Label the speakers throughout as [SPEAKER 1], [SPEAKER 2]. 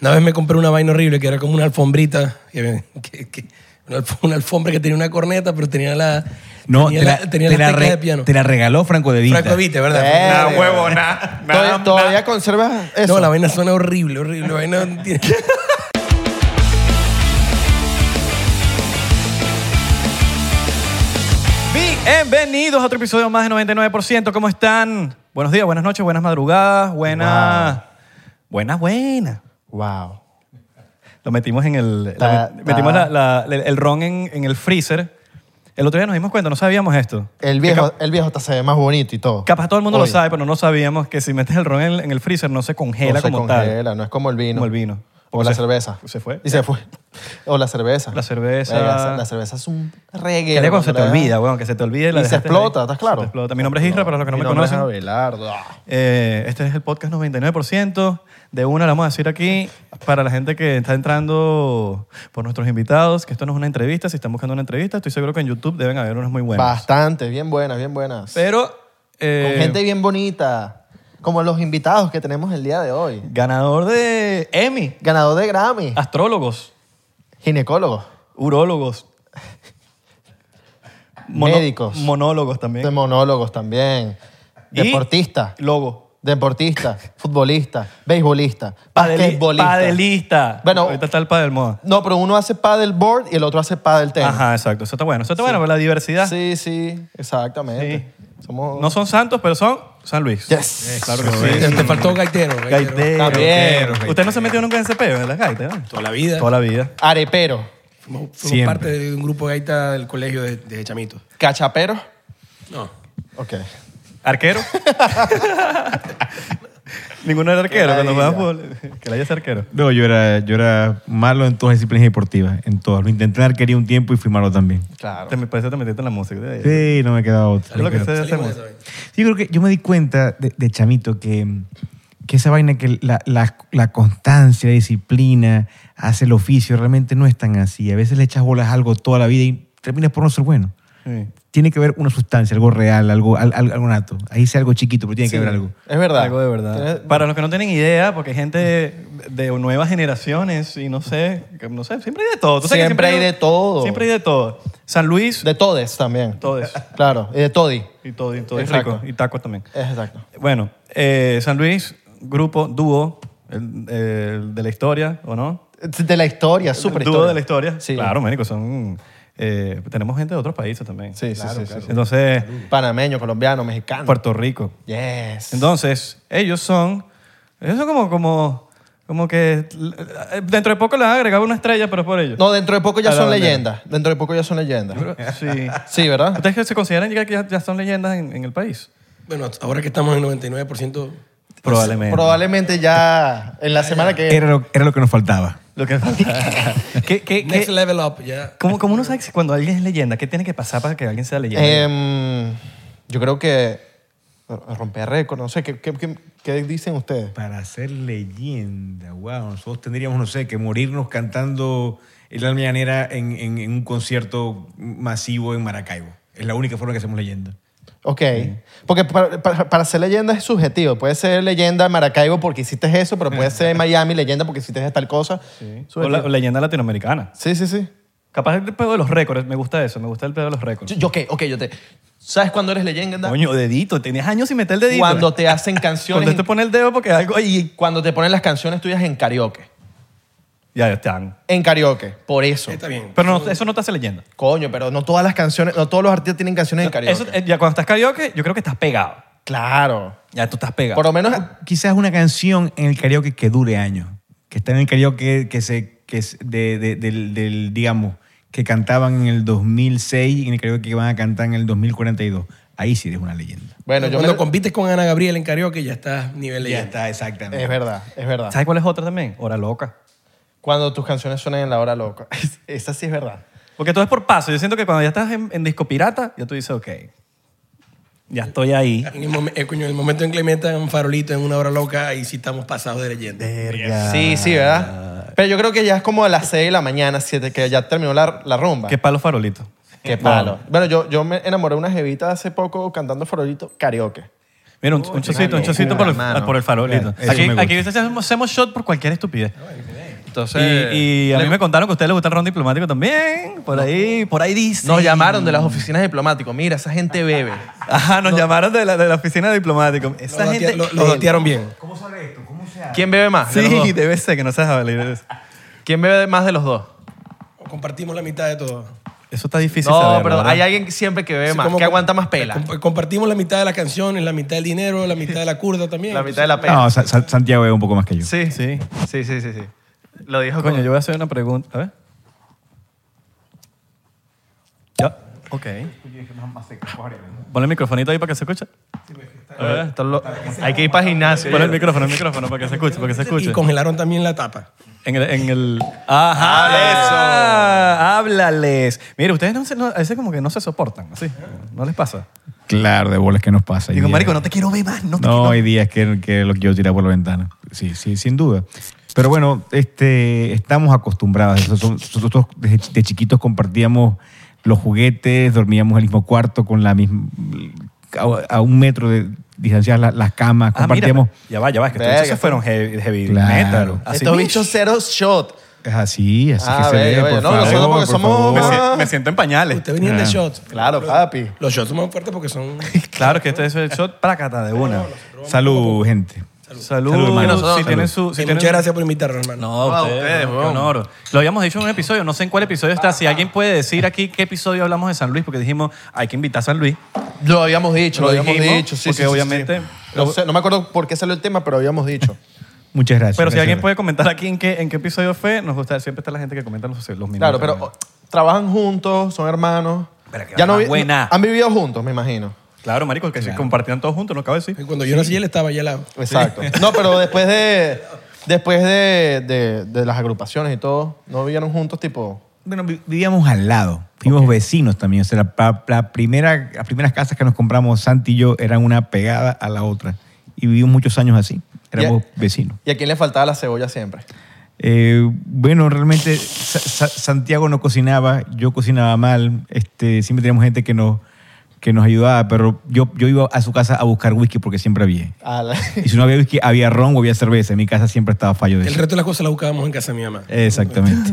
[SPEAKER 1] Una vez me compré una vaina horrible que era como una alfombrita. que me- que- que- una, alf- una alfombra que tenía una corneta, pero tenía la.
[SPEAKER 2] No,
[SPEAKER 1] tenía
[SPEAKER 2] te la,
[SPEAKER 1] tenía
[SPEAKER 2] te
[SPEAKER 1] la
[SPEAKER 2] la
[SPEAKER 1] tecla
[SPEAKER 2] re-
[SPEAKER 1] de piano.
[SPEAKER 2] te la regaló Franco de Vita.
[SPEAKER 1] Franco Vite, ¿verdad?
[SPEAKER 3] Eh,
[SPEAKER 4] Nada,
[SPEAKER 3] Verga.
[SPEAKER 4] huevo, nada.
[SPEAKER 3] Todavía,
[SPEAKER 4] nada,
[SPEAKER 3] todavía
[SPEAKER 4] nada.
[SPEAKER 3] conservas eso.
[SPEAKER 1] No, la vaina suena horrible, horrible. La vaina no tiene-
[SPEAKER 4] Bienvenidos a otro episodio más de 99%. ¿Cómo están? Buenos días, buenas noches, buenas madrugadas, buenas. Buenas, buenas.
[SPEAKER 3] Wow.
[SPEAKER 4] Lo metimos en el.
[SPEAKER 3] Ta-
[SPEAKER 4] la- metimos
[SPEAKER 3] ta.
[SPEAKER 4] la- la- el, el ron en, en el freezer. El otro día nos dimos cuenta, no sabíamos esto.
[SPEAKER 2] Eh,
[SPEAKER 3] El viejo, el viejo hasta se ve más bonito y todo.
[SPEAKER 4] Capaz todo el mundo
[SPEAKER 3] Hoy.
[SPEAKER 4] lo sabe, pero no sabíamos que si metes el ron en, en el freezer no se congela
[SPEAKER 3] No se
[SPEAKER 4] como
[SPEAKER 3] congela, no es como el
[SPEAKER 4] tal.
[SPEAKER 3] vino.
[SPEAKER 4] Como el vino.
[SPEAKER 3] O la cerveza.
[SPEAKER 4] se fue.
[SPEAKER 3] Y se fue. O la cerveza.
[SPEAKER 4] La cerveza.
[SPEAKER 3] Verga, la cerveza es un
[SPEAKER 4] Que
[SPEAKER 3] reggae.
[SPEAKER 4] ya cuando se te olvida, weón, que se te olvide. la
[SPEAKER 3] Y se
[SPEAKER 4] dejaste
[SPEAKER 3] explota,
[SPEAKER 4] ahí.
[SPEAKER 3] ¿estás
[SPEAKER 4] Se
[SPEAKER 3] claro?
[SPEAKER 4] te explota. Mi nombre es Isra, para los que no
[SPEAKER 3] Mi
[SPEAKER 4] me
[SPEAKER 3] nombre es
[SPEAKER 4] conocen.
[SPEAKER 3] Abelardo. Ah,
[SPEAKER 4] Eh, este es el podcast 99%. De una la vamos a decir aquí para la gente que está entrando por nuestros invitados, que esto no es una entrevista. Si están buscando una entrevista, estoy seguro que en YouTube deben haber unas muy buenas.
[SPEAKER 3] Bastante, bien buenas, bien buenas.
[SPEAKER 4] Pero eh,
[SPEAKER 3] Con gente bien bonita. Como los invitados que tenemos el día de hoy.
[SPEAKER 4] ganador de Emmy,
[SPEAKER 3] Ganador de Grammy.
[SPEAKER 4] Ah. astrólogos,
[SPEAKER 3] Ginecólogo.
[SPEAKER 4] urólogos, mono-
[SPEAKER 3] Médicos.
[SPEAKER 4] monólogos
[SPEAKER 3] De
[SPEAKER 4] también.
[SPEAKER 3] monólogos también.
[SPEAKER 4] Y
[SPEAKER 3] Deportista.
[SPEAKER 4] Logo.
[SPEAKER 3] Deportista, futbolista, beisbolista,
[SPEAKER 4] Padeli-
[SPEAKER 3] basquetbolista.
[SPEAKER 4] Padelista.
[SPEAKER 3] Bueno-
[SPEAKER 4] ahorita está el padel moda.
[SPEAKER 3] No, pero uno hace paddleboard y el otro hace paddle tenis.
[SPEAKER 4] Ajá, exacto. Eso está bueno. Eso está bueno, la diversidad.
[SPEAKER 3] Sí, sí, exactamente. Somos
[SPEAKER 4] No son santos, pero son San Luis.
[SPEAKER 3] Yes.
[SPEAKER 4] Eh, claro que
[SPEAKER 1] Sí,
[SPEAKER 4] sí.
[SPEAKER 1] te, te faltó gaitero. gaitero.
[SPEAKER 4] Gaitero.
[SPEAKER 3] También.
[SPEAKER 4] Usted no se metió nunca en ese peo, ¿verdad? Gaita. ¿no?
[SPEAKER 1] Toda la vida.
[SPEAKER 4] Toda la vida.
[SPEAKER 3] arepero,
[SPEAKER 1] Fuimos, fuimos
[SPEAKER 2] Siempre.
[SPEAKER 1] parte de un grupo de gaita del colegio de, de chamitos.
[SPEAKER 3] cachapero.
[SPEAKER 1] No.
[SPEAKER 3] Ok.
[SPEAKER 4] ¿Arquero? Ninguno era arquero
[SPEAKER 3] Qué
[SPEAKER 4] cuando jugaba
[SPEAKER 3] ladilla.
[SPEAKER 4] fútbol. Que la haya sido arquero.
[SPEAKER 2] No, yo era, yo era malo en todas las disciplinas deportivas, en todas. Lo intenté en arquería un tiempo y fui malo también.
[SPEAKER 3] Claro.
[SPEAKER 4] Te me parece que te metiste en la música. de-
[SPEAKER 2] Sí, no me quedaba otra.
[SPEAKER 4] Es lo que ustedes
[SPEAKER 1] Salimos de
[SPEAKER 4] hacemos.
[SPEAKER 1] esa vaina.
[SPEAKER 2] Sí, yo creo que yo me di cuenta de, de chamito que, que esa vaina que la, la- la constancia, la disciplina, hace el oficio, realmente no es tan así. A veces le echas bolas a algo toda la vida y terminas por no ser bueno.
[SPEAKER 4] Sí.
[SPEAKER 2] Tiene que haber una sustancia, algo real, algo, al- al- algo nato. Ahí sea algo chiquito, pero tiene que haber algo.
[SPEAKER 3] Es verdad.
[SPEAKER 4] Algo de verdad.
[SPEAKER 3] Tienes-
[SPEAKER 4] Para los que no tienen idea, porque hay gente de nuevas generaciones y no sé, que no sé, siempre hay de todo. Tú sabes que
[SPEAKER 3] Siempre hay de todo.
[SPEAKER 4] Siempre hay de todo. San Luis,
[SPEAKER 3] De todes también.
[SPEAKER 4] todes.
[SPEAKER 3] Claro, y de todi.
[SPEAKER 4] Y todo, y todo es
[SPEAKER 3] Exacto.
[SPEAKER 4] rico. Y tacos también.
[SPEAKER 3] Exacto.
[SPEAKER 4] Bueno, eh, San Luis, grupo, dúo el- el de la historia, ¿o no?
[SPEAKER 3] De la historia, súper
[SPEAKER 4] Dúo de la historia.
[SPEAKER 3] Sí.
[SPEAKER 4] Claro, médico, son... eh, tenemos gente de otros países también.
[SPEAKER 3] Sí, sí, sí, sí, sí.
[SPEAKER 4] Entonces,
[SPEAKER 3] Panameño, colombiano, mexicano.
[SPEAKER 4] Puerto Rico.
[SPEAKER 3] Yes.
[SPEAKER 4] Entonces, ellos son... Ellos son como... como como que eh, dentro de poco les han agregado una estrella, pero es por ellos.
[SPEAKER 3] no, dentro de poco ya
[SPEAKER 4] A la
[SPEAKER 3] son
[SPEAKER 4] bandera.
[SPEAKER 3] leyendas. Dentro de poco ya son leyendas.
[SPEAKER 4] Sí.
[SPEAKER 3] Sí, ¿verdad?
[SPEAKER 4] ¿Ustedes que se consideran ya que ya, ya son leyendas en, en el país?
[SPEAKER 1] Bueno, ahora que estamos en 99%,
[SPEAKER 4] Pues, Probablemente.
[SPEAKER 3] Probablemente ya en la semana que
[SPEAKER 2] Era lo, era lo que nos faltaba.
[SPEAKER 4] Lo que ¿Qué- qué-
[SPEAKER 1] next
[SPEAKER 4] qué-
[SPEAKER 1] level up, ya.
[SPEAKER 4] ¿Cómo, cómo uno sabe si cuando alguien es leyenda? ¿Qué tiene que pasar para que alguien sea leyenda?
[SPEAKER 3] Em, yo creo que romper récord, no sé, ¿qué, qué, qué- qué dicen ustedes?
[SPEAKER 2] Para ser leyenda, wow. Nosotros tendríamos, no sé, que morirnos cantando el alma llanera en, en- en un concierto masivo en Maracaibo. Es la única forma que hacemos leyenda.
[SPEAKER 3] Ok, porque para, para- para ser leyenda es subjetivo, puede ser leyenda en Maracaibo porque hiciste eso, pero puede ser en Miami leyenda porque hiciste tal cosa.
[SPEAKER 4] Sí. O
[SPEAKER 3] Subjetivo.
[SPEAKER 4] la, o leyenda latinoamericana.
[SPEAKER 3] sí, sí, sí.
[SPEAKER 4] Capaz el pedo de los récords. Me gusta eso. Me gusta el pedo de los récords.
[SPEAKER 3] Yo, yo, ok, ok, yo te... ¿Sabes cuándo eres leyenda?
[SPEAKER 4] Coño, dedito. Tenías años sin meter el dedito.
[SPEAKER 3] Cuando te hacen canciones,
[SPEAKER 4] Cuando te pone el dedo porque algo ahí...
[SPEAKER 3] en- cuando te ponen las canciones tuyas en karaoke.
[SPEAKER 4] Ya están.
[SPEAKER 3] En karaoke, por eso.
[SPEAKER 1] Está bien.
[SPEAKER 4] Pero no- eso no te hace leyenda.
[SPEAKER 3] Coño, pero no todas las canciones, no todos los artistas tienen canciones en karaoke.
[SPEAKER 4] Eso, eh, ya cuando estás karaoke, yo creo que estás pegado.
[SPEAKER 3] claro.
[SPEAKER 4] Ya tú estás pegado.
[SPEAKER 3] Por lo menos
[SPEAKER 2] Quizás una canción en el karaoke que dure años. Que está en el karaoke que se, que es de- de- del, del, digamos, que cantaban en el 2006 y en el karaoke que van a cantar en el 2042. Ahí sí eres una leyenda.
[SPEAKER 3] Bueno, yo
[SPEAKER 1] Cuando
[SPEAKER 3] me-
[SPEAKER 1] compites con Ana Gabriel en karaoke, ya estás nivel
[SPEAKER 2] Ya
[SPEAKER 1] leyenda.
[SPEAKER 2] está, exactamente.
[SPEAKER 3] Es verdad, es verdad.
[SPEAKER 4] ¿Sabes cuál es otra también? Hora loca.
[SPEAKER 3] Cuando tus canciones suenan en la hora loca. Esa sí es verdad.
[SPEAKER 4] Porque todo es por paso. Yo siento que cuando ya estás en, en disco pirata, ya tú dices, ok, ya estoy ahí.
[SPEAKER 1] En el, momen- eh, coño, en el momento en que le metan un farolito en una hora loca, ahí sí estamos pasados de leyenda.
[SPEAKER 3] Sí, sí, ¿verdad? Pero yo creo que ya es como a las 6 de la mañana, 7, que ya terminó la, la rumba.
[SPEAKER 4] Qué palo farolito.
[SPEAKER 3] Qué palo. Bueno, yo, yo me enamoré de una jevita hace poco cantando farolito karaoke.
[SPEAKER 4] Mira, un, un chocito, un chocito por el, ah, por el farolito.
[SPEAKER 2] Eso
[SPEAKER 4] Aquí,
[SPEAKER 2] me gusta.
[SPEAKER 4] aquí veces hacemos, hacemos shot por cualquier estupidez. Entonces, y, y a mí me contaron que a ustedes les gusta el ron diplomático también. Por ahí, por ahí dice.
[SPEAKER 5] Nos llamaron de las oficinas diplomáticas. Mira, esa gente bebe.
[SPEAKER 4] Ajá, nos llamaron de la, de la oficina diplomática. Esa
[SPEAKER 1] Lo
[SPEAKER 4] gente.
[SPEAKER 1] datea- lo- lo datearon bien.
[SPEAKER 2] ¿Cómo sabe esto? ¿Cómo se hace?
[SPEAKER 5] ¿Quién bebe más? de los
[SPEAKER 4] sí,
[SPEAKER 5] dos?
[SPEAKER 4] debe ser que no seas hablar de eso.
[SPEAKER 5] ¿Quién bebe más de los dos?
[SPEAKER 1] Compartimos la mitad de todo.
[SPEAKER 4] Eso está difícil
[SPEAKER 5] No,
[SPEAKER 4] saber,
[SPEAKER 5] pero
[SPEAKER 4] ¿verdad?
[SPEAKER 5] hay alguien siempre que bebe
[SPEAKER 1] Sí,
[SPEAKER 5] más,
[SPEAKER 1] como
[SPEAKER 5] que
[SPEAKER 1] com-
[SPEAKER 5] aguanta más pela.
[SPEAKER 1] com- compartimos la mitad de las canciones, la mitad del dinero, la mitad de la curda también.
[SPEAKER 5] La mitad de la pela.
[SPEAKER 2] No, Sa- Sa- Santiago es un poco más que yo.
[SPEAKER 5] Sí, Ah, sí,
[SPEAKER 4] Sí.
[SPEAKER 5] sí, sí, sí. Lo dijo
[SPEAKER 4] Coño,
[SPEAKER 5] con-
[SPEAKER 4] yo voy a hacer una pregunta. A ver. Ya. Ok. Pon el microfonito ahí para que se escuche. A ver.
[SPEAKER 5] Esto lo- Hay que ir para gimnasio.
[SPEAKER 4] Pon el micrófono, el micrófono para que se escuche, para que se escuche.
[SPEAKER 1] Y congelaron también la tapa.
[SPEAKER 4] En el, en el... ¡Ajá! ¡Háblales! Mire, ustedes no se- no- a veces como que no se soportan, así. No les pasa.
[SPEAKER 2] Claro, de bolas que nos pasa. Hay
[SPEAKER 4] Digo,
[SPEAKER 2] días-
[SPEAKER 4] marico, no te quiero ver más. No, te
[SPEAKER 2] No,
[SPEAKER 4] quiero-
[SPEAKER 2] hay días que, que lo quiero tirar por la ventana. Sí, sí, sin duda. Pero bueno, este, estamos acostumbrados. Nosotros, nosotros desde ch- de chiquitos compartíamos los juguetes, dormíamos en el mismo cuarto con la misma a, a un metro de distancia la- las camas,
[SPEAKER 4] Ah, mira.
[SPEAKER 2] compartíamos.
[SPEAKER 4] Ya va, ya va. Es que
[SPEAKER 3] Verga,
[SPEAKER 4] ustedes se fueron heavy, heavy
[SPEAKER 2] Claro.
[SPEAKER 4] metal. Así mismo.
[SPEAKER 3] Estos bichos cero shot.
[SPEAKER 4] pues.
[SPEAKER 2] Es así, así
[SPEAKER 3] Ah,
[SPEAKER 2] que se
[SPEAKER 3] bello,
[SPEAKER 2] ve,
[SPEAKER 3] bello.
[SPEAKER 2] por
[SPEAKER 3] No,
[SPEAKER 2] favor,
[SPEAKER 3] nosotros porque
[SPEAKER 2] por
[SPEAKER 3] somos-
[SPEAKER 4] Me,
[SPEAKER 2] favor.
[SPEAKER 4] si- me siento en pañales.
[SPEAKER 1] Ustedes venían de shots.
[SPEAKER 3] Claro, papi.
[SPEAKER 1] Los shots son más fuertes porque son...
[SPEAKER 4] Claro que este es el shot prácata de una.
[SPEAKER 2] Salud, gente.
[SPEAKER 4] Salud.
[SPEAKER 2] Salud, hermano.
[SPEAKER 4] si
[SPEAKER 2] Salud.
[SPEAKER 4] tienen su... si
[SPEAKER 1] Sí,
[SPEAKER 4] tienen-
[SPEAKER 1] muchas gracias por invitarnos, hermano.
[SPEAKER 4] No, a ustedes,
[SPEAKER 5] ustedes,
[SPEAKER 4] qué
[SPEAKER 5] weón.
[SPEAKER 4] honor. Lo habíamos dicho en un episodio, no sé en cuál episodio está. Si alguien puede decir aquí qué episodio hablamos de San Luis, porque dijimos, hay que invitar a San Luis.
[SPEAKER 5] Lo habíamos dicho,
[SPEAKER 4] Lo
[SPEAKER 5] lo,
[SPEAKER 4] dijimos,
[SPEAKER 5] habíamos dicho. Sí,
[SPEAKER 4] porque
[SPEAKER 5] sí, sí, sí.
[SPEAKER 4] obviamente...
[SPEAKER 3] No, sé, no me acuerdo por qué salió el tema, pero habíamos dicho.
[SPEAKER 2] Muchas gracias.
[SPEAKER 4] Pero si
[SPEAKER 2] gracias.
[SPEAKER 4] alguien puede comentar aquí en qué, en qué episodio fue, nos gusta, siempre está la gente que comenta los, los minutos.
[SPEAKER 3] Claro, pero oh, trabajan juntos, son hermanos.
[SPEAKER 4] Pero qué
[SPEAKER 3] Ya no
[SPEAKER 4] vaina
[SPEAKER 3] vi-
[SPEAKER 4] buena.
[SPEAKER 3] Han vivido juntos, me imagino.
[SPEAKER 4] Claro, marico, que se compartían todos juntos, no cabe decir.
[SPEAKER 1] Y Cuando yo nací, él estaba allá al lado.
[SPEAKER 3] Exacto. No, pero después de después de, de- de las agrupaciones y todo, no vivieron juntos, tipo.
[SPEAKER 2] Bueno, vi- vivíamos al lado. Fuimos vecinos también. O sea, la, pa- la primera, las primeras casas que nos compramos, Santi y yo, eran una pegada a la otra. Y vivimos muchos años así. Éramos
[SPEAKER 3] Ya.
[SPEAKER 2] vecinos.
[SPEAKER 3] ¿Y a quién le faltaba la cebolla siempre?
[SPEAKER 2] Eh, bueno, realmente Sa- Sa- Santiago no cocinaba, yo cocinaba mal. Este, siempre teníamos gente que nos, que nos ayudaba, pero yo, yo iba a su casa a buscar whisky porque siempre había.
[SPEAKER 3] A la-
[SPEAKER 2] Y si no había whisky, había ron o había cerveza. En mi casa siempre estaba fallo de
[SPEAKER 1] El
[SPEAKER 2] eso.
[SPEAKER 1] resto de las cosas las buscábamos en casa de mi mamá.
[SPEAKER 4] Eh.
[SPEAKER 2] Exactamente.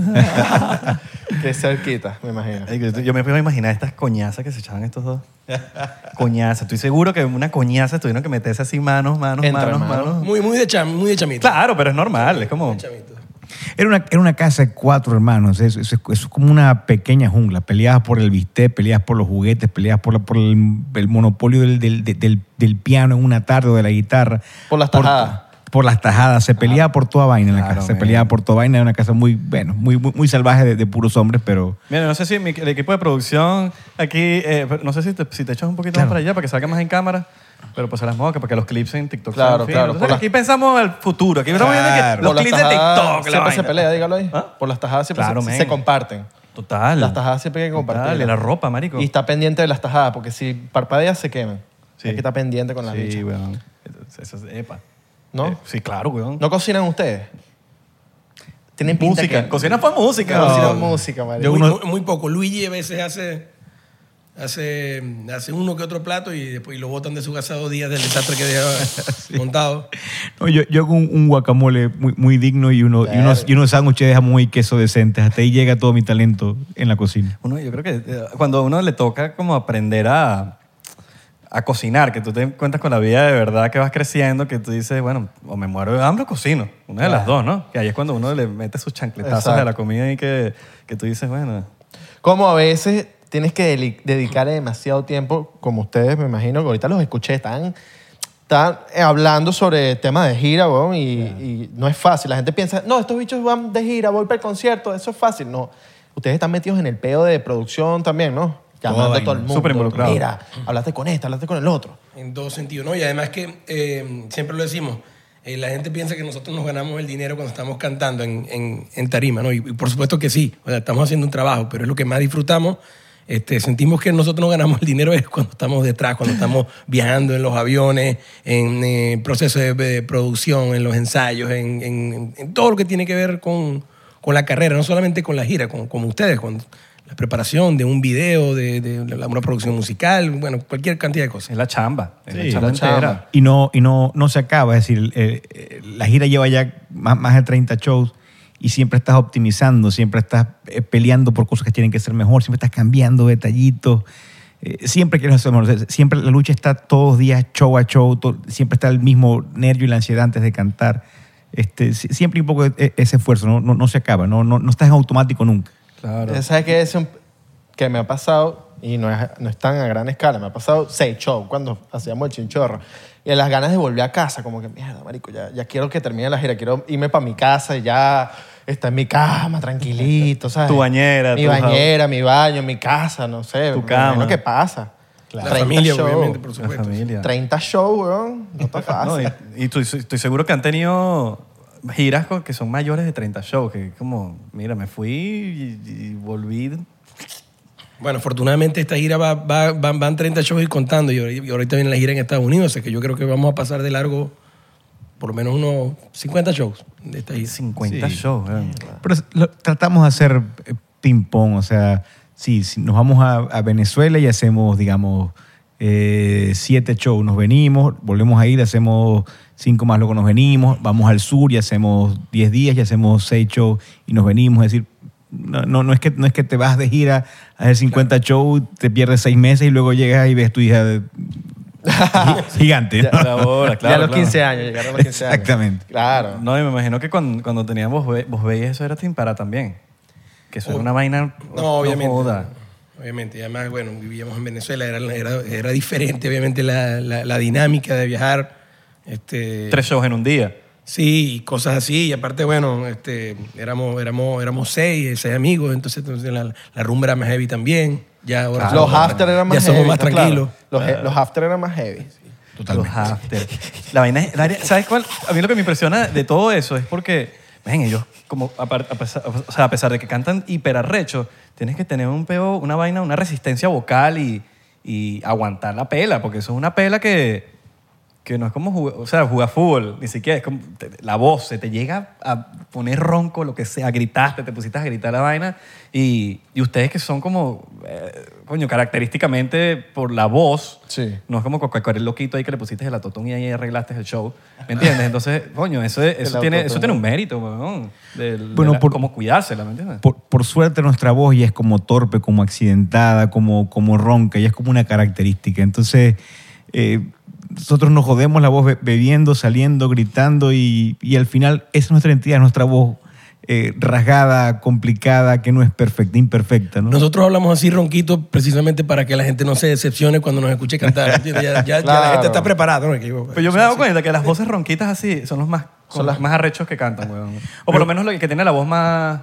[SPEAKER 3] que cerquita, me imagino.
[SPEAKER 4] Ay, Yo yo me iba a imaginar estas coñazas que se echaban estos dos. Coñazas. Estoy seguro que una coñaza tuvieron que meterse así manos, manos,
[SPEAKER 3] Entre
[SPEAKER 4] manos,
[SPEAKER 3] manos.
[SPEAKER 4] manos,
[SPEAKER 1] Muy, muy de cham, muy de chamito.
[SPEAKER 4] Claro, pero es normal. Es como...
[SPEAKER 1] Chamito.
[SPEAKER 2] Era una, era una casa de cuatro hermanos. Eso, eso- eso es como una pequeña jungla. Peleabas por el bistec, peleabas por los juguetes, peleabas por, la- por el, el monopolio del, del, del- del piano en una tarde o de la guitarra.
[SPEAKER 3] Por las tajadas.
[SPEAKER 2] Por, las tajadas. Se peleaba por toda vaina en la
[SPEAKER 4] Claro,
[SPEAKER 2] casa. Se
[SPEAKER 4] man.
[SPEAKER 2] peleaba por toda vaina. Era una casa muy, bueno, muy, muy, muy salvaje de, de puros hombres, pero...
[SPEAKER 4] Mira, no sé si mi- el equipo de producción aquí, eh, pero no sé si te, si te echas un poquito
[SPEAKER 2] Claro.
[SPEAKER 4] más para allá para que salga más en cámara, pero pues a las mocas, para que los clips en TikTok
[SPEAKER 3] Claro,
[SPEAKER 4] sean finos.
[SPEAKER 3] claro,
[SPEAKER 4] Entonces,
[SPEAKER 3] por la-
[SPEAKER 4] aquí pensamos al futuro. Aquí estamos viendo
[SPEAKER 2] Claro.
[SPEAKER 4] que los
[SPEAKER 3] Por las
[SPEAKER 4] clips de
[SPEAKER 3] tajadas
[SPEAKER 4] TikTok. la
[SPEAKER 3] Siempre se
[SPEAKER 4] vaina.
[SPEAKER 3] pelea, dígalo ahí.
[SPEAKER 4] ¿Ah?
[SPEAKER 3] Por las tajadas siempre
[SPEAKER 4] Claro,
[SPEAKER 3] se,
[SPEAKER 4] men.
[SPEAKER 3] se comparten.
[SPEAKER 4] Total.
[SPEAKER 3] Las tajadas siempre hay que compartir.
[SPEAKER 4] Total, y la ropa, marico.
[SPEAKER 3] Y está pendiente de las tajadas, porque si parpadeas se queman.
[SPEAKER 4] Sí.
[SPEAKER 3] Hay que estar pendiente con las
[SPEAKER 4] Sí,
[SPEAKER 3] bichas.
[SPEAKER 4] weón. Eso es, epa.
[SPEAKER 3] ¿No?
[SPEAKER 4] Eh, sí, claro, weón.
[SPEAKER 3] ¿No cocinan ustedes? Tienen pinta
[SPEAKER 4] música.
[SPEAKER 3] que-
[SPEAKER 4] Cocina fue música.
[SPEAKER 3] No,
[SPEAKER 4] Cocina-
[SPEAKER 3] cocinan música, marico.
[SPEAKER 2] Yo
[SPEAKER 1] muy,
[SPEAKER 2] uno-
[SPEAKER 1] muy- muy poco. Luigi a veces hace, hace, hace uno que otro plato y después y lo botan de su casa dos días del desastre que dejaba montado.
[SPEAKER 2] No, yo, yo hago un, un guacamole muy, muy digno y, uno, y unos, y unos sándwiches de jamón y queso decentes. Hasta ahí llega todo mi talento en la cocina.
[SPEAKER 4] Uno, yo creo que eh, cuando a uno le toca como aprender a, a cocinar, que tú te cuentas con la vida de verdad que vas creciendo, que tú dices, bueno, o me muero de hambre o cocino. Una de las dos, ¿no? Que ahí es cuando uno le mete sus chancletazos
[SPEAKER 3] Exacto.
[SPEAKER 4] a la comida y que, que tú dices, bueno,
[SPEAKER 3] Como a veces tienes que deli- dedicarle demasiado tiempo, como ustedes me imagino, que ahorita los escuché, están, están hablando sobre temas de gira, weón, y, y no es fácil. La gente piensa, no, estos bichos van de gira, voy para el concierto, eso es fácil. No, ustedes están metidos en el peo de producción también, ¿no? Llamando a todo el mundo.
[SPEAKER 4] súper involucrado.
[SPEAKER 3] Mira, hablaste con este, hablaste con el otro.
[SPEAKER 1] En dos sentidos, ¿no? Y además que eh, siempre lo decimos, eh, la gente piensa que nosotros nos ganamos el dinero cuando estamos cantando en, en- en tarima, ¿no? Y, y por supuesto que sí, o sea, estamos haciendo un trabajo, pero es lo que más disfrutamos. Este, sentimos que nosotros nos ganamos el dinero es cuando estamos detrás, cuando estamos viajando en los aviones, en eh, procesos de, de producción, en los ensayos, en, en- en todo lo que tiene que ver con, con la carrera, no solamente con la gira, con, como ustedes, con la preparación de un video, de, de la- una producción musical, bueno, cualquier cantidad de cosas.
[SPEAKER 4] Es la chamba. Es
[SPEAKER 2] Sí,
[SPEAKER 4] la chamba
[SPEAKER 6] la chamba.
[SPEAKER 4] entera.
[SPEAKER 2] y no, y no, no se acaba. Es decir, eh, eh, la gira lleva ya más, más de 30 shows y siempre estás optimizando, siempre estás eh, peleando por cosas que tienen que ser mejor, siempre estás cambiando detallitos. eh, siempre quieres hacer mejor. O sea, Siempre la lucha está todos los días, show a show. to- siempre está el mismo nervio y la ansiedad antes de cantar. Este, si- siempre hay un poco de e- ese esfuerzo, no, no, no se acaba, no, no, no estás en automático nunca.
[SPEAKER 4] Claro.
[SPEAKER 6] ¿Sabes qué es un- que me ha pasado? Y no es, no es tan a gran escala. Me ha pasado seis shows cuando hacíamos el chinchorro. Y las ganas de volver a casa, como que, mierda, marico, ya, ya quiero que termine la gira. Quiero irme para mi casa y ya estar en mi cama, tranquilito, ¿sabes?
[SPEAKER 4] Tu bañera,
[SPEAKER 6] Mi
[SPEAKER 4] tu jabón.
[SPEAKER 6] bañera, mi baño, mi casa, no sé.
[SPEAKER 4] Tu
[SPEAKER 6] me imagino
[SPEAKER 4] cama.
[SPEAKER 6] que pasa?
[SPEAKER 1] La
[SPEAKER 6] 30
[SPEAKER 1] familia,
[SPEAKER 6] shows.
[SPEAKER 1] obviamente, por
[SPEAKER 4] La
[SPEAKER 1] supuesto.
[SPEAKER 4] familia.
[SPEAKER 6] 30 shows, weón. No está fácil.
[SPEAKER 4] No, y y estoy, estoy seguro que han tenido giras con- que son mayores de 30 shows, que como, mira, me fui y, y volví.
[SPEAKER 1] Bueno, afortunadamente esta gira va, va- van, van 30 shows y contando. Y, ahor- y ahorita viene la gira en Estados Unidos, así que yo creo que vamos a pasar de largo por lo menos unos 50 shows de esta gira.
[SPEAKER 4] 50 shows. weón.
[SPEAKER 2] Pero es- lo- tratamos de hacer eh, ping-pong, o sea, sí, si nos vamos a, a Venezuela y hacemos, digamos, eh, siete shows, nos venimos, volvemos a ir, hacemos cinco más, luego nos venimos, vamos al sur y hacemos diez días y hacemos seis shows y nos venimos, es decir, no, no, no es, que, no es que te vas de gira a hacer 50 shows, te pierdes seis meses y luego llegas y ves tu hija de- gigante. ¿no?
[SPEAKER 4] La bola, claro,
[SPEAKER 6] ya a los
[SPEAKER 4] claro.
[SPEAKER 6] 15 años, llegaron a los 15 años.
[SPEAKER 2] Exactamente.
[SPEAKER 6] Claro.
[SPEAKER 4] No, y me imagino que cuando, cuando teníamos Vos Ve- Vos Veis, eso era Timpara también. Que eso
[SPEAKER 1] Oh.
[SPEAKER 4] era una vaina.
[SPEAKER 1] No, obviamente.
[SPEAKER 4] joda.
[SPEAKER 1] Obviamente, y además, bueno, vivíamos en Venezuela, era, era, era diferente, obviamente, la, la- la dinámica de viajar. Este,
[SPEAKER 4] Tres shows en un día.
[SPEAKER 1] Sí, y cosas así. Y aparte, bueno, este, éramos, éramos, éramos seis, seis amigos, entonces, entonces la, la rumba era más heavy también. Ya ahora
[SPEAKER 6] Los after eran más
[SPEAKER 1] ya
[SPEAKER 6] heavy.
[SPEAKER 1] somos más
[SPEAKER 6] está claro.
[SPEAKER 1] tranquilos.
[SPEAKER 6] Los, he- los after eran más heavy.
[SPEAKER 4] Los after. La vaina es, la- ¿Sabes cuál? A mí lo que me impresiona de todo eso es porque, ven, ellos, como a, par- a pesar, o sea, a pesar de que cantan hiperarrecho, tienes que tener un peo, una vaina, una resistencia vocal y, y aguantar la pela, porque eso es una pela que, que no es como jugar, o sea, jugar fútbol, ni siquiera es como te- la voz, se te llega a poner ronco, lo que sea, gritaste, te pusiste a gritar la vaina y, y ustedes que son como, eh, coño, característicamente por la voz,
[SPEAKER 6] Sí.
[SPEAKER 4] no es como con cualquier loquito ahí que le pusiste el atotón y ahí arreglaste el show. ¿Me entiendes? Entonces, coño, eso, eso,
[SPEAKER 6] El
[SPEAKER 4] tiene,
[SPEAKER 6] autotune.
[SPEAKER 4] eso tiene un mérito, weón. Del,
[SPEAKER 2] Bueno, por-
[SPEAKER 4] como cuidársela, ¿me entiendes?
[SPEAKER 2] por, por suerte nuestra voz ya es como torpe, como accidentada, como, como ronca, ya es como una característica. Entonces, eh, nosotros nos jodemos la voz be- bebiendo, saliendo, gritando y, y al final esa es nuestra identidad, es nuestra voz eh, rasgada, complicada, que no es perfecta, imperfecta. ¿no?
[SPEAKER 1] Nosotros hablamos así ronquito precisamente para que la gente no se decepcione cuando nos escuche cantar. ¿entiendes? Ya, ya- ya la
[SPEAKER 6] Claro.
[SPEAKER 1] gente está preparada. ¿no? Que yo-
[SPEAKER 4] Pero yo me he dado cuenta que las voces ronquitas así son los más, son los más arrechos que cantan, weón. O por lo menos lo que tiene la voz más...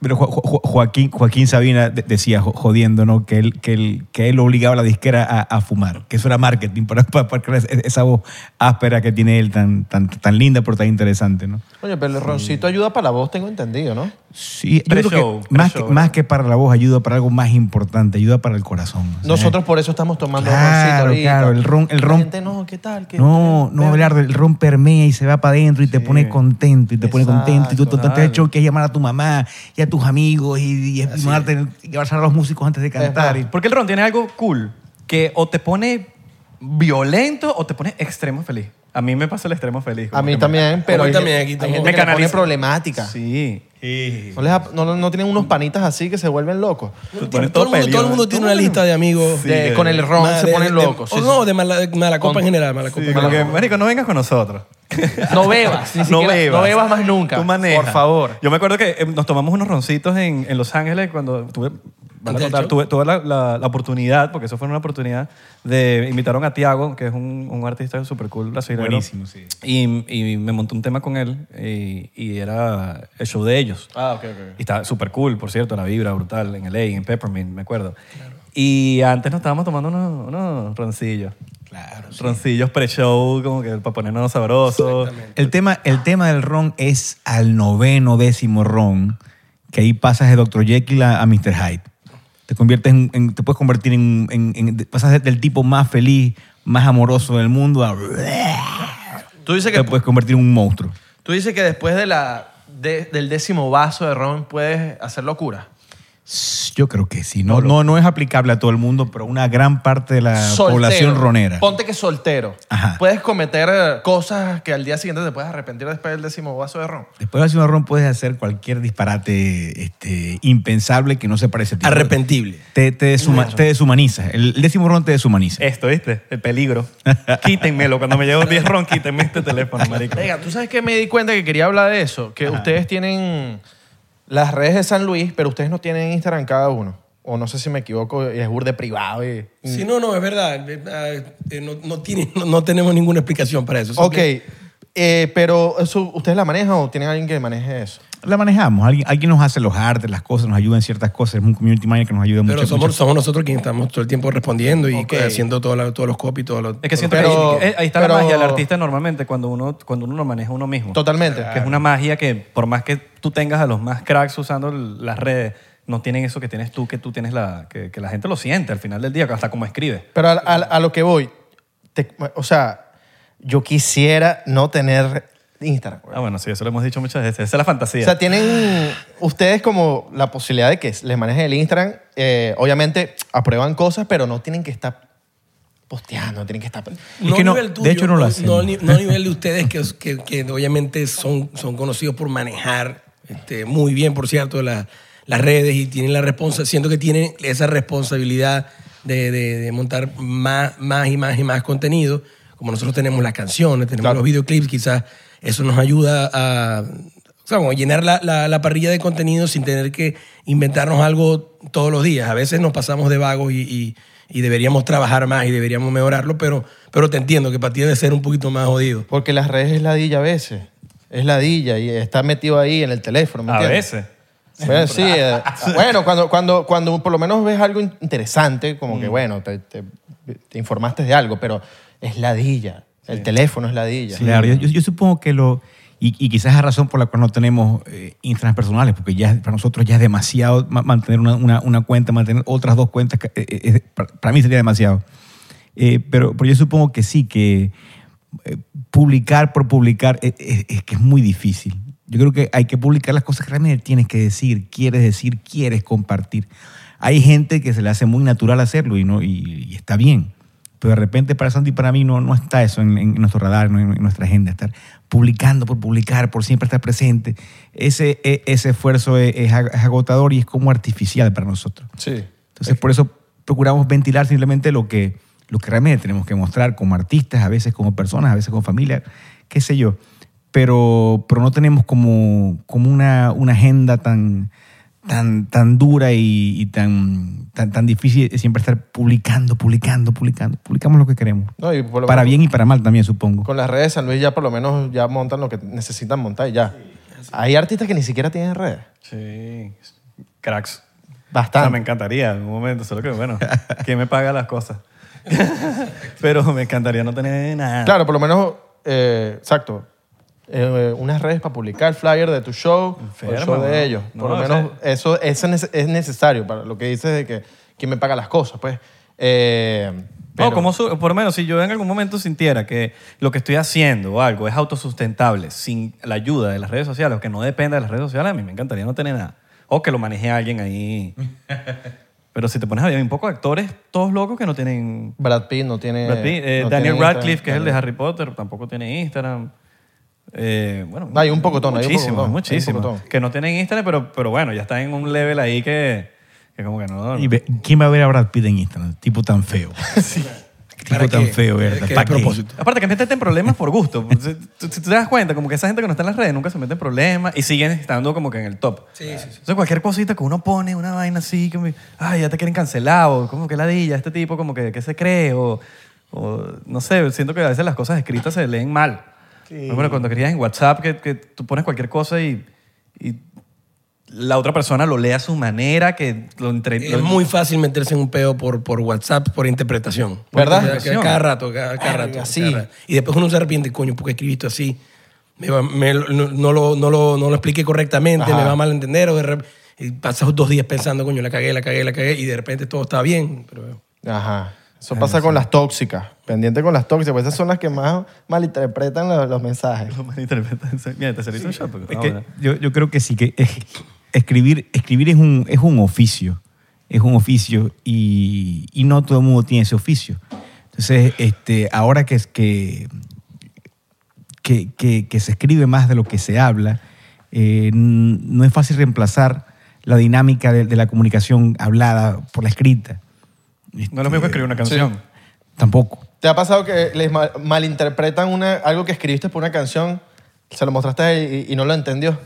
[SPEAKER 2] Pero Jo- Jo- Jo- Joaquín, Joaquín Sabina de- decía, jo- jodiendo, ¿no? que, él, que, él, que él obligaba a la disquera a, a fumar, que eso era marketing para, para, para crear esa voz áspera que tiene él, tan, tan, tan linda pero tan interesante. ¿no?
[SPEAKER 6] Oye, pero el roncito ayuda para la voz, tengo entendido, ¿no?
[SPEAKER 2] Sí, yo creo
[SPEAKER 4] Pre-show,
[SPEAKER 2] que más, que
[SPEAKER 4] pre-show,
[SPEAKER 2] más que para la voz, ayuda para algo más importante, ayuda para el corazón. o sea,
[SPEAKER 6] Nosotros por eso estamos tomando roncito
[SPEAKER 2] Claro,
[SPEAKER 6] ahorita.
[SPEAKER 2] claro, el ron- el
[SPEAKER 6] La
[SPEAKER 2] ron-
[SPEAKER 6] gente, no, ¿qué tal? ¿Qué-
[SPEAKER 2] No,
[SPEAKER 6] qué-
[SPEAKER 2] no,
[SPEAKER 6] qué-
[SPEAKER 2] Abelardo, el ron permea y se va para adentro y te pone contento y te pone contento. Y tú, tú
[SPEAKER 4] Exacto,
[SPEAKER 2] te has hecho
[SPEAKER 4] claro.
[SPEAKER 2] que es llamar a tu mamá y a tus amigos y, y, y mandarte- y abrazar a los músicos antes de cantar. y-
[SPEAKER 4] Porque el ron tiene algo cool que o te pone violento o te pone extremo feliz. A mí me pasa el extremo feliz. como
[SPEAKER 6] A mí
[SPEAKER 4] que me-
[SPEAKER 6] también, pero
[SPEAKER 1] a mí
[SPEAKER 6] hay-
[SPEAKER 1] también, aquí
[SPEAKER 6] hay
[SPEAKER 1] estamos-
[SPEAKER 6] gente
[SPEAKER 4] Me
[SPEAKER 6] que le pone
[SPEAKER 4] canaliza.
[SPEAKER 6] problemática.
[SPEAKER 4] Sí.
[SPEAKER 6] ¿No, les ha- no, no tienen unos
[SPEAKER 2] Mm.
[SPEAKER 6] panitas así que se vuelven locos.
[SPEAKER 4] Te
[SPEAKER 1] Todo
[SPEAKER 4] pone
[SPEAKER 1] el, mundo,
[SPEAKER 4] peleón.
[SPEAKER 1] todo el mundo tiene una lista de amigos.
[SPEAKER 4] Sí,
[SPEAKER 6] De-
[SPEAKER 4] que-
[SPEAKER 6] con el ron
[SPEAKER 1] Ma-
[SPEAKER 6] se
[SPEAKER 1] de-
[SPEAKER 6] ponen
[SPEAKER 1] de-
[SPEAKER 6] locos.
[SPEAKER 1] o
[SPEAKER 6] sí,
[SPEAKER 1] no,
[SPEAKER 6] sí.
[SPEAKER 1] de mala, mala copa en general. Mala copa
[SPEAKER 4] Sí,
[SPEAKER 1] en
[SPEAKER 4] como que,
[SPEAKER 1] general.
[SPEAKER 4] marico, no vengas con nosotros.
[SPEAKER 6] No bebas, ni siquiera- no bebas más nunca.
[SPEAKER 4] Tú manejas.
[SPEAKER 6] Por favor.
[SPEAKER 4] Yo me acuerdo que eh, nos tomamos unos roncitos en, en Los Ángeles cuando tuve, van a
[SPEAKER 1] del
[SPEAKER 4] contar,
[SPEAKER 1] show?
[SPEAKER 4] tuve, tuve la, la- la oportunidad, porque eso fue una oportunidad, de invitaron a Tiago, que es un, un artista súper cool brasileño.
[SPEAKER 2] Buenísimo, sí.
[SPEAKER 4] Y, y me monté un tema con él y, y era el show de ellos.
[SPEAKER 6] Ah, ok, ok.
[SPEAKER 4] Y estaba súper cool, por cierto, la vibra brutal en LA, en Peppermint, me acuerdo. Y antes nos estábamos tomando unos, unos roncillos.
[SPEAKER 2] Claro.
[SPEAKER 4] Roncillos pre-show, como que para ponernos sabrosos.
[SPEAKER 2] El tema, el tema del ron es al noveno décimo ron, que ahí pasas de Dr. Jekyll a, a Mr. Hyde. Te, conviertes en, en- te puedes convertir en, en- en- Pasas de- del tipo más feliz, más amoroso del mundo a...
[SPEAKER 7] Tú dices
[SPEAKER 2] Te
[SPEAKER 7] que,
[SPEAKER 2] puedes convertir en un monstruo.
[SPEAKER 7] tú dices que después de la, de- del décimo vaso de ron puedes hacer locura.
[SPEAKER 2] Yo creo que sí. No, no, no es aplicable a todo el mundo, pero una gran parte de la
[SPEAKER 8] Soltero.
[SPEAKER 2] Ah, población ronera.
[SPEAKER 8] Ponte que soltero.
[SPEAKER 2] Ajá.
[SPEAKER 8] Puedes cometer eh, cosas que al día siguiente te puedes arrepentir después del décimo vaso de ron.
[SPEAKER 2] Después de hacer un ron puedes hacer cualquier disparate este, impensable que no se parece a ti.
[SPEAKER 1] Arrepentible.
[SPEAKER 2] Te, te, desuma- te deshumaniza. El el décimo ron te deshumaniza.
[SPEAKER 4] Esto, ¿viste? El peligro. Quítenmelo. Cuando me llevo 10 ron, quítenme este teléfono, marico.
[SPEAKER 8] Venga, ¿tú sabes que me di cuenta que quería hablar de eso? Que ustedes tienen las redes de San Luis, pero ustedes no tienen Instagram cada uno. O no sé si me equivoco, y es burde privado. y-
[SPEAKER 1] Sí, no, no, es verdad. Eh, eh, eh, No, no tiene- no- no tenemos ninguna explicación para eso.
[SPEAKER 3] Ok,
[SPEAKER 1] Simple-
[SPEAKER 3] eh, pero eso, ¿ustedes la manejan o tienen alguien que maneje eso?
[SPEAKER 2] La manejamos. Alguien, alguien nos hace los artes, las cosas, nos ayuda en ciertas cosas. Es un community manager que nos ayuda mucho.
[SPEAKER 1] Pero somos,
[SPEAKER 2] mucho.
[SPEAKER 1] somos nosotros quienes estamos todo el tiempo respondiendo y
[SPEAKER 8] Ok.
[SPEAKER 1] haciendo todo la- todos los copies. Todo lo-
[SPEAKER 4] Es que siento
[SPEAKER 3] Pero-
[SPEAKER 4] que ahí- ahí está
[SPEAKER 3] pero-
[SPEAKER 4] la magia del artista normalmente cuando uno, cuando uno lo maneja uno mismo.
[SPEAKER 3] Totalmente.
[SPEAKER 2] Ah.
[SPEAKER 4] Que es una magia que por más que tú tengas a los más cracks usando l- las redes, no tienen eso que tienes tú, que tú tienes la... Que, que la gente lo siente al final del día, hasta como escribe.
[SPEAKER 3] Pero al- al- a, lo que voy, te- o sea, yo quisiera no tener Instagram. güey.
[SPEAKER 4] Ah, bueno, sí, eso lo hemos dicho muchas veces. Esa es la fantasía.
[SPEAKER 3] O sea, tienen ustedes como la posibilidad de que les manejen el Instagram. Eh, obviamente aprueban cosas, pero no tienen que estar posteando, tienen que estar...
[SPEAKER 2] Es que no,
[SPEAKER 1] nivel
[SPEAKER 2] de hecho no lo hacen.
[SPEAKER 1] No, ni- no a nivel de ustedes, que, que- que obviamente son, son conocidos por manejar este, muy bien, por cierto, la- las redes y tienen la responsa, siento que tienen esa responsabilidad de, de- de montar más, más y más y más contenido. Como nosotros tenemos las canciones, tenemos los videoclips, quizás eso nos ayuda a, o sea, como llenar la, la- la parrilla de contenido sin tener que inventarnos algo todos los días. A veces nos pasamos de vagos y, y- y deberíamos trabajar más y deberíamos mejorarlo, pero, pero te entiendo que para ti debe ser un poquito más jodido.
[SPEAKER 3] Porque las redes es ladilla a veces. Es ladilla y está metido ahí en el teléfono. ¿me
[SPEAKER 4] a
[SPEAKER 3] entiendes?
[SPEAKER 4] veces.
[SPEAKER 3] Bueno, sí, eh, bueno, cuando, cuando, cuando por lo menos ves algo in- interesante, como que bueno, te, te- te informaste de algo, pero es ladilla. El teléfono es ladilla.
[SPEAKER 2] Claro, yo, yo- yo supongo que lo... Y, y quizás es la razón por la cual no tenemos eh, Instagram personales, porque ya para nosotros ya es demasiado ma- mantener una, una- una cuenta, mantener otras dos cuentas, que, eh, eh, es- para, para mí sería demasiado. Eh, pero, pero yo supongo que sí, que eh, publicar por publicar eh, eh, es, que es muy difícil. Yo creo que hay que publicar las cosas que realmente tienes que decir, quieres decir, quieres compartir. Hay gente que se le hace muy natural hacerlo y, no, y, y está bien. Pero de repente para Santi y para mí no, no está eso en, en nuestro radar, no en, en nuestra agenda. Estar publicando por publicar, por siempre estar presente. Ese, e- ese esfuerzo es, es ag- es agotador y es como artificial para nosotros.
[SPEAKER 8] Sí.
[SPEAKER 2] Entonces, por eso procuramos ventilar simplemente lo que, lo que realmente tenemos que mostrar como artistas, a veces como personas, a veces como familia, qué sé yo. Pero, pero no tenemos como, como una, una agenda tan, tan, tan dura y, y tan, tan, tan difícil de siempre estar publicando, publicando, publicando. Publicamos lo que queremos.
[SPEAKER 3] No, y por lo
[SPEAKER 2] Para
[SPEAKER 3] menos
[SPEAKER 2] bien y para mal también, supongo.
[SPEAKER 3] Con las redes de San Luis ya por lo menos ya montan lo que necesitan montar y ya. Hay artistas que ni siquiera tienen redes.
[SPEAKER 4] Sí. Cracks. O sea, me
[SPEAKER 3] Bastante.
[SPEAKER 4] encantaría en un momento, solo que bueno, ¿quién me paga las cosas? Pero me encantaría no tener nada.
[SPEAKER 3] Claro, por lo menos, eh, exacto. Eh, unas redes para publicar el flyer de tu show, o el
[SPEAKER 4] Enfermo,
[SPEAKER 3] show de
[SPEAKER 4] ¿no?
[SPEAKER 3] ellos.
[SPEAKER 4] No,
[SPEAKER 3] por lo
[SPEAKER 4] o
[SPEAKER 3] menos eso, eso es nece- es necesario para lo que dices de que quién me paga las cosas, pues. Eh,
[SPEAKER 4] No,
[SPEAKER 3] pero-
[SPEAKER 4] como su- por lo menos si yo en algún momento sintiera que lo que estoy haciendo o algo es autosustentable sin la ayuda de las redes sociales o que no dependa de las redes sociales, a mí me encantaría no tener nada. O que lo maneje alguien ahí. Pero si te pones a ver, hay un poco de actores, todos locos que no tienen...
[SPEAKER 3] Brad Pitt no tiene.
[SPEAKER 4] Brad Pitt, eh,
[SPEAKER 3] no
[SPEAKER 4] Daniel
[SPEAKER 3] tiene
[SPEAKER 4] Radcliffe,
[SPEAKER 3] Instagram.
[SPEAKER 4] que es el de Harry Potter, tampoco tiene Instagram. Eh, bueno,
[SPEAKER 3] Hay un pocotón, hay un
[SPEAKER 4] muchísimo,
[SPEAKER 3] pocotón, hay un
[SPEAKER 4] muchísimo.
[SPEAKER 3] pocotón.
[SPEAKER 4] que no tienen Instagram, pero, pero bueno, ya están en un level ahí que, que como que no...
[SPEAKER 2] Y ve- ¿Quién va a ver a Brad Pitt en Instagram? Tipo tan feo. Tipo
[SPEAKER 1] ¿Para
[SPEAKER 2] tan
[SPEAKER 1] qué?
[SPEAKER 2] feo, ¿verdad?
[SPEAKER 1] ¿Qué
[SPEAKER 2] ¿Para qué?
[SPEAKER 1] propósito?
[SPEAKER 4] Aparte que métete en problemas por gusto. Si tú- si tú te das cuenta, como que esa gente que no está en las redes nunca se mete en problemas y siguen estando como que en el top.
[SPEAKER 1] Sí, sí, sí.
[SPEAKER 4] Entonces cualquier cosita que uno pone, una vaina así, como, ay, ya te quieren cancelar, o como que ladilla, este tipo como que, ¿qué se cree? O, o, no sé, siento que a veces las cosas escritas se leen mal. Bueno, cuando querías en WhatsApp que, que tú pones cualquier cosa y, y la otra persona lo lee a su manera, que lo entre...
[SPEAKER 1] Es
[SPEAKER 4] lo-
[SPEAKER 1] muy fácil meterse en un peo por, por WhatsApp, por interpretación.
[SPEAKER 4] ¿Verdad?
[SPEAKER 1] Cada, cada rato, cada, cada rato.
[SPEAKER 3] así.
[SPEAKER 1] cada rato. Y después uno se arrepiente, coño, porque escribiste así. Me va- me lo- no, no lo, no, lo, no lo expliqué correctamente, me va a malentender. O de rep- y pasas dos días pensando, coño, la cagué, la cagué, la cagué. Y de repente todo está bien. Pero,
[SPEAKER 3] Ajá. Eso pasa con las tóxicas. Pendiente con las tóxicas, porque esas son las que más malinterpretan lo- los mensajes.
[SPEAKER 4] Lo malinterpretan. Mira, te serviste un shot. porque-
[SPEAKER 2] Es
[SPEAKER 4] ah,
[SPEAKER 2] que
[SPEAKER 4] bueno.
[SPEAKER 2] yo, yo creo que sí, que es- escribir, escribir es, un, es un oficio. es un oficio y, y no todo el mundo tiene ese oficio. Entonces, este, ahora que, es- que, que, que- que se escribe más de lo que se habla, eh, n- no es fácil reemplazar la dinámica de, de la comunicación hablada por la escrita.
[SPEAKER 4] No es lo mismo que escribir una canción.
[SPEAKER 2] Tampoco.
[SPEAKER 6] ¿Te ha pasado que les ma- malinterpretan una, algo que escribiste por una canción, se lo mostraste a él y, y no lo entendió?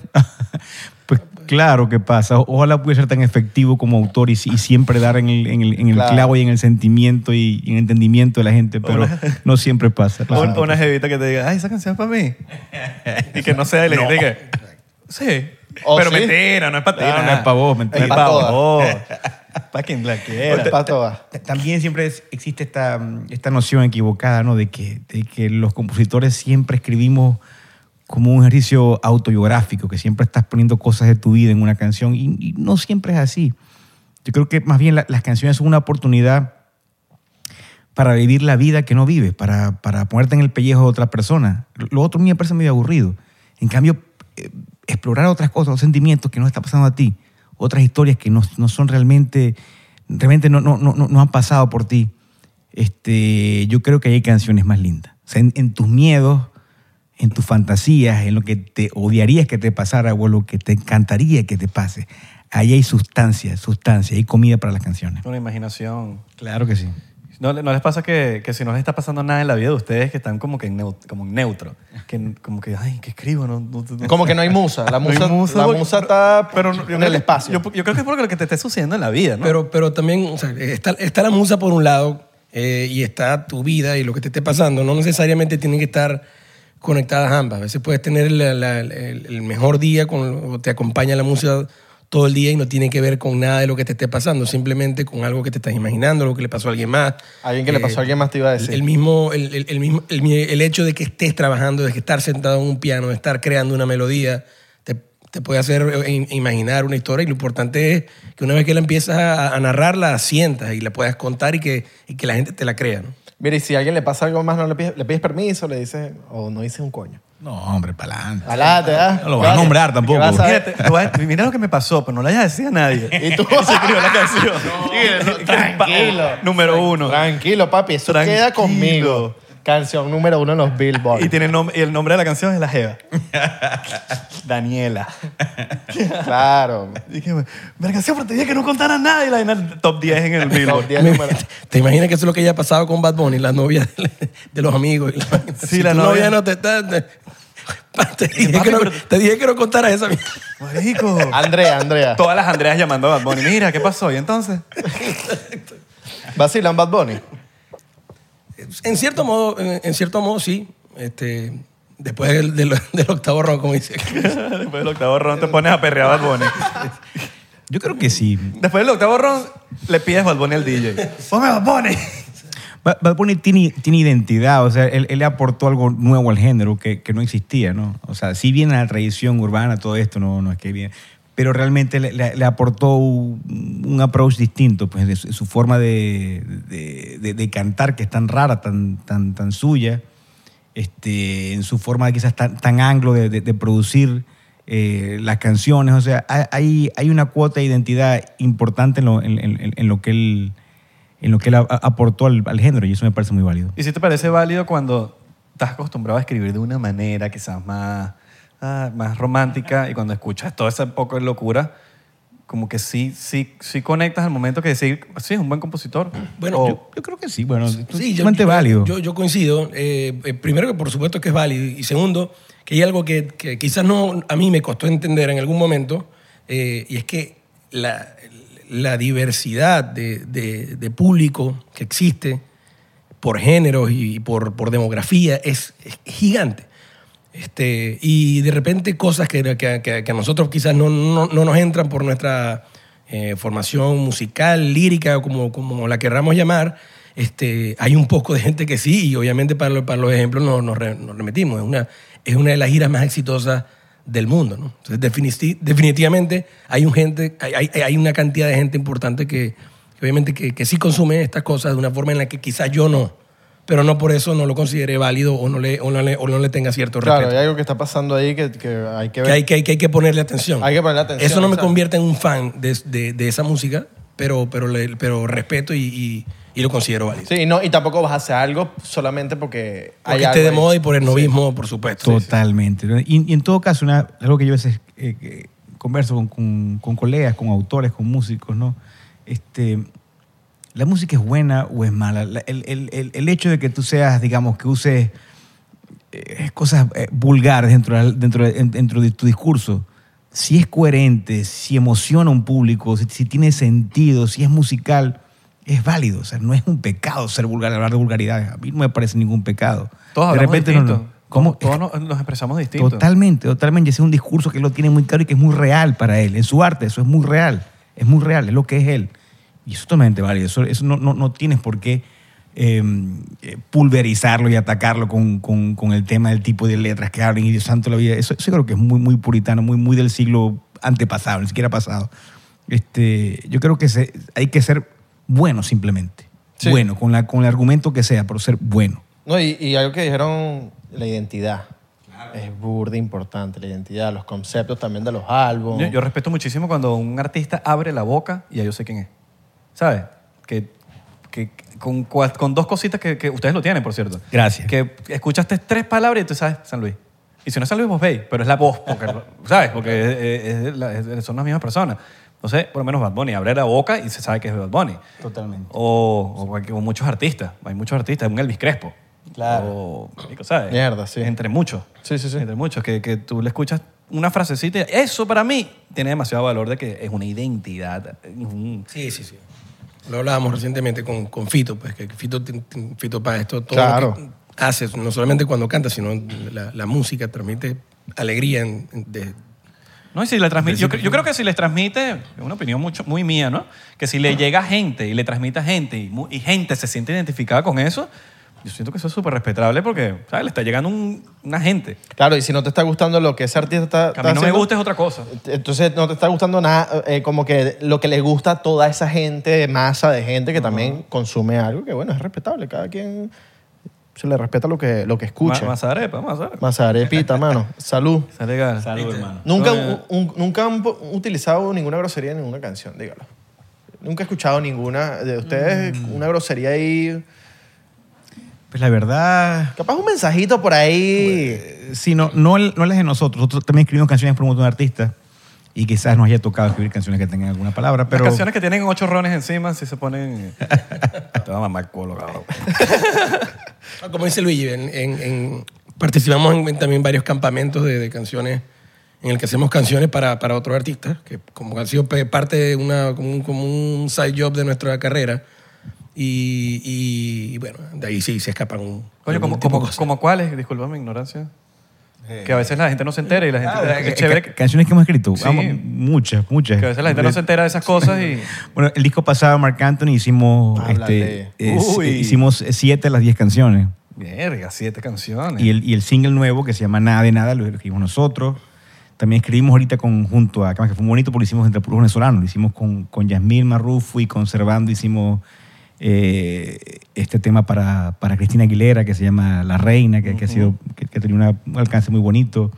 [SPEAKER 2] Pues claro que pasa. O- Ojalá pudiera ser tan efectivo como autor y, si- y siempre dar en el, en el- en el
[SPEAKER 6] Claro.
[SPEAKER 2] clavo y en el sentimiento y, y en el entendimiento de la gente, pero no siempre pasa.
[SPEAKER 4] O o una jevita que te diga, ay, esa canción es para mí. y que no sea de la gente que, sí.
[SPEAKER 6] O
[SPEAKER 4] Pero
[SPEAKER 6] sí.
[SPEAKER 4] mentira, no es para ti.
[SPEAKER 2] Claro, no es pa' vos, mentira.
[SPEAKER 4] Es
[SPEAKER 6] Pa'
[SPEAKER 4] para
[SPEAKER 6] todas.
[SPEAKER 4] vos. para quien la quiera.
[SPEAKER 6] Para Pues, todas.
[SPEAKER 2] Ta- También siempre es- existe esta, mm, esta noción equivocada, ¿no? De que, de que los compositores siempre escribimos como un ejercicio autobiográfico, que siempre estás poniendo cosas de tu vida en una canción y, y no siempre es así. Yo creo que más bien la- las canciones son una oportunidad para vivir la vida que no vives, para, para ponerte en el pellejo de otra persona. Lo otro a mí me parece medio aburrido. En cambio, eh, explorar otras cosas, otros sentimientos que no está pasando a ti, otras historias que no, no son realmente, realmente no, no, no, no- no han pasado por ti, este, yo creo que hay canciones más lindas. O sea, en, en tus miedos, en tus fantasías, en lo que te odiarías que te pasara o lo que te encantaría que te pase. Ahí hay sustancia, sustancia, hay comida para las canciones.
[SPEAKER 4] Una imaginación.
[SPEAKER 2] Claro que sí.
[SPEAKER 4] ¿No, le- no les pasa que, que si no les está pasando nada en la vida de ustedes que están como que en neutro, como en neutro? Que, como que, ay, ¿qué escribo? No, no- no-
[SPEAKER 6] Como que no hay musa. La
[SPEAKER 4] No hay
[SPEAKER 6] musa, la
[SPEAKER 4] porque-
[SPEAKER 6] musa está
[SPEAKER 4] pero no- yo
[SPEAKER 6] en
[SPEAKER 4] creo
[SPEAKER 6] el
[SPEAKER 4] que-
[SPEAKER 6] espacio.
[SPEAKER 4] Yo, yo creo que es porque lo que te está sucediendo en la vida, ¿no?
[SPEAKER 1] Pero, pero también, o sea, está, está la musa por un lado eh, y está tu vida y lo que te esté pasando. No necesariamente tienen que estar conectadas ambas. A veces puedes tener la- la- el, el mejor día, con, o te acompaña la música todo el día y no tiene que ver con nada de lo que te esté pasando, simplemente con algo que te estás imaginando, lo que le pasó a alguien más.
[SPEAKER 6] Alguien que le
[SPEAKER 1] Eh,
[SPEAKER 6] pasó a alguien más te iba a decir.
[SPEAKER 1] el mismo, el, el- el mismo el, mi- el hecho de que estés trabajando, de que estar sentado en un piano, de estar creando una melodía, te, te puede hacer eh, im- imaginar una historia y lo importante es que una vez que la empiezas a, a narrar, la sientas y la puedas contar y que, y que la gente te la crea. ¿no?
[SPEAKER 6] Mira, y si a alguien le pasa algo más, no le pides, le pides permiso, le dices, o no dices un coño.
[SPEAKER 2] No, hombre, para adelante.
[SPEAKER 6] Alá, te das.
[SPEAKER 2] No lo vas a nombrar tampoco.
[SPEAKER 6] Vas a ver.
[SPEAKER 4] Mírate, tú vas- mira lo que me pasó, pero no le hayas decidido a nadie.
[SPEAKER 6] Y tú-
[SPEAKER 4] se escribió la canción.
[SPEAKER 6] tranquilo.
[SPEAKER 4] Número uno.
[SPEAKER 6] Tranquilo, papi, eso
[SPEAKER 4] Tranquilo.
[SPEAKER 6] queda conmigo. Canción número uno en los Billboard.
[SPEAKER 4] Y, tiene nom- y el nombre de la canción es La Jeva. Daniela.
[SPEAKER 6] Claro.
[SPEAKER 4] Dije, verga, siempre te dije que no contara nada y la vaina top 10 en el
[SPEAKER 6] Top
[SPEAKER 4] Billboard.
[SPEAKER 6] 10 número-
[SPEAKER 1] ¿Te imaginas que eso es lo que ya ha pasado con Bad Bunny, la novia de, de los amigos? y la-
[SPEAKER 4] Sí,
[SPEAKER 1] si
[SPEAKER 4] la
[SPEAKER 1] tu
[SPEAKER 4] novia.
[SPEAKER 1] no te está... Te, te dije
[SPEAKER 4] papi,
[SPEAKER 1] que no,
[SPEAKER 4] pero-
[SPEAKER 1] te dije que no contaras esa mierda.
[SPEAKER 4] Marico.
[SPEAKER 6] Andrea, Andrea.
[SPEAKER 4] Todas las Andreas llamando a Bad Bunny. Mira, ¿qué pasó? ¿Y entonces?
[SPEAKER 6] Vacilan Bad Bunny.
[SPEAKER 1] En cierto modo, en, en cierto modo sí. Este, después del, del- del octavo round, como dice.
[SPEAKER 4] Después del octavo ron te pones a perrear a Bad Bunny.
[SPEAKER 2] Yo creo que sí.
[SPEAKER 4] Después del octavo ron le pides Bad Bunny al DJ. ¡Ponme Bad Bunny!
[SPEAKER 2] Ba- Bad Bunny tiene, tiene identidad, o sea, él, él le aportó algo nuevo al género que, que no existía, ¿no? O sea, sí viene la tradición urbana, todo esto, no, no es que viene, pero realmente le, le- le aportó un, un approach distinto, pues de su, su forma de, de- de- de cantar que es tan rara, tan, tan, tan suya, este, en su forma quizás tan, tan anglo de, de- de producir eh, las canciones, o sea, hay- hay, hay una cuota de identidad importante en lo, en- en- en lo que él en lo que él a- a- aportó al, al género y eso me parece muy válido.
[SPEAKER 4] ¿Y si te parece válido cuando estás acostumbrado a escribir de una manera quizás más, ah, más romántica y cuando escuchas todo ese poco de locura, como que sí, sí, sí conectas al momento que decir, sí, es un buen compositor?
[SPEAKER 1] Bueno,
[SPEAKER 4] O-
[SPEAKER 1] yo-
[SPEAKER 2] creo que sí, bueno,
[SPEAKER 1] Sí, yo,
[SPEAKER 2] pues, totalmente
[SPEAKER 1] yo-
[SPEAKER 2] válido.
[SPEAKER 1] Yo, yo coincido. Eh, eh, primero que por supuesto que es válido y segundo que hay algo que, que quizás no a mí me costó entender en algún momento eh, y es que la, la diversidad de, de- de público que existe por géneros y por, por demografía es- es gigante. Este, y de repente cosas que, que- que- que a nosotros quizás no, no- no nos entran por nuestra eh, formación musical, lírica, o como, como la querramos llamar, este, hay un poco de gente que sí, y obviamente para, lo- para los ejemplos nos, nos, re- nos remetimos. Es una, es una de las giras más exitosas del mundo. ¿no? Entonces, definiti- definitivamente hay, un gente, hay, hay- hay una cantidad de gente importante que, que obviamente que, que sí consume estas cosas de una forma en la que quizás yo no. Pero no por eso no lo consideré válido o no le, o no le, o no le tenga cierto
[SPEAKER 6] Claro, hay
[SPEAKER 1] respeto.
[SPEAKER 6] algo que está pasando ahí que, que hay que
[SPEAKER 1] Que
[SPEAKER 6] ver.
[SPEAKER 1] hay que, hay que hay que ponerle atención.
[SPEAKER 6] Hay que ponerle atención,
[SPEAKER 1] Eso no me
[SPEAKER 6] exacto.
[SPEAKER 1] convierte en un fan de, de- de esa música, pero, pero, le- pero respeto y, y- y lo considero válido.
[SPEAKER 3] Sí, y no, y tampoco vas a hacer algo solamente porque hay
[SPEAKER 1] Porque
[SPEAKER 3] algo
[SPEAKER 1] esté de
[SPEAKER 3] ahí.
[SPEAKER 1] moda y por el novismo, por supuesto.
[SPEAKER 2] Totalmente. Y, y en todo caso, una- algo que yo a veces eh, que converso con, con- con colegas, con autores, con músicos, ¿no? Este, la música es buena o es mala. La- el, el- el- el hecho de que tú seas, digamos, que uses eh, cosas eh, vulgares dentro, de la- dentro, de- en- dentro de tu discurso, si es coherente, si emociona a un público, si, si tiene sentido, si es musical, es válido. O sea, no es un pecado ser vulgar, hablar de vulgaridades. A mí no me parece ningún pecado.
[SPEAKER 4] Todos
[SPEAKER 2] de
[SPEAKER 4] hablamos
[SPEAKER 2] repente, no,
[SPEAKER 4] distinto.
[SPEAKER 2] no. ¿Cómo?
[SPEAKER 4] Todos nos, nos expresamos distinto.
[SPEAKER 2] Totalmente, totalmente. Ese es un discurso que él lo tiene muy claro y que es muy real para él. En su arte, eso es muy real. Es muy real, es lo que es él. Y eso es totalmente válido. Eso, eso no, no- no tienes por qué eh, eh, pulverizarlo y atacarlo con, con- con el tema del tipo de letras que hablan y Dios santo la vida. Eso, eso creo que es muy, muy puritano, muy, muy del siglo antepasado, ni siquiera pasado. Este, yo creo que se- hay que ser bueno simplemente.
[SPEAKER 3] Sí.
[SPEAKER 2] Bueno, con, la, con el argumento que sea, pero ser bueno.
[SPEAKER 3] No, y, y algo que dijeron, la identidad. Es burda importante la identidad, los conceptos también de los
[SPEAKER 4] Yo,
[SPEAKER 3] álbumes.
[SPEAKER 4] yo respeto muchísimo cuando un artista abre la boca y ya yo sé quién es. ¿Sabes? Que, que con, cua- con dos cositas que, que ustedes lo tienen, por cierto.
[SPEAKER 2] Gracias.
[SPEAKER 4] Que escuchaste tres palabras y tú sabes San Luis. Y si no es San Luis, vos veis, pero es la voz, porque, ¿sabes? Porque es- es- es la- es- son las mismas personas. Entonces, por lo menos Bad Bunny, abre la boca y se sabe que es Bad Bunny.
[SPEAKER 2] Totalmente.
[SPEAKER 4] O, o cualquier- o muchos artistas, hay muchos artistas, un Elvis Crespo.
[SPEAKER 3] Claro.
[SPEAKER 4] O, marico, ¿sabes?
[SPEAKER 3] Mierda, sí.
[SPEAKER 4] Entre muchos.
[SPEAKER 3] Sí, sí, sí.
[SPEAKER 4] Entre muchos, que, que tú le escuchas una frasecita. y Eso para mí tiene demasiado valor de que es una identidad. es un-
[SPEAKER 1] Sí, sí, sí. Lo hablábamos recientemente con, con Fito, pues que Fito, tin- tin- Fito Páez, esto todo
[SPEAKER 3] Claro.
[SPEAKER 1] lo que hace, no solamente cuando canta, sino la, la música transmite alegría en- en- de,
[SPEAKER 4] No, y si le transmite, yo, cre- yo creo que si les transmite, es una opinión mucho, muy mía, ¿no? Que si le llega gente y le transmite a gente y, mu- y gente se siente identificada con eso, yo siento que eso es súper respetable porque, ¿sabes? Le está llegando un- una gente.
[SPEAKER 3] Claro, y si no te está gustando lo que ese artista está,
[SPEAKER 4] Que a
[SPEAKER 3] está
[SPEAKER 4] mí no me
[SPEAKER 3] haciendo,
[SPEAKER 4] gusta es otra cosa.
[SPEAKER 3] entonces no te está gustando nada, eh, como que lo que le gusta a toda esa gente, masa de gente que también consume algo, que bueno, es respetable, cada quien se le respeta lo que, lo que escucha.
[SPEAKER 4] Ma- Más arepa, más arepa.
[SPEAKER 3] Masa de arepita, mano. Salud.
[SPEAKER 4] Está legal.
[SPEAKER 2] Salud, hermano.
[SPEAKER 3] Nunca,
[SPEAKER 4] Oye.
[SPEAKER 3] un- un- nunca han po- utilizado ninguna grosería en ninguna canción, dígalo. Nunca he escuchado ninguna de ustedes,
[SPEAKER 4] Mm.
[SPEAKER 3] una grosería ahí.
[SPEAKER 2] Pues la verdad...
[SPEAKER 3] Capaz un mensajito por ahí.
[SPEAKER 2] Sí, no, eh, no, el- no las de nosotros. Nosotros también escribimos canciones por un montón de artistas y quizás nos haya tocado escribir canciones que tengan alguna palabra, pero...
[SPEAKER 4] Las canciones que tienen ocho rones encima, si se ponen. Te va a mamar culo, cabrón.
[SPEAKER 1] Ah, Como dice Luigi, en- en- en- participamos en, en también varios campamentos de, de canciones en el que hacemos canciones para, para otros artistas, que como han sido pe- parte de una, como, un, como un side job de nuestra carrera. Y, y, bueno, de ahí sí se escapan un.
[SPEAKER 4] Coño,
[SPEAKER 1] algún
[SPEAKER 4] ¿como,
[SPEAKER 1] tipo de
[SPEAKER 4] como,
[SPEAKER 1] cosas.
[SPEAKER 4] como cuáles? Disculpa mi ignorancia.
[SPEAKER 3] Eh.
[SPEAKER 4] Que a veces la gente no se entera y la gente.
[SPEAKER 2] Ah,
[SPEAKER 4] es
[SPEAKER 2] ca-
[SPEAKER 4] chévere
[SPEAKER 2] ca-
[SPEAKER 4] que,
[SPEAKER 2] canciones que hemos escrito.
[SPEAKER 4] Sí.
[SPEAKER 2] Vamos, muchas, muchas. Eh,
[SPEAKER 4] que a veces la gente no se entera de esas cosas y.
[SPEAKER 2] Bueno, el disco pasado, Mark Anthony, hicimos,
[SPEAKER 3] Háblale.
[SPEAKER 2] este, eh,
[SPEAKER 4] Uy.
[SPEAKER 2] hicimos siete de las diez canciones.
[SPEAKER 4] Verga, siete canciones.
[SPEAKER 2] Y el, y el single nuevo que se llama Nada de Nada lo escribimos nosotros. También escribimos ahorita con, junto a, además que fue muy bonito porque lo hicimos entre puros venezolanos. Lo hicimos con, con Yasmín Marrufo y con Servando hicimos eh, este tema para, para Cristina Aguilera que se llama La Reina, que, que ha sido, que, que ha tenido una- un alcance muy bonito.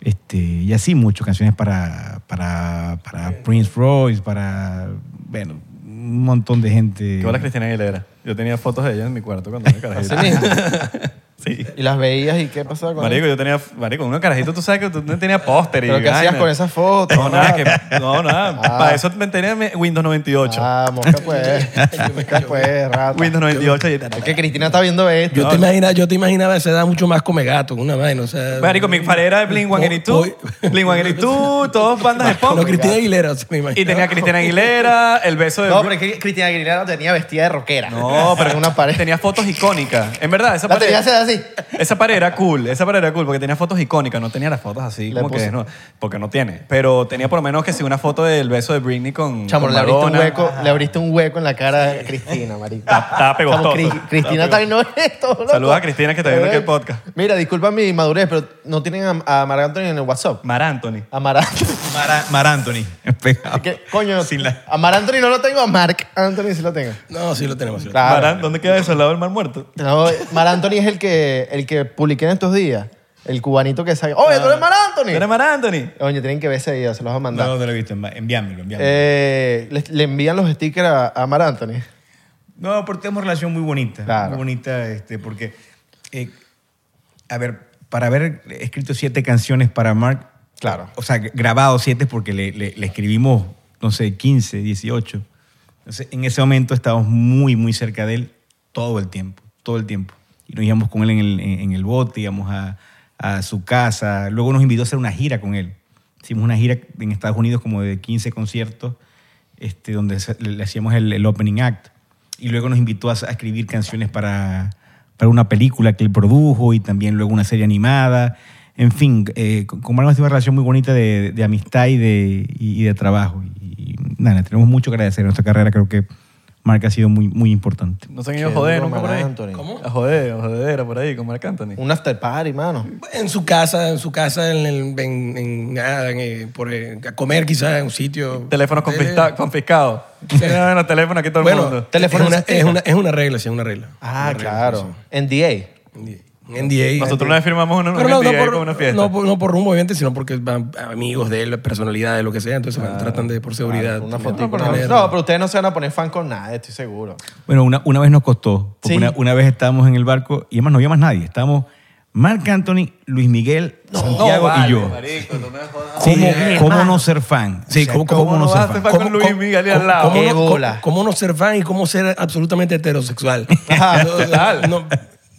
[SPEAKER 2] Este, y así muchas canciones para, para, para Prince Royce, para, bueno, un montón de gente.
[SPEAKER 4] ¿Qué hola Cristina Aguilera? Yo tenía fotos de ella en mi cuarto cuando era carajito.
[SPEAKER 3] Así mismo.
[SPEAKER 4] sí.
[SPEAKER 3] Y las veías y qué pasaba con
[SPEAKER 4] Marico, yo tenía. Marico, uno carajito, tú sabes que tú no tenías póster y.
[SPEAKER 3] ¿Pero qué
[SPEAKER 4] vaina.
[SPEAKER 3] hacías con esas fotos?
[SPEAKER 4] No, nada. que- no, nada.
[SPEAKER 3] Ah.
[SPEAKER 4] Para eso me tenía mi- Windows 98.
[SPEAKER 3] Ah, mosca pues. mosca pues, rata.
[SPEAKER 4] Windows 98. y-
[SPEAKER 3] Es que Cristina está viendo esto.
[SPEAKER 1] Yo, te imagina, yo te imaginaba esa edad mucho más come gato, una vaina. O sea,
[SPEAKER 4] Marico, mi pared era de Blink
[SPEAKER 1] Hoy-
[SPEAKER 4] 182. Blink 182, todos bandas de
[SPEAKER 1] Con
[SPEAKER 4] pop.
[SPEAKER 1] Cristina Aguilera, se me
[SPEAKER 4] Y
[SPEAKER 1] imagina.
[SPEAKER 4] tenía a Cristina Aguilera, el beso de.
[SPEAKER 3] No, pero es que Cristina Aguilera la tenía vestida de rockera.
[SPEAKER 4] No, pero
[SPEAKER 3] en una pared.
[SPEAKER 4] Tenía fotos icónicas. En verdad, esa
[SPEAKER 3] La
[SPEAKER 4] pared.
[SPEAKER 3] tenía así.
[SPEAKER 4] Esa pared era cool, esa pared era cool porque tenía fotos icónicas, no tenía las fotos así
[SPEAKER 3] Le
[SPEAKER 4] como
[SPEAKER 3] puse-
[SPEAKER 4] que no, porque no tiene, pero tenía por lo menos que sí una foto del beso de Britney con
[SPEAKER 3] Chamo,
[SPEAKER 4] con
[SPEAKER 3] le abriste, un
[SPEAKER 4] Madonna.
[SPEAKER 3] hueco, le abriste un hueco en la cara a Cristina, marico.
[SPEAKER 4] Estaba- estaba pegostoso.
[SPEAKER 3] Chamo, Cri-
[SPEAKER 4] Estaba
[SPEAKER 3] Cristina está no esto, loco.
[SPEAKER 4] Saluda a Cristina, que está viendo aquí el podcast.
[SPEAKER 3] Mira, disculpa mi madurez, pero no tienen a, a Mar Anthony en el WhatsApp.
[SPEAKER 4] Mar Anthony.
[SPEAKER 3] A Mar
[SPEAKER 2] Mara- Mar Anthony. Pegado.
[SPEAKER 3] ¿Qué coño?
[SPEAKER 2] Sin la-
[SPEAKER 3] A Mar Anthony no lo tengo, a Mark Anthony sí lo tengo.
[SPEAKER 1] No, sí lo tenemos. sí lo
[SPEAKER 3] Claro.
[SPEAKER 4] Mar An- ¿Dónde queda eso? ¿Al lado del Mar Muerto?
[SPEAKER 3] No, Mar Anthony es el que, el que publiqué en estos días. El cubanito que sale. ¡Oye, tú eres Mar Anthony!
[SPEAKER 4] Ah, ¿Tú eres Mar Anthony?
[SPEAKER 3] Oye, tienen que ver ese video, se los voy a mandar.
[SPEAKER 2] No, no lo he visto. envi- Enviámelo, enviámelo.
[SPEAKER 3] Eh, le, le envían los stickers a, a Mar Anthony.
[SPEAKER 2] No, porque tenemos relación muy bonita.
[SPEAKER 3] Claro.
[SPEAKER 2] Muy bonita, este, porque. eh, a ver, para haber escrito siete canciones para Mark.
[SPEAKER 3] Claro.
[SPEAKER 2] O sea, grabado siete porque le, le- le escribimos, no sé, 15, 18. Entonces, en ese momento estábamos muy, muy cerca de él todo el tiempo, todo el tiempo. Y nos íbamos con él en el, en- en el bote, íbamos a, a su casa. Luego nos invitó a hacer una gira con él. Hicimos una gira en Estados Unidos como de 15 conciertos, este, donde se- le le hacíamos el, el opening act. Y luego nos invitó a, s- a escribir canciones para, para una película que él produjo y también luego una serie animada. En fin, eh, con con Marco hemos tenido una relación muy bonita de, de amistad y de, y, y de trabajo. Y, y nada, tenemos mucho que agradecer. Nuestra carrera creo que Marca ha sido muy, muy importante.
[SPEAKER 4] No se han ido a
[SPEAKER 3] Qué
[SPEAKER 4] joder
[SPEAKER 3] duro,
[SPEAKER 4] nunca por
[SPEAKER 3] Mar
[SPEAKER 4] ahí.
[SPEAKER 3] Anthony.
[SPEAKER 1] ¿Cómo?
[SPEAKER 4] A joder, a joder, por ahí con Marc Anthony.
[SPEAKER 3] Un after party, mano.
[SPEAKER 1] En su casa, en su casa, en, el- en- en nada, en, eh, por, eh, a comer quizás en un sitio.
[SPEAKER 4] Teléfonos
[SPEAKER 1] Tele-
[SPEAKER 4] confisca- confiscados. Tienen los teléfonos aquí todo el
[SPEAKER 1] Bueno,
[SPEAKER 4] mundo.
[SPEAKER 1] teléfono es una, es, una, es una regla, sí, es una regla.
[SPEAKER 3] Ah,
[SPEAKER 1] Una regla,
[SPEAKER 3] claro. NDA.
[SPEAKER 1] sí. Un NDA.
[SPEAKER 4] Nosotros una vez firmamos una,
[SPEAKER 1] Pero no, no
[SPEAKER 4] por,
[SPEAKER 1] por,
[SPEAKER 4] una fiesta.
[SPEAKER 1] no por- no por rumbo, obviamente, sino porque van amigos de él, personalidades, lo que sea. Entonces van- tratan de, por seguridad.
[SPEAKER 3] Una
[SPEAKER 1] tener-
[SPEAKER 3] fotito. No,
[SPEAKER 1] tener-
[SPEAKER 3] no, pero ustedes no se van a poner fan con nada, estoy seguro.
[SPEAKER 2] Bueno, una, una vez nos costó. Porque
[SPEAKER 3] Sí.
[SPEAKER 2] una, una vez estábamos en el barco y además no había más nadie. Estábamos Marc Anthony, Luis Miguel, Santiago y yo. ¿Cómo, ¿Cómo no ser fan? Sí, ¿cómo, cómo
[SPEAKER 4] ¿cómo
[SPEAKER 2] no
[SPEAKER 4] no
[SPEAKER 2] ser
[SPEAKER 4] vas a ser
[SPEAKER 2] fan?
[SPEAKER 4] fan? con Luis Miguel ahí al lado. Eh,
[SPEAKER 1] cómo
[SPEAKER 3] Qué
[SPEAKER 1] no,
[SPEAKER 3] bola.
[SPEAKER 1] cómo- cómo no ser fan y cómo ser absolutamente heterosexual?
[SPEAKER 4] total.
[SPEAKER 1] No,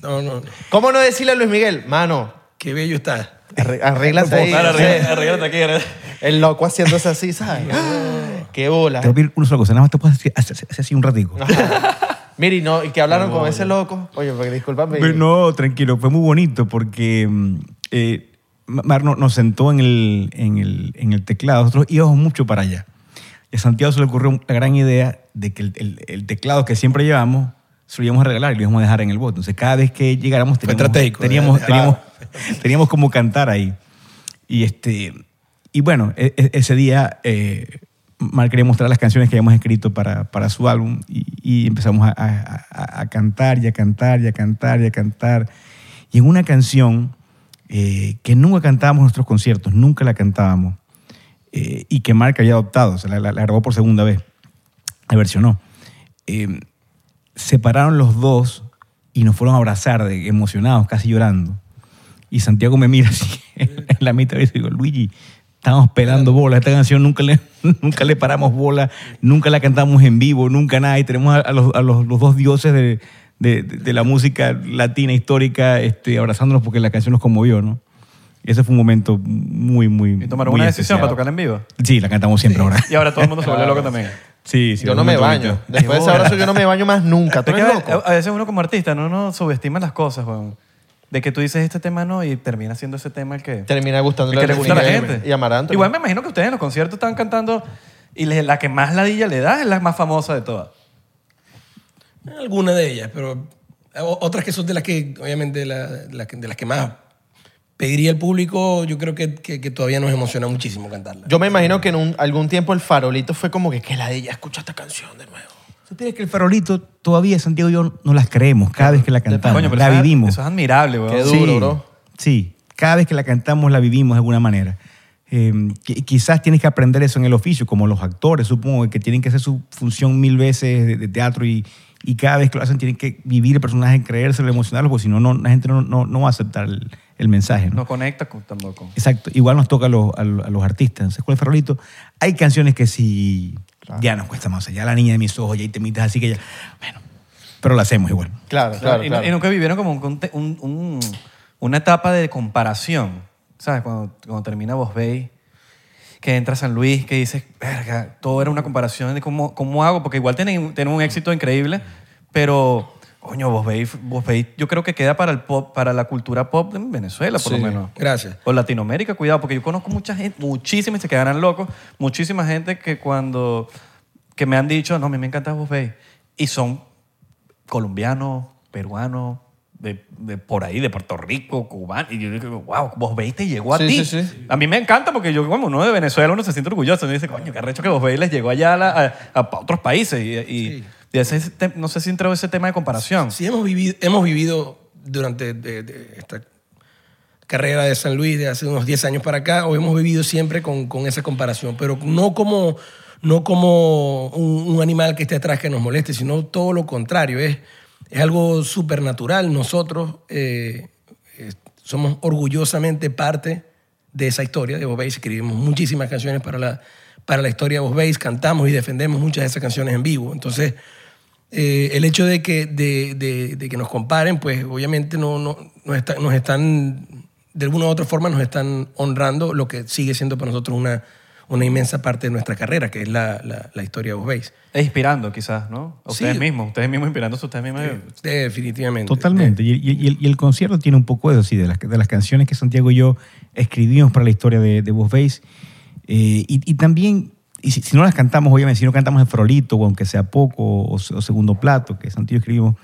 [SPEAKER 1] no, no, no.
[SPEAKER 3] ¿Cómo no decirle a Luis Miguel, mano,
[SPEAKER 1] Qué bello está.
[SPEAKER 3] arre- arréglate ahí?
[SPEAKER 4] Dale,
[SPEAKER 3] no sé,
[SPEAKER 4] arregla- arréglate aquí. arregla-
[SPEAKER 3] el loco haciéndose así, ¿sabes? Qué bola.
[SPEAKER 2] Te voy a pedir una sola cosa. Nada más te puedes hacer, hacer- hacer así un ratico.
[SPEAKER 3] Mire, y no, y que hablaron con ese loco. Oye, porque discúlpame.
[SPEAKER 2] Pero no, tranquilo, fue muy bonito porque mm, eh, Mar no- nos sentó en el, en, el, en el teclado. Nosotros íbamos mucho para allá. Y a Santiago se le ocurrió la gran idea de que el, el- el teclado que siempre llevamos se lo íbamos a regalar y lo íbamos a dejar en el bote. Entonces, cada vez que llegáramos
[SPEAKER 1] Fue
[SPEAKER 2] teníamos,
[SPEAKER 1] estratégico,
[SPEAKER 2] teníamos,
[SPEAKER 1] ¿eh?
[SPEAKER 2] teníamos, teníamos como cantar ahí. Y, este, y bueno, e- e- ese día eh, Mar quería mostrar las canciones que habíamos escrito para, para su álbum y, y empezamos a, a- a- a cantar y a cantar y a cantar y a cantar. Y en una canción eh, que nunca cantábamos en nuestros conciertos, nunca la cantábamos, eh, y que Mark había adoptado, o sea, la, la- la grabó por segunda vez, la versionó. Eh, se pararon los dos y nos fueron a abrazar, de- emocionados, casi llorando. Y Santiago me mira así en la mitad y digo, Luigi, estamos pelando bola. Esta canción nunca le, nunca le paramos bola, nunca la cantamos en vivo, nunca nada. Y tenemos a, a los, a los- los dos dioses de, de- de la música latina histórica este, abrazándonos porque la canción nos conmovió, ¿no? Ese fue un momento muy, muy.
[SPEAKER 4] Y tomaron
[SPEAKER 2] muy
[SPEAKER 4] una decisión
[SPEAKER 2] especial.
[SPEAKER 4] para tocarla en vivo.
[SPEAKER 2] Sí, la cantamos siempre ahora.
[SPEAKER 4] Y ahora todo el mundo se vuelve loco también.
[SPEAKER 2] Sí, sí.
[SPEAKER 3] yo
[SPEAKER 2] un
[SPEAKER 3] no me
[SPEAKER 2] momento
[SPEAKER 3] baño.
[SPEAKER 2] bonito.
[SPEAKER 3] Después de ese abrazo yo no me baño más nunca. ¿Tú
[SPEAKER 4] Es que
[SPEAKER 3] eres
[SPEAKER 4] a-
[SPEAKER 3] loco?
[SPEAKER 4] A veces uno como artista no, no subestima las cosas, weón. De que tú dices este tema no y termina siendo ese tema el que,
[SPEAKER 3] Termina
[SPEAKER 4] el
[SPEAKER 3] gustándole
[SPEAKER 4] que le
[SPEAKER 3] Luis
[SPEAKER 4] gusta a la
[SPEAKER 3] Miguel
[SPEAKER 4] gente.
[SPEAKER 3] Y a Mar Anthony.
[SPEAKER 4] Igual me imagino que ustedes en los conciertos están cantando y le- la que más ladilla le da es la más famosa de todas.
[SPEAKER 1] Algunas de ellas, pero o- otras que son de las que, obviamente, la- la que- de las que más pediría el público, yo creo que, que- que todavía nos emociona muchísimo cantarla.
[SPEAKER 3] Yo me imagino que en un- algún tiempo el farolito fue como que, que la de ella escucha esta canción de nuevo.
[SPEAKER 2] Tú tienes que el farolito todavía, Santiago y yo, no las creemos cada vez que la cantamos.
[SPEAKER 4] Coño, pero
[SPEAKER 2] la
[SPEAKER 4] eso es-
[SPEAKER 2] vivimos.
[SPEAKER 4] Eso es admirable, weón.
[SPEAKER 3] Qué
[SPEAKER 4] Sí.
[SPEAKER 3] duro,
[SPEAKER 2] sí,
[SPEAKER 3] bro.
[SPEAKER 2] Sí, cada vez que la cantamos la vivimos de alguna manera. Eh, qui- quizás tienes que aprender eso en el oficio, como los actores, supongo, que tienen que hacer su función mil veces de, de teatro y, y cada vez que lo hacen tienen que vivir el personaje, creérselo, emocionarlo, porque si no, no, la gente no, no- no va a aceptar el, el mensaje. ¿no?
[SPEAKER 4] No conecta con- tampoco.
[SPEAKER 2] Exacto, igual nos toca a los, a los- a los artistas. Entonces, con el farolito, hay canciones que sí ya nos cuesta más. O sea, ya la niña de mis ojos, ya hay temitas así que ya. Bueno, pero la hacemos igual.
[SPEAKER 3] Claro, claro,
[SPEAKER 4] y,
[SPEAKER 3] claro.
[SPEAKER 4] y nunca vivieron como un conte- un- un- una etapa de comparación. ¿Sabes? Cuando, cuando termina Vos Bay, que entra San Luis, que dices, verga, todo era una comparación de cómo, cómo hago, porque igual tienen, tienen un éxito increíble, pero, coño, Vos Bay, Vos Bay, yo creo que queda para el pop, para la cultura pop en Venezuela, por lo menos.
[SPEAKER 1] Gracias.
[SPEAKER 4] O Latinoamérica, cuidado, porque yo conozco mucha gente, muchísima, y se quedarán locos, muchísima gente que cuando, que me han dicho, no, a mí me encanta Vos Bay, y son colombianos, peruanos, de, de por ahí, de Puerto Rico, cubanos. Y yo digo, wow, vos veis te llegó a
[SPEAKER 3] Sí,
[SPEAKER 4] ti.
[SPEAKER 3] sí, sí.
[SPEAKER 4] A mí me encanta porque yo, como uno de Venezuela, uno se siente orgulloso. Uno dice, coño, qué arrecho que vos veis les llegó allá a, la- a- a otros países. Y, y- y ese es te- no sé si entró ese tema de comparación.
[SPEAKER 1] Sí, hemos vivido, hemos vivido durante de- de esta carrera de San Luis de hace unos 10 años para acá, o hemos vivido siempre con, con esa comparación, pero no como, no como un, un animal que esté atrás que nos moleste, sino todo lo contrario. Es, es algo supernatural. Nosotros eh, eh, somos orgullosamente parte de esa historia de Bob Bass. Escribimos muchísimas canciones para la, para la historia de Bob Bass, cantamos y defendemos muchas de esas canciones en vivo. Entonces, eh, el hecho de que, de, de- de que nos comparen, pues obviamente no, no, nos, está- nos están, de alguna u otra forma, nos están honrando lo que sigue siendo para nosotros una, una inmensa parte de nuestra carrera, que es la, la- la historia de Bob Bass.
[SPEAKER 4] E inspirando, quizás, ¿no? A
[SPEAKER 1] Sí.
[SPEAKER 4] Ustedes mismos, ustedes mismos inspirándose, ustedes mismos.
[SPEAKER 1] Definitivamente.
[SPEAKER 2] Totalmente. Y, y- y el, y el concierto tiene un poco de eso, sí, de las, de las canciones que Santiago y yo escribimos para la historia de, de Vos Veis. Eh, y, y también, y si, si no las cantamos, obviamente, si no cantamos el frolito, o aunque sea poco, o, o segundo plato, que Santiago escribimos,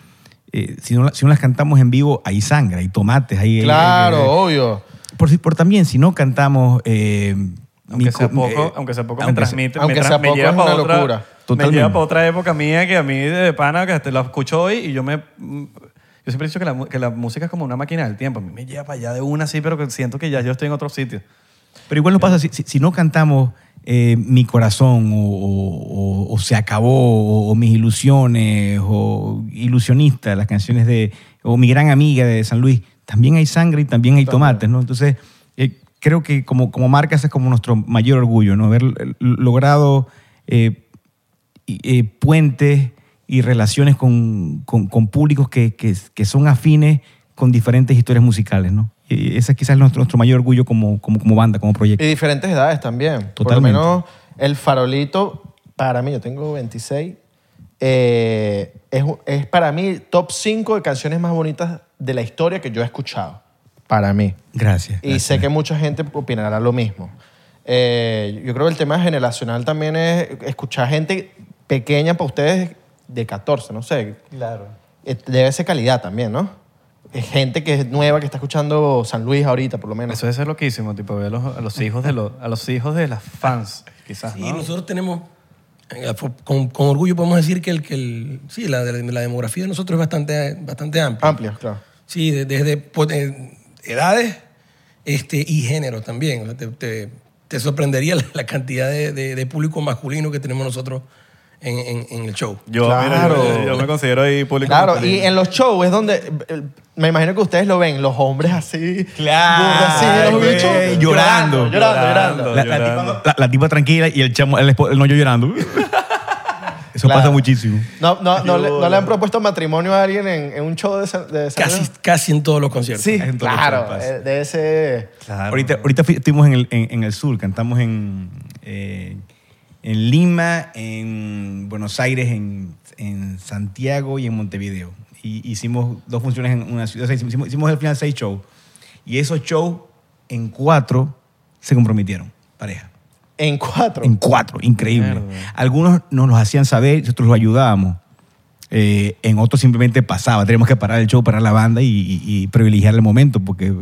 [SPEAKER 2] eh, si, no, la- si no las cantamos en vivo, hay sangre, hay tomates, hay... hay-
[SPEAKER 3] Claro,
[SPEAKER 2] hay-
[SPEAKER 3] obvio.
[SPEAKER 2] por, si- por también, si no cantamos... eh, mi
[SPEAKER 4] Aunque sea,
[SPEAKER 2] co-
[SPEAKER 4] poco,
[SPEAKER 2] eh,
[SPEAKER 4] aunque sea poco, me
[SPEAKER 2] aunque sea-
[SPEAKER 4] transmite.
[SPEAKER 3] aunque
[SPEAKER 4] me, tra-
[SPEAKER 3] sea
[SPEAKER 4] me
[SPEAKER 3] poco,
[SPEAKER 4] lleva
[SPEAKER 3] es
[SPEAKER 4] pa'
[SPEAKER 3] una
[SPEAKER 4] otra,
[SPEAKER 3] locura.
[SPEAKER 4] Me lleva
[SPEAKER 2] Totalmente.
[SPEAKER 4] para otra época mía que a mí de pana, que hasta la escucho hoy y yo me. mm, Yo siempre he dicho que la, mu- que la música es como una máquina del tiempo. A mí me lleva para allá de una así, pero que siento que ya yo estoy en otro sitio.
[SPEAKER 2] Pero igual nos pasa, si, si- si no cantamos eh, Mi corazón o, o- o- o Se acabó o, o Mis ilusiones o Ilusionista, las canciones de o Mi gran amiga de San Luis, también hay sangre y también hay tomates, ¿no? Entonces, eh, creo que como, como marca ese es como nuestro mayor orgullo, ¿no? Haber eh, logrado eh, y- eh, puentes y relaciones con, con- con públicos que, que- que son afines con diferentes historias musicales, ¿no? Y ese es quizás nuestro, nuestro mayor orgullo como, como, como banda, como proyecto.
[SPEAKER 3] Y diferentes edades también.
[SPEAKER 2] Totalmente.
[SPEAKER 3] Por lo menos el farolito, para mí, yo tengo 26, eh, es, es para mí top 5 de canciones más bonitas de la historia que yo he escuchado. Para mí.
[SPEAKER 2] Gracias.
[SPEAKER 3] Y sé que mucha gente opinará lo mismo. Eh, yo creo que el tema generacional también es escuchar gente pequeña para ustedes de 14, no sé.
[SPEAKER 6] Claro.
[SPEAKER 3] Eh, Debe ser calidad también, ¿no? Es gente que es nueva, que está escuchando San Luis ahorita, por lo menos.
[SPEAKER 4] Eso debe ser loquísimo, tipo, ver a los, a los hijos de los, a los hijos de las fans, quizás,
[SPEAKER 1] Sí,
[SPEAKER 4] ¿no?
[SPEAKER 1] nosotros tenemos, eh, con, con orgullo podemos decir que, el, que el, sí, la, la demografía de nosotros es bastante, bastante amplia.
[SPEAKER 3] Amplias, claro.
[SPEAKER 1] Sí, de- desde pues, eh, edades este, y género también. O sea, te, te- te sorprendería la, la cantidad de, de- de público masculino que tenemos nosotros en, en- en el show.
[SPEAKER 4] Yo,
[SPEAKER 3] Claro.
[SPEAKER 4] yo, yo me considero ahí público.
[SPEAKER 3] Claro,
[SPEAKER 4] masculino.
[SPEAKER 3] y en los shows es donde eh, eh, me imagino que ustedes lo ven, los hombres así.
[SPEAKER 2] Claro,
[SPEAKER 3] burros así, los
[SPEAKER 2] güey,
[SPEAKER 3] bichos,
[SPEAKER 2] llorando.
[SPEAKER 3] llorando, llorando,
[SPEAKER 4] Llorando.
[SPEAKER 3] llorando.
[SPEAKER 2] La, la
[SPEAKER 4] llorando.
[SPEAKER 2] tipa, la- la tipa tranquila y el chamo, el, espo- el novio llorando. Eso
[SPEAKER 3] Claro.
[SPEAKER 2] pasa muchísimo.
[SPEAKER 3] No, no, no, le, no le han propuesto matrimonio a alguien en, en un show de San, de San
[SPEAKER 1] Casi,
[SPEAKER 3] Luis?
[SPEAKER 1] casi en todos los conciertos.
[SPEAKER 3] Sí,
[SPEAKER 2] En todos los shows
[SPEAKER 3] claro.
[SPEAKER 2] pasa.
[SPEAKER 3] eh, De ese.
[SPEAKER 4] Claro.
[SPEAKER 2] Ahorita, ahorita fui- estuvimos en el, en, en el sur, cantamos en, eh, en Lima, en Buenos Aires, en, en Santiago y en Montevideo. Y hicimos dos funciones en una ciudad, o sea, hicimos, hicimos al final seis shows. Y esos shows, en cuatro, se comprometieron, pareja.
[SPEAKER 3] En cuatro.
[SPEAKER 2] En cuatro, increíble.
[SPEAKER 4] Mierda.
[SPEAKER 2] Algunos nos los hacían saber, nosotros los ayudábamos. Eh, en otros simplemente pasaba, teníamos que parar el show, parar la banda y, y- y privilegiar el momento, porque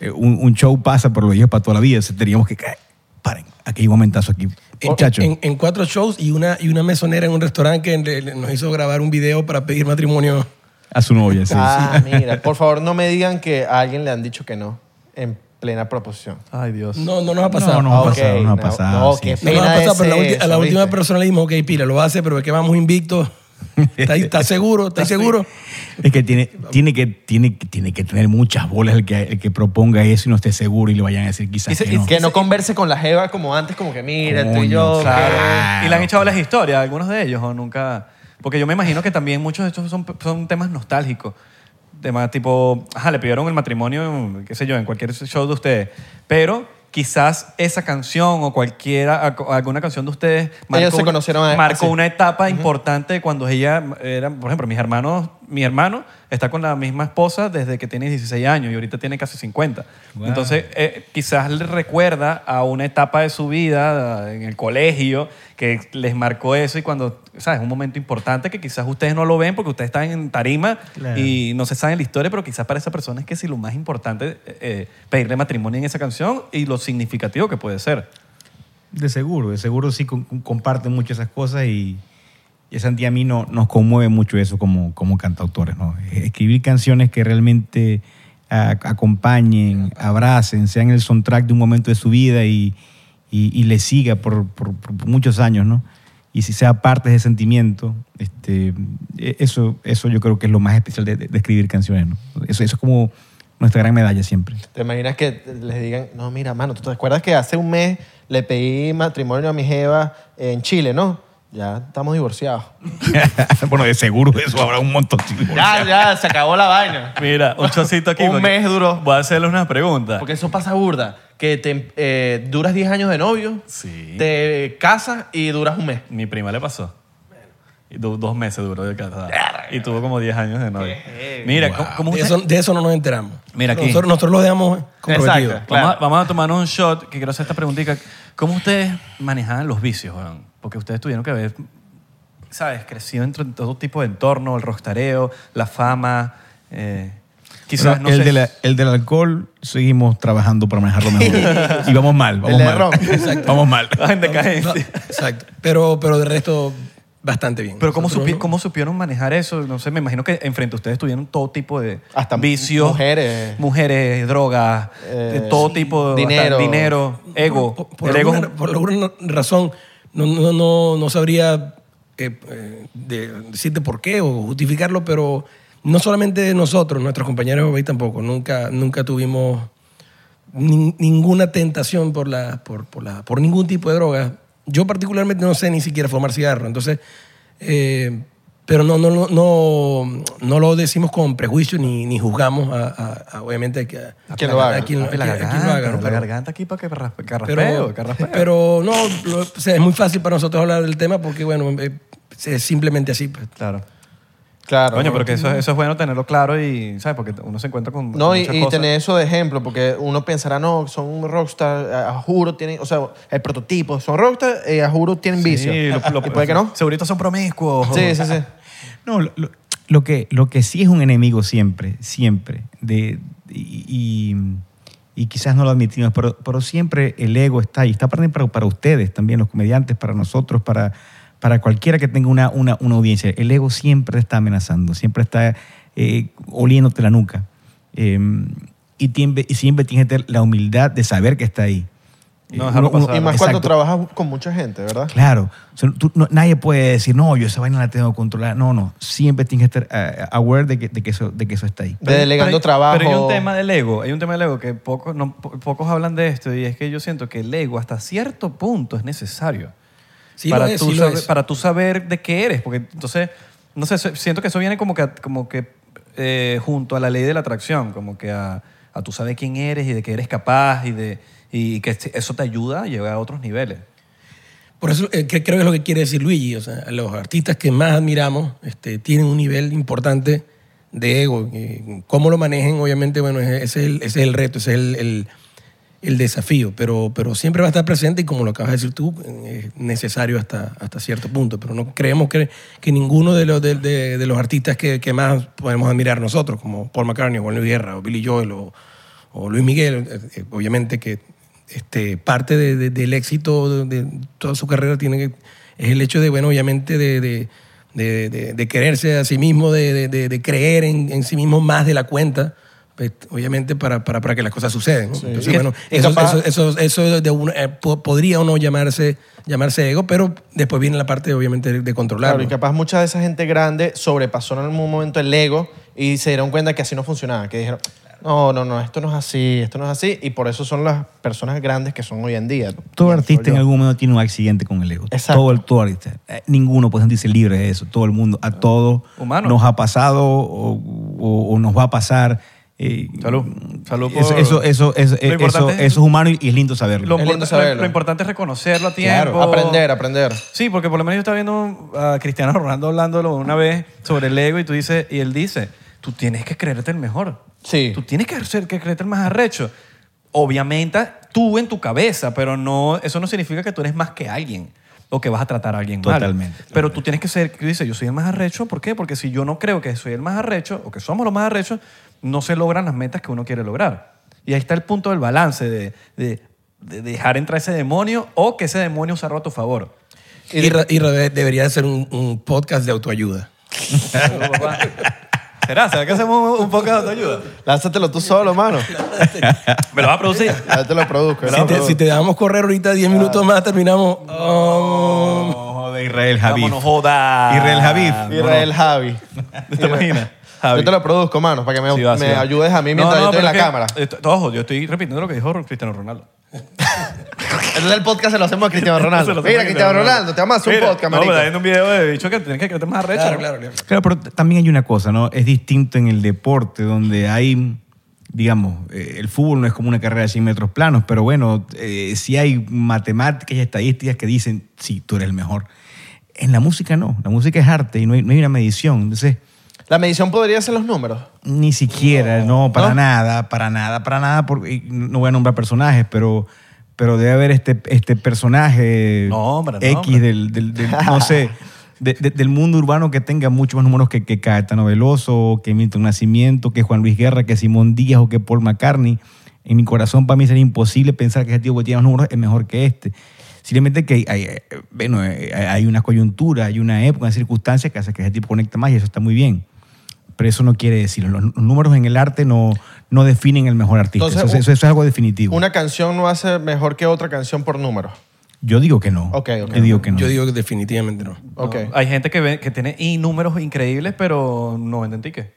[SPEAKER 2] eh, un, un show pasa, por lo menos para toda la vida, entonces teníamos que caer. Paren, aquí hay un momentazo aquí.
[SPEAKER 3] Oh,
[SPEAKER 1] En,
[SPEAKER 2] Muchachos,
[SPEAKER 1] en- en cuatro shows y una, y una mesonera en un restaurante que le- le- nos hizo grabar un video para pedir matrimonio.
[SPEAKER 2] a su novia, sí.
[SPEAKER 3] ah, mira. Por favor, no me digan que a alguien le han dicho que no en plena proposición.
[SPEAKER 4] Ay, Dios.
[SPEAKER 1] No, no nos ha pasado.
[SPEAKER 2] No, no ha
[SPEAKER 3] Ok,
[SPEAKER 2] pasado, no
[SPEAKER 3] no,
[SPEAKER 2] ha pasado.
[SPEAKER 3] no,
[SPEAKER 2] sí,
[SPEAKER 3] qué
[SPEAKER 2] sí.
[SPEAKER 1] No nos ha
[SPEAKER 3] Pena
[SPEAKER 1] pasado, pero la
[SPEAKER 3] ese,
[SPEAKER 1] ulti- a la
[SPEAKER 3] eso,
[SPEAKER 1] última
[SPEAKER 3] ¿viste?
[SPEAKER 1] persona le dijimos, ok, pila, lo hace, pero es que vamos invictos. ¿Estás estás seguro? ¿Estás seguro?
[SPEAKER 2] Es que tiene, tiene que tiene, que- tiene que tener muchas bolas el que, el que proponga eso y no esté seguro y le vayan a decir quizás
[SPEAKER 4] Y se-
[SPEAKER 2] que
[SPEAKER 4] y
[SPEAKER 2] no.
[SPEAKER 4] se-
[SPEAKER 3] Que no converse con la Jeva como antes, como que mira, tú
[SPEAKER 2] Coño,
[SPEAKER 3] y yo. que-
[SPEAKER 4] Claro. Y le han echado las historias, algunos de ellos, o nunca. Porque yo me imagino que también muchos de estos son, son temas nostálgicos. Temas tipo, ajá, le pidieron el matrimonio, qué sé yo, en cualquier show de ustedes. Pero quizás esa canción o cualquiera, ac- alguna canción de ustedes
[SPEAKER 3] se
[SPEAKER 4] un-
[SPEAKER 3] conocieron a-
[SPEAKER 4] marcó
[SPEAKER 3] así.
[SPEAKER 4] una etapa importante de cuando ella era, por ejemplo, mis hermanos, mi hermano está con la misma esposa desde que tiene 16 años y ahorita tiene casi 50. Entonces, eh, quizás le recuerda a una etapa de su vida eh, en el colegio que les marcó eso y cuando, ¿sabes? Un momento importante que quizás ustedes no lo ven porque ustedes están en tarima y no se saben la historia, pero quizás para esa persona es que sí lo más importante eh, eh, pedirle matrimonio en esa canción y lo significativo que puede ser.
[SPEAKER 2] De seguro, de seguro sí con- con- comparten mucho esas cosas y, y a Santi y a mí E-, no, nos conmueve mucho eso como, como cantautores. ¿no? Escribir canciones que realmente a- acompañen, abracen, sean el soundtrack de un momento de su vida y, y- y le siga por, por- por muchos años, ¿no? Y si sea parte de ese sentimiento, este, e- eso, eso yo creo que es lo más especial de, de- de escribir canciones, ¿no? Eso, eso es como nuestra gran medalla siempre.
[SPEAKER 3] ¿Te imaginas que les digan, no, mira, mano, ¿tú te acuerdas que hace un mes le pedí matrimonio a mi jeva en Chile, no? Ya estamos divorciados.
[SPEAKER 2] bueno, de seguro de eso habrá un montón. de-
[SPEAKER 3] ya, se acabó la vaina.
[SPEAKER 4] Mira, un chocito aquí.
[SPEAKER 3] Un
[SPEAKER 4] porque
[SPEAKER 3] mes duró.
[SPEAKER 4] Voy a hacerle unas preguntas.
[SPEAKER 3] Porque eso pasa burda. Que te, eh, duras 10 años de novio,
[SPEAKER 4] Sí.
[SPEAKER 3] te casas y duras un mes.
[SPEAKER 4] Mi prima le pasó. Y du- dos meses duró de casada. Y tuvo como 10 años de novio. Mira, ¿cómo, cómo
[SPEAKER 1] de,
[SPEAKER 4] usted-
[SPEAKER 1] eso, de eso no nos enteramos.
[SPEAKER 4] Mira aquí.
[SPEAKER 1] Nosotros, nosotros los dejamos comprometidos.
[SPEAKER 3] Exacto.
[SPEAKER 4] Vamos, a,
[SPEAKER 3] Claro.
[SPEAKER 4] vamos a tomarnos un shot, que quiero hacer esta preguntita. ¿Cómo ustedes manejaban los vicios, weón? Porque ustedes tuvieron que haber, ¿sabes? Crecido entre todo tipo de entorno, el rostareo, la fama. eh, quizás,
[SPEAKER 2] Bueno,
[SPEAKER 4] no
[SPEAKER 2] el,
[SPEAKER 4] sé.
[SPEAKER 2] de la- el del alcohol seguimos trabajando para manejarlo mejor. y vamos mal, vamos
[SPEAKER 3] El de
[SPEAKER 2] mal.
[SPEAKER 3] ron.
[SPEAKER 2] Exacto. Vamos mal.
[SPEAKER 4] Ah, en decadencia.
[SPEAKER 1] No, exacto. Pero, pero de resto, bastante bien.
[SPEAKER 4] Pero ¿cómo,
[SPEAKER 1] Nosotros
[SPEAKER 4] supi-
[SPEAKER 1] no-
[SPEAKER 4] cómo supieron manejar eso? No sé, me imagino que enfrente a ustedes tuvieron todo tipo de
[SPEAKER 3] Hasta mu-
[SPEAKER 4] vicios.
[SPEAKER 3] mujeres.
[SPEAKER 4] Mujeres, drogas,
[SPEAKER 3] Eh,
[SPEAKER 4] de todo tipo. hasta
[SPEAKER 3] dinero.
[SPEAKER 4] Dinero, ego.
[SPEAKER 1] Por, por
[SPEAKER 4] el ego es
[SPEAKER 1] alguna,
[SPEAKER 4] un-
[SPEAKER 1] por alguna razón, no, no, no, no sabría eh, eh, de- decirte por qué o justificarlo, pero no solamente nosotros, nuestros compañeros hoy tampoco, nunca, nunca tuvimos nin- ninguna tentación por, la, por, por, la, por ningún tipo de droga. Yo particularmente no sé ni siquiera fumar cigarro, entonces... eh, pero no, no, no, no, no lo decimos con prejuicio ni, ni juzgamos a, a- a, obviamente que a,
[SPEAKER 3] Que lo
[SPEAKER 1] a- a
[SPEAKER 3] haga.
[SPEAKER 1] quien- a
[SPEAKER 4] la,
[SPEAKER 1] quien- a quien
[SPEAKER 4] garganta,
[SPEAKER 1] lo haga, ¿no?
[SPEAKER 4] la
[SPEAKER 1] Pero-
[SPEAKER 4] garganta aquí para que raspe- carraspeo,
[SPEAKER 1] pero,
[SPEAKER 4] carraspeo.
[SPEAKER 1] pero no, lo- o sea, es muy fácil para nosotros hablar del tema porque, bueno, eh, es simplemente así. pues.
[SPEAKER 4] Claro.
[SPEAKER 3] Claro.
[SPEAKER 4] Coño, pero que eso, eso es bueno tenerlo claro y, ¿sabes? Porque uno se encuentra con
[SPEAKER 3] No, y,
[SPEAKER 4] muchas
[SPEAKER 3] y
[SPEAKER 4] cosas.
[SPEAKER 3] tener eso de ejemplo, porque uno pensará, no, son un rockstar, eh, a, a juro tienen, o sea, el prototipo, son rockstar y a juro tienen vicio.
[SPEAKER 4] Sí, lo- lo-
[SPEAKER 3] y puede que no.
[SPEAKER 4] Segurito son promiscuos.
[SPEAKER 3] Sí, sí, sí.
[SPEAKER 2] No, lo, lo- lo que, lo que sí es un enemigo siempre, siempre, de, y, y- y quizás no lo admitimos, pero, pero siempre el ego está ahí. Está para, para, para ustedes también, los comediantes, para nosotros, para, para cualquiera que tenga una, una, una audiencia. El ego siempre está amenazando, siempre está eh, oliéndote la nuca. Eh, y, tiembe- y siempre tienes que tener la humildad de saber que está ahí.
[SPEAKER 4] No
[SPEAKER 2] Eh,
[SPEAKER 4] dejarlo
[SPEAKER 2] uno- uno-
[SPEAKER 4] pasar.
[SPEAKER 3] Y más cuando
[SPEAKER 2] Exacto.
[SPEAKER 3] trabajas con mucha gente, ¿verdad?
[SPEAKER 2] Claro. O sea, tú- no- nadie puede decir, no, yo esa vaina la tengo controlada. No, no. Siempre tienes que estar eh, aware de que, de que eso, de que eso está ahí.
[SPEAKER 3] De delegando
[SPEAKER 4] pero,
[SPEAKER 3] trabajo.
[SPEAKER 4] Pero hay un tema del ego, hay un tema del ego que pocos, no, po- pocos hablan de esto y es que yo siento que el ego hasta cierto punto es necesario.
[SPEAKER 1] Sí
[SPEAKER 4] para,
[SPEAKER 1] lo es,
[SPEAKER 4] tú
[SPEAKER 1] sí lo
[SPEAKER 4] saber,
[SPEAKER 1] es.
[SPEAKER 4] para tú saber de qué eres. Porque entonces, no sé, so- siento que eso viene como que, a- como que eh, junto a la ley de la atracción, como que a, a tú saber quién eres y de qué eres capaz y, de, y que eso te ayuda a llegar a otros niveles.
[SPEAKER 1] Por eso eh, que- creo que es lo que quiere decir Luigi. O sea, los artistas que más admiramos este, tienen un nivel importante de ego. Eh, cómo lo manejen, obviamente, bueno, ese es el, ese es el reto, ese es el, el- el desafío. Pero, pero siempre va a estar presente y como lo acabas de decir tú, eh, es necesario hasta, hasta cierto punto. Pero no creemos que, que ninguno de los, de, de- de los artistas que, que más podemos admirar nosotros, como Paul McCartney, o Juan Luis Guerra, o Billy Joel, o, o Luis Miguel, eh, eh, obviamente que este, parte de- de- del éxito de, de toda su carrera tiene que, es el hecho de, bueno, obviamente de, de- de- de- de quererse a sí mismo, de, de- de- de creer en, en sí mismo más de la cuenta, pues, obviamente para, para, para que las cosas sucedan. ¿no? Entonces, bueno,
[SPEAKER 3] Y
[SPEAKER 1] eso,
[SPEAKER 3] capaz-
[SPEAKER 1] eso- eso- eso de uno, eh, po- podría o no llamarse, llamarse ego, pero después viene la parte, obviamente, de, de
[SPEAKER 3] Claro,
[SPEAKER 1] controlarlo.
[SPEAKER 3] y capaz mucha de esa gente grande sobrepasó en algún momento el ego y se dieron cuenta que así no funcionaba, que dijeron, no, no, no, esto no es así, esto no es así, y por eso son las personas grandes que son hoy en día.
[SPEAKER 2] Todo
[SPEAKER 3] Pienso
[SPEAKER 2] artista
[SPEAKER 3] yo.
[SPEAKER 2] en algún momento tiene un accidente con el ego.
[SPEAKER 3] Exacto.
[SPEAKER 2] Todo, el- todo artista. Eh, Ninguno puede sentirse libre de eso. Todo el mundo, a todos
[SPEAKER 4] Humano.
[SPEAKER 2] nos ha pasado o, o- o nos va a pasar. Eh,
[SPEAKER 4] Salud. Salud por-
[SPEAKER 2] Eso, eso, eso, eh, eso,
[SPEAKER 4] Lo
[SPEAKER 2] eso,
[SPEAKER 4] importante es-
[SPEAKER 2] eso es humano y, y es lindo saberlo.
[SPEAKER 4] Lo,
[SPEAKER 3] Es lindo
[SPEAKER 4] importa-
[SPEAKER 3] saberlo.
[SPEAKER 4] lo- lo importante es reconocerlo a tiempo.
[SPEAKER 3] Claro, aprender, aprender.
[SPEAKER 4] Sí, porque por lo menos yo estaba viendo a Cristiano Ronaldo hablándolo una vez sobre el ego y tú dices, y él dice, tú tienes que creerte el mejor.
[SPEAKER 3] Sí.
[SPEAKER 4] Tú tienes que, ser, que creerte el más arrecho. Obviamente tú en tu cabeza, pero no, eso no significa que tú eres más que alguien o que vas a tratar a alguien mal.
[SPEAKER 2] Totalmente.
[SPEAKER 4] Pero tú tienes que ser, tú dices, yo soy el más arrecho, ¿por qué? Porque si yo no creo que soy el más arrecho o que somos los más arrechos, no se logran las metas que uno quiere lograr. Y ahí está el punto del balance de, de- de dejar entrar ese demonio o que ese demonio usarlo a tu favor.
[SPEAKER 1] Y, ra- y ra- debería ser un, un podcast de autoayuda.
[SPEAKER 4] Saludos, papá. ¿Será? ¿Será que hacemos un, un podcast de ayuda?
[SPEAKER 3] Lánzatelo tú solo, mano.
[SPEAKER 7] ¿Me lo vas a producir?
[SPEAKER 3] Ya te lo produzco.
[SPEAKER 1] Si te, si te dejamos correr ahorita 10 minutos más, terminamos. Oh.
[SPEAKER 2] No, de Israel Javid.
[SPEAKER 7] Vámonos, joda.
[SPEAKER 2] Israel Javid.
[SPEAKER 3] Israel Javi.
[SPEAKER 4] ¿Te imaginas?
[SPEAKER 3] Yo te lo produzco, mano, para que me,
[SPEAKER 4] Sí, va, sí,
[SPEAKER 3] me
[SPEAKER 4] va.
[SPEAKER 3] ayudes a mí mientras
[SPEAKER 4] No, no,
[SPEAKER 3] yo estoy
[SPEAKER 4] pero
[SPEAKER 3] en la
[SPEAKER 4] es que-
[SPEAKER 3] cámara.
[SPEAKER 4] esto- Ojo, yo estoy repitiendo lo que dijo Cristiano Ronaldo.
[SPEAKER 3] En el podcast se lo hacemos a Cristiano
[SPEAKER 4] Eso
[SPEAKER 3] Ronaldo.
[SPEAKER 4] lo
[SPEAKER 3] Mira,
[SPEAKER 4] saca
[SPEAKER 3] Cristiano Ronaldo, te vamos a hacer un
[SPEAKER 4] Mira,
[SPEAKER 3] podcast,
[SPEAKER 4] No,
[SPEAKER 3] marico.
[SPEAKER 4] pero hay un video de bicho que tienes que creerte más arrecho.
[SPEAKER 1] Claro,
[SPEAKER 4] ¿no?
[SPEAKER 1] claro, claro.
[SPEAKER 2] Claro, pero t- también hay una cosa, ¿no? Es distinto en el deporte, donde hay, digamos, eh, el fútbol no es como una carrera de 100 metros planos, pero bueno, eh, sí hay matemáticas y estadísticas que dicen, sí, tú eres el mejor. En la música no, la música es arte y no hay, no hay una medición. Entonces,
[SPEAKER 3] La medición podría ser los números.
[SPEAKER 2] ni siquiera, no, para nada, para nada, para nada, porque y no voy a nombrar personajes, pero, pero debe haber este, este personaje
[SPEAKER 4] No, hombre, no,
[SPEAKER 2] X
[SPEAKER 4] hombre.
[SPEAKER 2] Del, del- del- no sé, de- de- del mundo urbano que tenga muchos más números que, que Caetano Veloso, que Milton Nacimiento, que Juan Luis Guerra, que Simón Díaz o que Paul McCartney. En mi corazón para mí sería imposible pensar que ese tipo que tiene los números es mejor que este. Simplemente que hay, hay, eh, bueno, eh, hay una coyuntura, hay una época, una circunstancia que hace que ese tipo conecte más y eso está muy bien. Pero eso no quiere decir, los, los números en el arte no, no definen el mejor artista.
[SPEAKER 3] Entonces,
[SPEAKER 2] eso, eso- eso es algo definitivo.
[SPEAKER 3] Una canción no hace mejor que otra canción por números.
[SPEAKER 2] Yo digo que no.
[SPEAKER 3] Ok, ok.
[SPEAKER 2] Yo digo que no.
[SPEAKER 1] Yo digo que definitivamente no.
[SPEAKER 3] Ok.
[SPEAKER 4] No, Hay gente que, ve- que tiene y números increíbles, pero no venden tickets.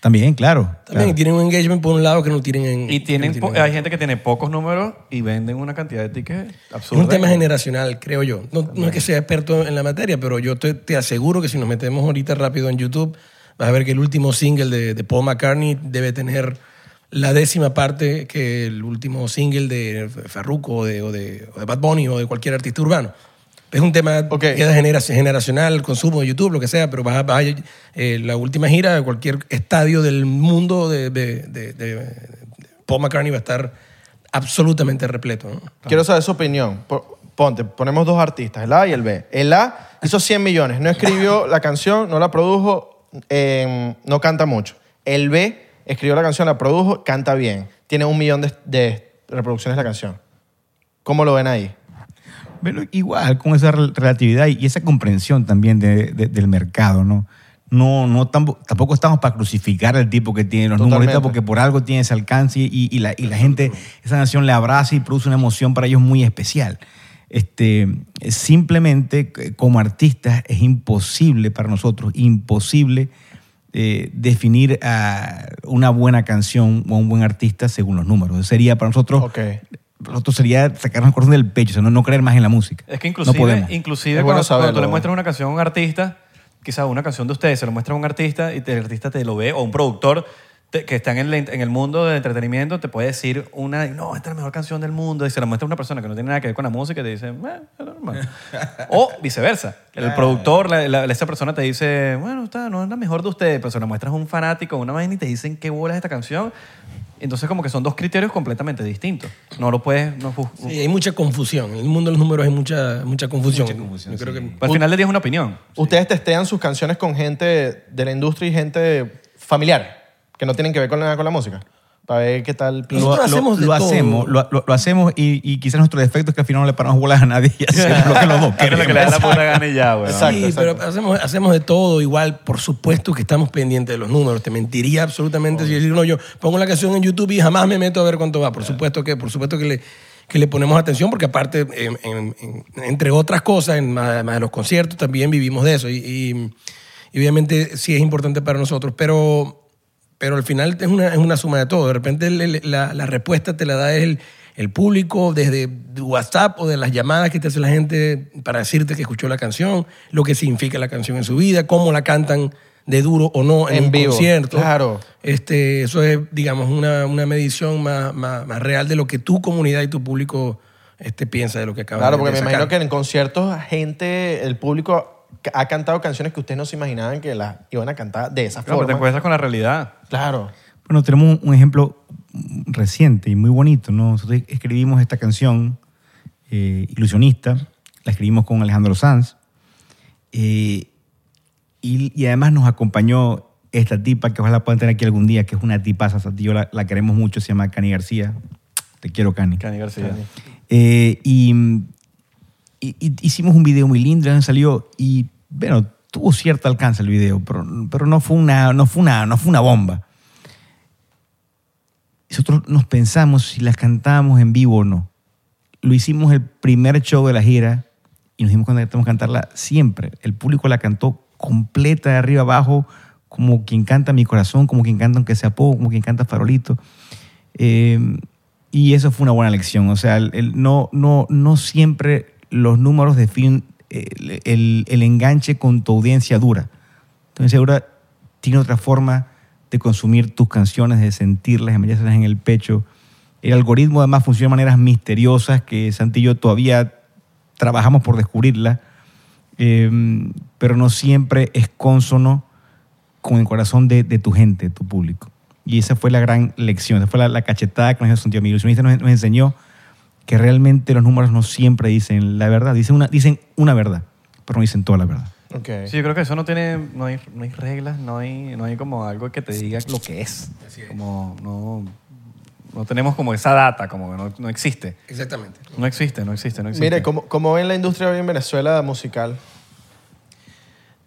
[SPEAKER 2] También, claro.
[SPEAKER 1] También
[SPEAKER 2] claro.
[SPEAKER 1] tienen un engagement por un lado que no tienen en.
[SPEAKER 4] Y tienen,
[SPEAKER 1] que no
[SPEAKER 4] po-
[SPEAKER 1] tienen en-
[SPEAKER 4] hay gente que tiene pocos números y venden una cantidad de tickets
[SPEAKER 1] Es
[SPEAKER 4] absurda.
[SPEAKER 1] un tema generacional, creo yo. No, no es que sea experto en la materia, pero yo te, te aseguro que si nos metemos ahorita rápido en YouTube, vas a ver que el último single de, de Paul McCartney debe tener la décima parte que el último single de Farruko o de, o de- o de Bad Bunny o de cualquier artista urbano. Es un tema
[SPEAKER 3] Ok.
[SPEAKER 1] que es genera- generacional, consumo de YouTube, lo que sea, pero vas a, vas a- eh, la última gira de cualquier estadio del mundo de, de- de- de- de Paul McCartney va a estar absolutamente repleto. ¿no?
[SPEAKER 3] Quiero saber su opinión. Por- Ponte, ponemos dos artistas, el A y el B. El A hizo 100 millones, no escribió la canción, no la produjo, eh, no canta mucho. El B escribió la canción, la produjo, canta bien. Tiene un millón de, de reproducciones la canción. ¿Cómo lo ven ahí?
[SPEAKER 2] Pero igual, con esa rel- relatividad y y esa comprensión también de- de- del mercado, ¿no? No, no tampo- tampoco estamos para crucificar al tipo que tiene los números ahorita
[SPEAKER 3] Totalmente.
[SPEAKER 2] porque por algo tiene ese alcance y, y la, y la gente, esa nación la abraza y produce una emoción para ellos muy especial. Este, simplemente, c- como artistas, es imposible para nosotros, imposible eh, definir a una buena canción o a un buen artista según los números. Sería para nosotros
[SPEAKER 3] Ok.
[SPEAKER 2] nosotros sería sacarnos el corazón del pecho, o sea, no, no creer más en la música.
[SPEAKER 1] Eh,
[SPEAKER 4] Es que
[SPEAKER 2] No
[SPEAKER 4] inclusive,
[SPEAKER 2] podemos.
[SPEAKER 4] inclusive
[SPEAKER 3] Es bueno
[SPEAKER 4] cuando,
[SPEAKER 3] saberlo,
[SPEAKER 4] cuando tú le
[SPEAKER 3] ¿no?
[SPEAKER 4] muestras una canción a un artista, quizás una canción de ustedes se lo muestra a un artista y te- el artista te lo ve, o un productor te- que está en el, en el mundo del entretenimiento, te puede decir una, no, esta es la mejor canción del mundo, y se la muestra a una persona que no tiene nada que ver con la música y te dice, "Meh, es normal. o viceversa, el productor, la- la- esa persona te dice, bueno, está, no es la mejor de ustedes, pero se la muestras a un fanático, una vaina y te dicen qué bola es esta canción. Entonces como que son dos criterios completamente distintos. No lo puedes... No, juz-
[SPEAKER 1] Sí, hay mucha confusión. En el mundo de los números hay mucha, mucha confusión. Yo creo que-
[SPEAKER 4] al final le día es una opinión.
[SPEAKER 3] Ustedes testean sus canciones con gente de la industria y gente familiar, que no tienen que ver con la, con la música, para ver qué tal.
[SPEAKER 1] Lo- Nosotros hacemos de
[SPEAKER 2] lo
[SPEAKER 1] todo.
[SPEAKER 2] hacemos, lo, lo- lo hacemos y, y quizás nuestro defecto es que al final no le paramos bolas a nadie y hacemos lo que los dos
[SPEAKER 4] Haz lo que le da
[SPEAKER 2] queremos.
[SPEAKER 4] la puta gana y ya, weón.
[SPEAKER 3] Exacto,
[SPEAKER 1] sí,
[SPEAKER 3] exacto.
[SPEAKER 1] pero hacemos, hacemos de todo igual. Por supuesto que estamos pendientes de los números. Te mentiría absolutamente si decir, no, yo pongo la canción en YouTube y jamás me meto a ver cuánto va. Por supuesto que, por supuesto que le, que le ponemos atención porque aparte, en- en- en- entre otras cosas, en- más- además de los conciertos, también vivimos de eso. Y, y- y obviamente sí es importante para nosotros, pero, pero al final es una, es una suma de todo. De repente el- el- la, la respuesta te la da el, el público desde WhatsApp o de las llamadas que te hace la gente para decirte que escuchó la canción, lo que significa la canción en su vida, cómo la cantan de duro o no en,
[SPEAKER 3] En
[SPEAKER 1] un
[SPEAKER 3] vivo,
[SPEAKER 1] concierto.
[SPEAKER 3] claro.
[SPEAKER 1] Este, eso es, digamos, una, una medición más, más- más real de lo que tu comunidad y tu público este, piensa de lo que acabas
[SPEAKER 3] Claro,
[SPEAKER 1] de
[SPEAKER 3] porque me
[SPEAKER 1] sacar.
[SPEAKER 3] imagino que en conciertos gente, el público ca- ha cantado canciones que ustedes no se imaginaban que las iban a cantar de esa
[SPEAKER 4] Claro, pero te
[SPEAKER 3] forma.
[SPEAKER 4] encuentras con la realidad.
[SPEAKER 3] Claro.
[SPEAKER 2] Bueno, tenemos un, un ejemplo reciente y muy bonito, ¿no? Nosotros escribimos esta canción, eh, Ilusionista, la escribimos con Alejandro Sanz, eh, y, y además nos acompañó esta tipa que ojalá puedan tener aquí algún día, que es una tipaza, esa tía, yo la, la queremos mucho, se llama Cani García. Te quiero, Cani.
[SPEAKER 4] Cani García.
[SPEAKER 2] Eh, y, y- y hicimos un video muy lindo, ya salió. Y bueno, tuvo cierto alcance el video, pero, pero no, fue una, no, fue una, no fue una bomba. Nosotros nos pensamos si las cantábamos en vivo o no. Lo hicimos el primer show de la gira y nos dimos cuenta que tenemos que cantarla siempre. El público la cantó completa de arriba abajo, como quien canta Mi Corazón, como quien canta Aunque sea poco, como quien canta Farolito. Eh, y eso fue una buena lección. O sea, el- el- no, no, no siempre los números definen el, el- el enganche con tu audiencia dura. Tu audiencia dura tiene otra forma de consumir tus canciones, de sentirlas, de metérselas en el pecho. El algoritmo además funciona de maneras misteriosas que Santi y yo todavía trabajamos por descubrirlas, eh, pero no siempre es cónsono con el corazón de, de tu gente, de tu público. Y esa fue la gran lección, esa fue la, la cachetada que nos dio Santiago. Mi ilusionista nos, nos enseñó que realmente los números no siempre dicen la verdad, dicen una, dicen una verdad, pero no dicen toda la verdad.
[SPEAKER 3] Ok.
[SPEAKER 4] Sí, yo creo que eso no tiene, no hay, no hay reglas, no hay, no hay como algo que te diga lo que es. Como no, no tenemos como esa data, como que no, no existe.
[SPEAKER 1] Exactamente.
[SPEAKER 4] No existe, no existe, no existe.
[SPEAKER 3] Mire, ¿cómo, cómo ven la industria hoy en Venezuela musical?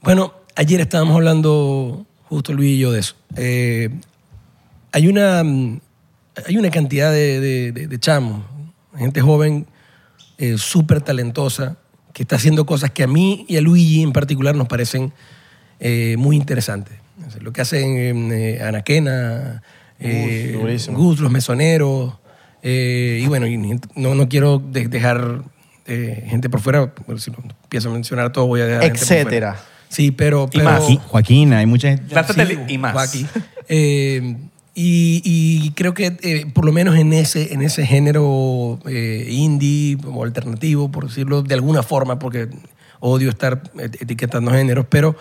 [SPEAKER 1] Bueno, ayer estábamos hablando justo Luis y yo de eso. Eh, hay, una, mm, hay una cantidad de, de- de- de chamos, gente joven, eh, súper talentosa, que está haciendo cosas que a mí y a Luigi en particular nos parecen eh, muy interesantes. O sea, Lo que hacen eh, Anaquena, eh,
[SPEAKER 3] durísimo.
[SPEAKER 1] Gus, los mesoneros, eh, y bueno, y gente- no, no quiero de- dejar eh, gente por fuera, porque si no empiezo a mencionar todo voy a dejar gente por fuera.
[SPEAKER 3] Etcétera.
[SPEAKER 1] Sí, pero.
[SPEAKER 4] Y
[SPEAKER 1] pero-
[SPEAKER 4] más.
[SPEAKER 2] Joaquín, Joaquina, hay mucha gente.
[SPEAKER 4] Trátate
[SPEAKER 1] Sí,
[SPEAKER 4] y más.
[SPEAKER 1] Joaquín. Eh, y, y creo que eh, por lo menos en ese, en ese género eh, indie o alternativo, por decirlo de alguna forma, porque odio estar et- etiquetando géneros, pero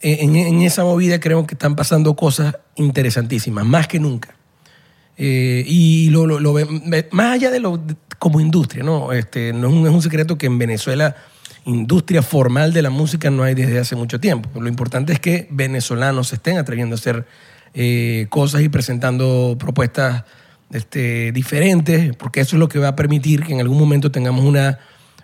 [SPEAKER 1] eh, en, en esa movida creo que están pasando cosas interesantísimas, más que nunca. Eh, y lo, lo- lo ve- ve- más allá de lo de- como industria, ¿no? Este, no es un, es un secreto que en Venezuela industria formal de la música no hay desde hace mucho tiempo. Lo importante es que venezolanos se estén atreviendo a hacer eh, cosas y presentando propuestas este, diferentes, porque eso es lo que va a permitir que en algún momento tengamos una,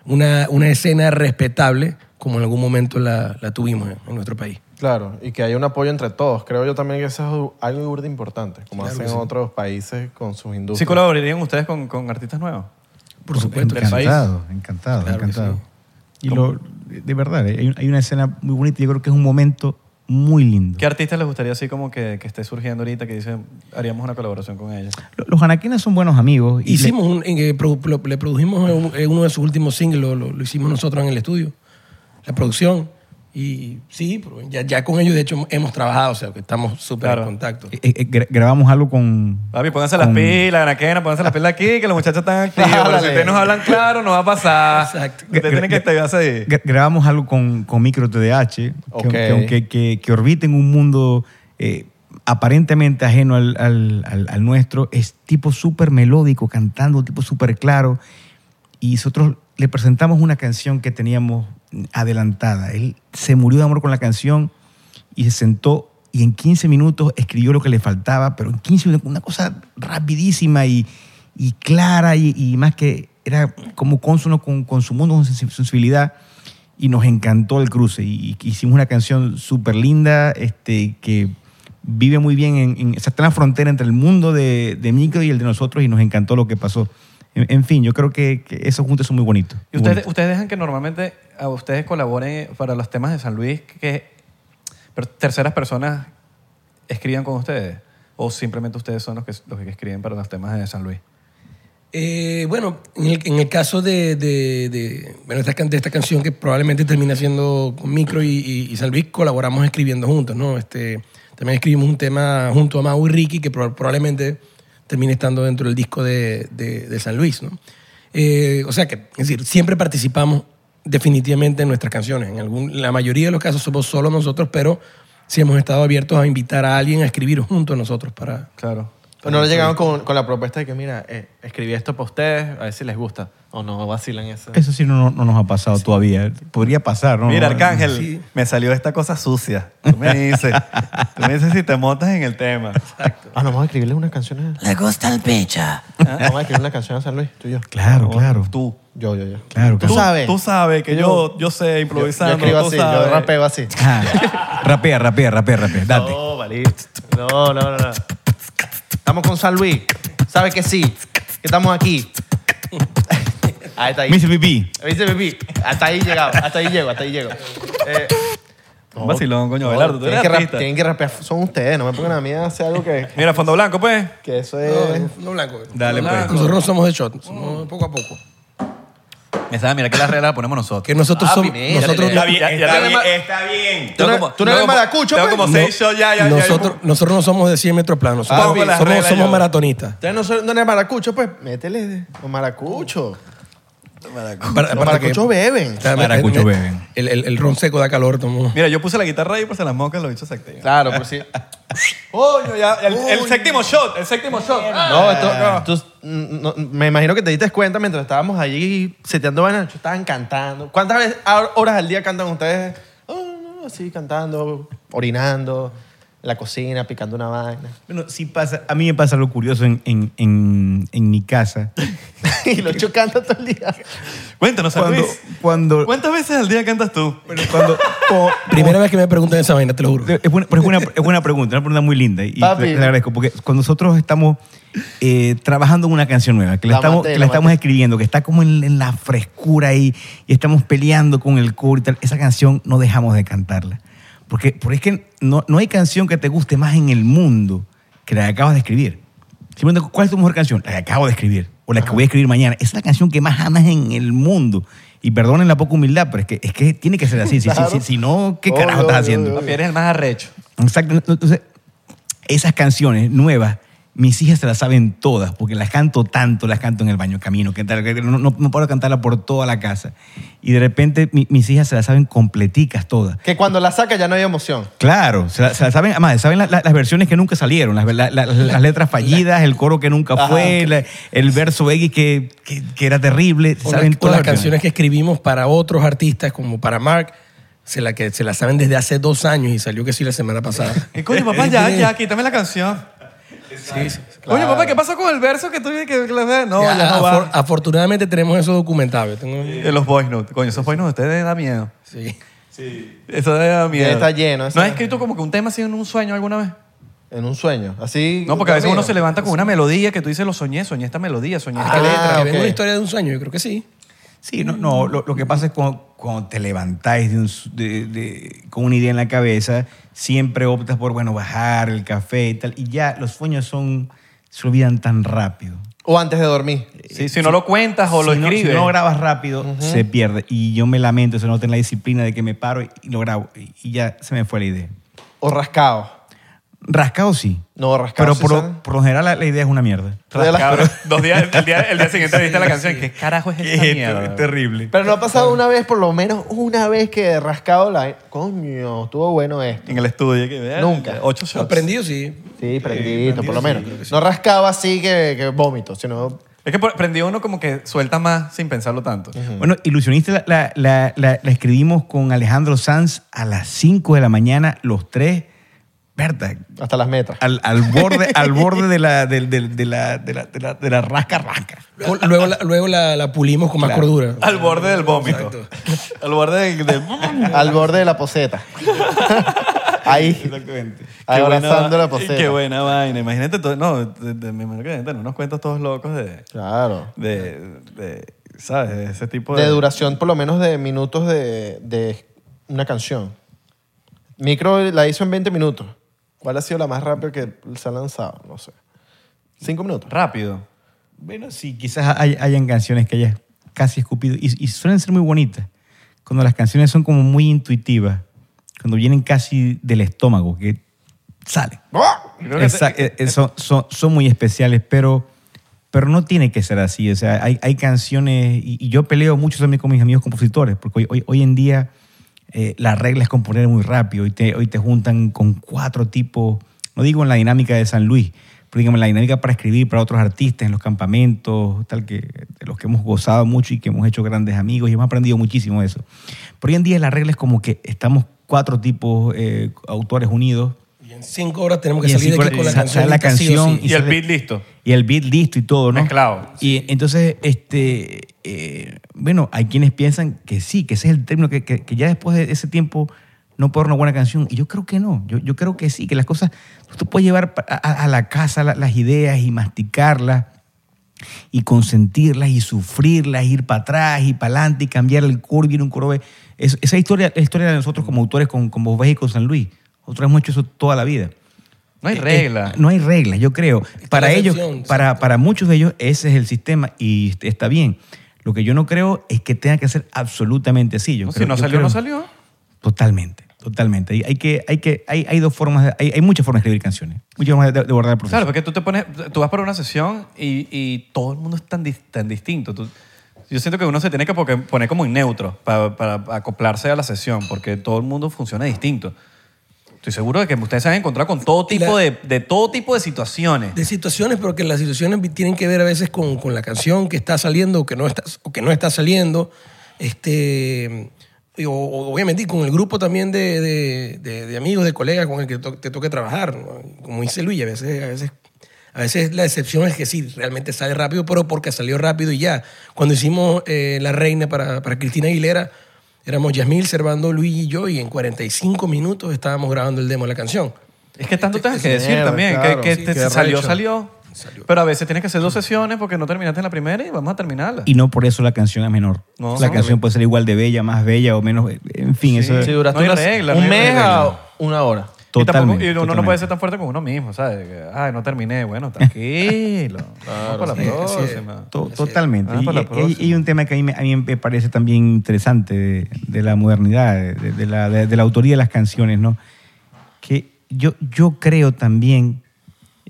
[SPEAKER 1] una, una escena respetable como en algún momento la, la tuvimos en- en nuestro país.
[SPEAKER 3] Claro, y que hay un apoyo entre todos. Creo yo también que eso es algo burda importante, como hacen otros países con sus
[SPEAKER 4] ¿Sí
[SPEAKER 3] industrias.
[SPEAKER 4] colaborarían ustedes con, con artistas nuevos?
[SPEAKER 1] Por supuesto. que sí.
[SPEAKER 2] Encantado, encantado,
[SPEAKER 1] Claro que
[SPEAKER 2] encantado. Y lo, de verdad, eh, hay, hay una escena muy bonita y yo creo que es un momento muy lindo.
[SPEAKER 4] ¿Qué artistas les gustaría así como que, que esté surgiendo ahorita que dicen haríamos una colaboración con ellos?
[SPEAKER 2] Lo- Los anaquinas son buenos amigos. y le-
[SPEAKER 1] Hicimos un- en que produ- lo- le produjimos eh, un- en uno de sus últimos singles, lo, lo- lo hicimos nosotros en el estudio, la producción. Y sí, pero ya, ya con ellos, de hecho, hemos trabajado, o sea, que estamos súper
[SPEAKER 4] Claro.
[SPEAKER 1] en contacto.
[SPEAKER 2] eh, eh, gra- grabamos algo con...
[SPEAKER 4] Papi, pónganse las
[SPEAKER 2] Con-
[SPEAKER 4] pilas, Anaquena, pónganse las pilas aquí, que los muchachos están activos. pero si
[SPEAKER 3] Ábrale.
[SPEAKER 4] ustedes nos hablan claro, no va a pasar.
[SPEAKER 1] Exacto.
[SPEAKER 4] Ustedes tienen que activarse ahí.
[SPEAKER 2] eh, Gra- grabamos algo con, con Micro TDH,
[SPEAKER 3] Ok.
[SPEAKER 2] que, aunque- que- que orbita en un mundo eh, aparentemente ajeno al, al- al- al nuestro, es tipo súper melódico, cantando, tipo súper claro. Y nosotros le presentamos una canción que teníamos adelantada. Él se murió de amor con la canción y se sentó y en 15 minutos escribió lo que le faltaba, pero en 15 minutos, una cosa rapidísima y, y clara y, y más que era como consono con, con su mundo, con su sen- sensibilidad. Y nos encantó el cruce. Y, y hicimos una canción súper linda este, que vive muy bien, en, en- está en la frontera entre el mundo de, de Micro y el de nosotros y nos encantó lo que pasó. En, en fin, yo creo que, que esos juntos son muy bonitos.
[SPEAKER 4] Y
[SPEAKER 2] muy
[SPEAKER 4] ustedes,
[SPEAKER 2] bonitos.
[SPEAKER 4] ustedes dejan que normalmente a ustedes colaboren para los temas de San Luis, que per- terceras personas escriban con ustedes. O simplemente ustedes son los que, los que escriben para los temas de San Luis.
[SPEAKER 1] Eh, bueno, en el, en el caso de, de- de- bueno, esta, can- de esta canción que probablemente termina siendo con Micro y, y- y San Luis, colaboramos escribiendo juntos, ¿no? Este, también escribimos un tema junto a Mau y Ricky que proba- probablemente termine estando dentro del disco de, de- de San Luis, ¿no? Eh, o sea que, es decir, siempre participamos definitivamente en nuestras canciones. En algún, la mayoría de los casos somos solo nosotros, pero sí hemos estado abiertos a invitar a alguien a escribir junto a nosotros para...
[SPEAKER 4] Claro.
[SPEAKER 3] O no le llegaron con, con la propuesta de que, mira, eh, escribí esto para ustedes, a ver si les gusta. O no vacilan eso.
[SPEAKER 2] Eso sí no, no nos ha pasado todavía. Podría pasar, ¿no?
[SPEAKER 4] Mira,
[SPEAKER 2] No,
[SPEAKER 4] Arcángel,
[SPEAKER 1] sí.
[SPEAKER 4] me salió esta cosa sucia. Tú me dices, tú me dices si te montas en el tema.
[SPEAKER 3] Ah, no, vamos a escribirle unas canciones.
[SPEAKER 9] Le gusta el picha.
[SPEAKER 4] Ah.
[SPEAKER 3] Vamos a escribir una canción a San Luis, tú y yo.
[SPEAKER 2] Claro,
[SPEAKER 4] O
[SPEAKER 2] claro.
[SPEAKER 4] Oh, Tú.
[SPEAKER 3] Yo, yo, yo.
[SPEAKER 2] Claro,
[SPEAKER 3] Tú
[SPEAKER 2] claro.
[SPEAKER 3] sabes.
[SPEAKER 4] Tú sabes que yo, yo sé improvisando.
[SPEAKER 3] yo escribo
[SPEAKER 4] tú
[SPEAKER 3] así,
[SPEAKER 4] sabes.
[SPEAKER 3] yo rapeo así.
[SPEAKER 2] Ah, rapea, rapea, rapea, rapea. Date.
[SPEAKER 4] Oh.
[SPEAKER 3] No, vale. No, no, no, no. Estamos con San Luis. Sabe que sí. Que estamos aquí. Ahí está ahí.
[SPEAKER 2] Mr. PP.
[SPEAKER 3] ¿Viste, Pepi? Hasta ahí llegaba. Hasta ahí llego, hasta ahí llego. Eh,
[SPEAKER 4] Un vacilón, coño,
[SPEAKER 3] no,
[SPEAKER 4] Abelardo. Tú eres
[SPEAKER 3] tienen, que rap-
[SPEAKER 4] artista.
[SPEAKER 3] tienen que rapear. Son ustedes. No me pongan a mí a hacer algo que,
[SPEAKER 4] Mira, fondo blanco, pues.
[SPEAKER 3] que eso es...
[SPEAKER 1] No, no blanco.
[SPEAKER 2] Dale,
[SPEAKER 1] No,
[SPEAKER 2] pues.
[SPEAKER 1] blanco. Nosotros no somos de shot, somos poco a poco.
[SPEAKER 7] Me sabe, mira que la regla la ponemos nosotros.
[SPEAKER 1] Que
[SPEAKER 4] Ah,
[SPEAKER 1] nosotros somos. Nosotros,
[SPEAKER 7] Está
[SPEAKER 1] no-
[SPEAKER 7] bien,
[SPEAKER 4] Ya- ya
[SPEAKER 7] está
[SPEAKER 4] te-
[SPEAKER 7] bien.
[SPEAKER 4] está bien.
[SPEAKER 7] Tengo
[SPEAKER 3] no-
[SPEAKER 7] como-
[SPEAKER 3] tú no eres
[SPEAKER 7] tengo como-
[SPEAKER 3] maracucho,
[SPEAKER 4] Tengo
[SPEAKER 3] pues.
[SPEAKER 4] como seis shows ya, Ah, ya, ya.
[SPEAKER 1] nosotros, nosotros no somos de 100 metros planos, somos,
[SPEAKER 4] Pongo las
[SPEAKER 1] somos-
[SPEAKER 4] reglas
[SPEAKER 1] somos
[SPEAKER 4] yo.
[SPEAKER 1] maratonistas.
[SPEAKER 3] Ustedes no son no eres maracucho, pues métele de- los maracuchos.
[SPEAKER 1] Para-
[SPEAKER 3] Los
[SPEAKER 1] para
[SPEAKER 3] maracuchos
[SPEAKER 1] que-
[SPEAKER 3] beben.
[SPEAKER 1] Está-
[SPEAKER 2] Maracucho
[SPEAKER 1] eh,
[SPEAKER 2] beben.
[SPEAKER 1] El, el- el ron seco da calor, tomó.
[SPEAKER 4] Mira, yo puse la guitarra ahí por si las moscas lo hizo se activan.
[SPEAKER 3] Claro, por si.
[SPEAKER 4] Coño, ya. El, el séptimo shot, el séptimo shot.
[SPEAKER 3] No, esto, tú- no, me imagino que te diste cuenta mientras estábamos allí seteando vainas, estaban cantando. ¿Cuántas veces- a- horas al día cantan ustedes? Oh, no, así cantando, orinando, en la cocina, picando una vaina.
[SPEAKER 2] Bueno, sí pasa. A mí me pasa lo curioso en, en, en, en mi casa.
[SPEAKER 3] y los chocando todo el día.
[SPEAKER 4] Cuéntanos, San
[SPEAKER 2] Cuando,
[SPEAKER 4] Luis.
[SPEAKER 2] cuando,
[SPEAKER 4] ¿Cuántas veces al día cantas tú?
[SPEAKER 2] cuando, co-
[SPEAKER 4] oh.
[SPEAKER 1] Primera vez que me preguntan esa vaina, te lo juro.
[SPEAKER 2] Es buena, pero es buena, es buena pregunta, una pregunta muy linda. Y
[SPEAKER 3] Papi.
[SPEAKER 2] te, te agradezco, porque cuando nosotros estamos eh, trabajando en una canción nueva, que la,
[SPEAKER 3] La
[SPEAKER 2] estamos,
[SPEAKER 3] maté,
[SPEAKER 2] que
[SPEAKER 3] la
[SPEAKER 2] la estamos
[SPEAKER 3] maté.
[SPEAKER 2] escribiendo, que está como en, en la frescura ahí, y estamos peleando con el coro y tal, esa canción no dejamos de cantarla. Porque, porque es que no, no hay canción que te guste más en el mundo que la que acabas de escribir. Si me preguntan, ¿cuál es tu mejor canción? La que acabo de escribir, o la que voy a escribir mañana. Esa es la canción que más amas en el mundo. Y perdonen la poca humildad, pero es que, es que tiene que ser así. Si, si-
[SPEAKER 3] Claro.
[SPEAKER 2] si- si no, ¿qué
[SPEAKER 3] Obvio,
[SPEAKER 2] carajo
[SPEAKER 3] obvio,
[SPEAKER 2] estás haciendo?
[SPEAKER 3] obvio.
[SPEAKER 7] Papi, eres el más arrecho.
[SPEAKER 2] Exacto. Entonces, esas canciones nuevas, mis hijas se las saben todas, porque las canto tanto, las canto en el baño, camino, que tal, que no, no, no puedo cantarla por toda la casa. Y de repente mi- mis hijas se las saben completicas todas.
[SPEAKER 3] Que cuando la saca ya no hay emoción.
[SPEAKER 2] Claro, se la- se las saben, además, saben la- la- las versiones que nunca salieron, las, la- la- las letras fallidas, el coro que nunca fue, la- el verso X que, que, que era terrible, se
[SPEAKER 1] O
[SPEAKER 2] saben
[SPEAKER 1] las, o
[SPEAKER 2] todas
[SPEAKER 1] las canciones que escribimos para otros artistas, como para Mark, se la, que, se la saben desde hace dos años y salió que sí la semana pasada.
[SPEAKER 4] Eh, coño, papá, ya, ya, quítame la canción. Oye, papá, ¿qué pasó con el verso que tú que, que la- No, ya,
[SPEAKER 1] Ya,
[SPEAKER 4] no
[SPEAKER 1] afor-
[SPEAKER 4] va.
[SPEAKER 1] afortunadamente tenemos eso documentado. Yo tengo-
[SPEAKER 4] Eh, los voice notes. Coño, esos voice notes, ustedes da miedo.
[SPEAKER 1] sí.
[SPEAKER 4] Eso da miedo.
[SPEAKER 3] Está lleno, eso
[SPEAKER 4] ¿No has
[SPEAKER 3] está-
[SPEAKER 4] escrito como que un tema así en un sueño alguna vez?
[SPEAKER 3] En un sueño. Así.
[SPEAKER 4] No, porque a veces
[SPEAKER 3] dormido.
[SPEAKER 4] uno se levanta con una melodía que tú dices, lo soñé, soñé esta melodía, soñé esta
[SPEAKER 3] Ah,
[SPEAKER 4] letra.
[SPEAKER 1] Que venga
[SPEAKER 3] ok.
[SPEAKER 1] una historia de un sueño, yo creo que sí.
[SPEAKER 2] Sí, no, no lo, lo que pasa es cuando, cuando te levantáis de un s- de- de- con una idea en la cabeza, siempre optas por, bueno, bajar el café y tal, y ya los sueños son, se olvidan tan rápido.
[SPEAKER 3] O antes de dormir.
[SPEAKER 4] Sí, si no lo cuentas o lo
[SPEAKER 2] si no,
[SPEAKER 4] escribes.
[SPEAKER 2] si no grabas rápido, se pierde. Y yo me lamento, eso no tengo la disciplina de que me paro y, y lo grabo, y, y ya se me fue la idea.
[SPEAKER 3] O rascado.
[SPEAKER 2] Rascado sí,
[SPEAKER 3] No, rascado.
[SPEAKER 2] pero
[SPEAKER 3] sí
[SPEAKER 2] por,
[SPEAKER 3] sale.
[SPEAKER 2] lo- por lo general la, la idea es una mierda.
[SPEAKER 3] De las-
[SPEAKER 4] Cabrón, dos días, el, día, el día siguiente viste la canción. ¿Qué carajo es esta mierda?
[SPEAKER 2] terrible.
[SPEAKER 3] Pero no ha pasado una vez, por lo menos una vez que rascado la. Coño, estuvo bueno esto.
[SPEAKER 4] En el estudio. que, eh,
[SPEAKER 3] Nunca.
[SPEAKER 4] Ocho shots.
[SPEAKER 1] Aprendido, sí.
[SPEAKER 4] Eh,
[SPEAKER 3] Sí, prendito, por lo menos. No rascaba así que, que vómito, sino.
[SPEAKER 4] Es que por- aprendió uno como que suelta más sin pensarlo tanto.
[SPEAKER 2] Bueno, Ilusionista la, la- la- la- la escribimos con Alejandro Sanz a las 5 de la mañana, los tres, Berta,
[SPEAKER 3] Hasta las metas.
[SPEAKER 2] al, al borde, al borde de, la, del- del- de la, de la- de la- de la rasca rasca.
[SPEAKER 1] Luego, luego la, luego la- la pulimos con más
[SPEAKER 2] Claro.
[SPEAKER 1] cordura.
[SPEAKER 4] Al borde del vómito. Al borde del... del-
[SPEAKER 3] Al borde de la poseta. Ahí,
[SPEAKER 2] Exactamente.
[SPEAKER 4] Qué buena
[SPEAKER 3] abrazando
[SPEAKER 4] va-
[SPEAKER 3] la poseta.
[SPEAKER 4] Qué buena vaina. Imagínate todo... No, de, de- me imagino que deben tener unos cuentos todos locos de...
[SPEAKER 3] Claro.
[SPEAKER 4] de, de ¿Sabes? De ese tipo de...
[SPEAKER 3] De duración, por lo menos, de minutos de, de una canción. Micro la hizo en 20 minutos. ¿Cuál ha sido la más rápida que se ha lanzado? No sé. ¿Cinco minutos?
[SPEAKER 4] Rápido.
[SPEAKER 2] Bueno, sí, quizás hay- hayan canciones que hayas casi escupido y, y suelen ser muy bonitas. Cuando las canciones son como muy intuitivas, cuando vienen casi del estómago, que salen.
[SPEAKER 4] Creo que
[SPEAKER 2] Exa- eh, eh, son, son- son muy especiales, pero, pero no tiene que ser así. O sea, hay, hay canciones, y, y yo peleo mucho también con mis amigos compositores, porque hoy, hoy, hoy en día eh, la regla es componer muy rápido. Hoy te, hoy te juntan con cuatro tipos, no digo en la dinámica de San Luis, pero digamos en la dinámica para escribir para otros artistas, en los campamentos, tal, que, de los que hemos gozado mucho y que hemos hecho grandes amigos y hemos aprendido muchísimo de eso. Pero hoy en día la regla es como que estamos cuatro tipos eh, autores unidos
[SPEAKER 1] Y en cinco horas tenemos que
[SPEAKER 2] Y en
[SPEAKER 1] salir de
[SPEAKER 2] cinco
[SPEAKER 1] aquí con la
[SPEAKER 2] horas sale
[SPEAKER 1] canción.
[SPEAKER 2] la
[SPEAKER 1] lista, sí o
[SPEAKER 2] canción
[SPEAKER 1] sí.
[SPEAKER 7] Y el
[SPEAKER 2] sale-
[SPEAKER 7] beat listo.
[SPEAKER 2] y el beat listo y todo, ¿no?
[SPEAKER 7] Mezclado.
[SPEAKER 2] Y entonces, este, eh, bueno, hay quienes piensan que sí, que ese es el término, que, que- que ya después de ese tiempo no puede haber una buena canción. Y yo creo que no, yo, yo creo que sí, que las cosas, tú puedes llevar pa- a, a la casa la- las ideas y masticarlas y consentirlas y sufrirlas, ir para atrás y para adelante y cambiar el coro y viene un coro B. Es- esa historia es historia de nosotros como autores con, con Bobés y con San Luis. Nosotros hemos hecho eso toda la vida.
[SPEAKER 4] No hay
[SPEAKER 2] Eh,
[SPEAKER 4] regla.
[SPEAKER 2] eh, no hay reglas, yo creo. Para
[SPEAKER 1] la
[SPEAKER 2] ellos,
[SPEAKER 1] excepción,
[SPEAKER 2] para, para muchos de ellos, ese es el sistema y est- está bien. Lo que yo no creo es que tenga que ser absolutamente así. Yo
[SPEAKER 4] No, si
[SPEAKER 2] creo-
[SPEAKER 4] no
[SPEAKER 2] yo
[SPEAKER 4] salió, no
[SPEAKER 2] creo-
[SPEAKER 4] salió.
[SPEAKER 2] Totalmente, totalmente. Y Hay, que, hay, que, hay, hay dos formas, de- hay, hay muchas formas de escribir canciones, muchas formas de, de abordar el proceso.
[SPEAKER 4] Claro, porque tú te pones, tú vas para una sesión y, y todo el mundo es tan, dis- tan distinto. Tú- yo siento que uno se tiene que poque- poner como en neutro pa- para, acoplarse a la sesión, porque todo el mundo funciona distinto. Estoy seguro de que ustedes se han encontrado con todo tipo
[SPEAKER 1] La-
[SPEAKER 4] de, de todo tipo de situaciones.
[SPEAKER 1] De situaciones, pero que las situaciones vi- tienen que ver a veces con, con la canción que está saliendo o que no está, o que no está saliendo. Este, y o- o obviamente, y con el grupo también de, de- de- de amigos, de colegas con el que to- te toque trabajar. ¿no? Como dice Luis, a veces, a veces. A veces la excepción es que sí, realmente sale rápido, pero porque salió rápido y ya. Cuando hicimos eh, La Reina para, para Cristina Aguilera, éramos Yasmil, Servando, Luis y yo, y en 45 minutos estábamos grabando el demo de la canción.
[SPEAKER 4] Es que tanto tienes que decir
[SPEAKER 3] mierda,
[SPEAKER 4] también,
[SPEAKER 3] claro.
[SPEAKER 4] que, que
[SPEAKER 3] Sí,
[SPEAKER 4] te-
[SPEAKER 3] qué
[SPEAKER 4] salió,
[SPEAKER 3] arrecho.
[SPEAKER 4] salió, Pero a veces tienes que hacer dos sesiones porque no terminaste en la primera y vamos a terminarla.
[SPEAKER 2] Y no por eso la canción es menor.
[SPEAKER 4] No,
[SPEAKER 2] la
[SPEAKER 4] no,
[SPEAKER 2] canción puede ser igual de bella, más bella o menos. En fin, eso
[SPEAKER 3] Si
[SPEAKER 2] es
[SPEAKER 3] duraste
[SPEAKER 4] No hay
[SPEAKER 3] unas-
[SPEAKER 4] regla, no
[SPEAKER 3] un
[SPEAKER 4] hay
[SPEAKER 3] mes ah,
[SPEAKER 4] regla.
[SPEAKER 3] a una hora.
[SPEAKER 4] Y tampoco-
[SPEAKER 2] totalmente.
[SPEAKER 4] y uno no
[SPEAKER 2] totalmente.
[SPEAKER 4] puede ser tan fuerte con uno mismo, ¿sabes? Que, Ay, no terminé. Bueno, tranquilo. vamos para la
[SPEAKER 1] sí, así es.
[SPEAKER 4] próxima.
[SPEAKER 2] To- totalmente.
[SPEAKER 4] Ah,
[SPEAKER 2] Y-
[SPEAKER 4] para la
[SPEAKER 2] y, y- y un tema que a mí, me- a mí me parece también interesante de, de la modernidad, de, de la, de- de la autoría de las canciones, ¿no? Que yo, yo creo también,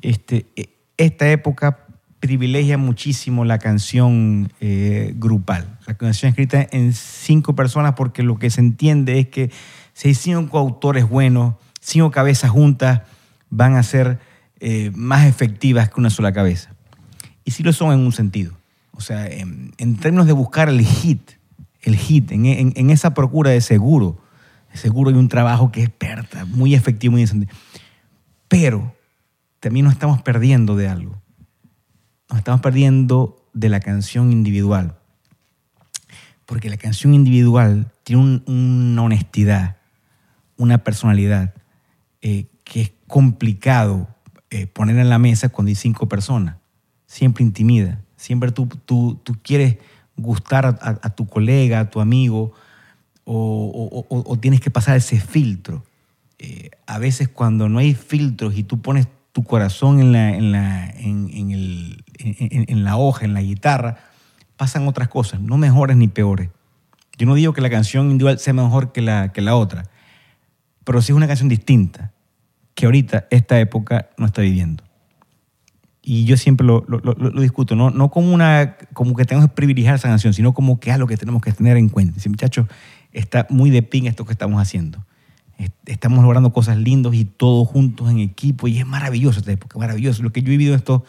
[SPEAKER 2] este, e- esta época privilegia muchísimo la canción eh, grupal, la canción escrita en cinco personas, porque lo que se entiende es que si hay cinco autores buenos, cinco cabezas juntas, van a ser eh, más efectivas que una sola cabeza. Y sí lo son en un sentido. O sea, en, en términos de buscar el hit, el hit, en, en- en esa procura de seguro, de seguro hay un trabajo que es perta, muy efectivo, muy interesante. Pero también nos estamos perdiendo de algo. Nos estamos perdiendo de la canción individual. Porque la canción individual tiene un- una honestidad, una personalidad eh, que es complicado eh, poner en la mesa cuando hay cinco personas. Siempre intimida. Siempre tú, tú, tú quieres gustar a, a- a tu colega, a tu amigo, o, o- o- o tienes que pasar ese filtro. Eh, a veces cuando no hay filtros y tú pones tu corazón en la, en la, en- en el- en- en- en la hoja, en la guitarra, pasan otras cosas, no mejores ni peores. Yo no digo que la canción individual sea mejor que la, que la otra, pero sí es una canción distinta que ahorita esta época no está viviendo. Y yo siempre lo, lo- lo- lo discuto, no, no como, una, como que tenemos que privilegiar esa canción, sino como que es lo que tenemos que tener en cuenta. Dice, muchachos, está muy de pin esto que estamos haciendo. Est- Estamos logrando cosas lindas y todos juntos en equipo. Y es maravilloso esta época, maravilloso. Lo que yo he vivido estos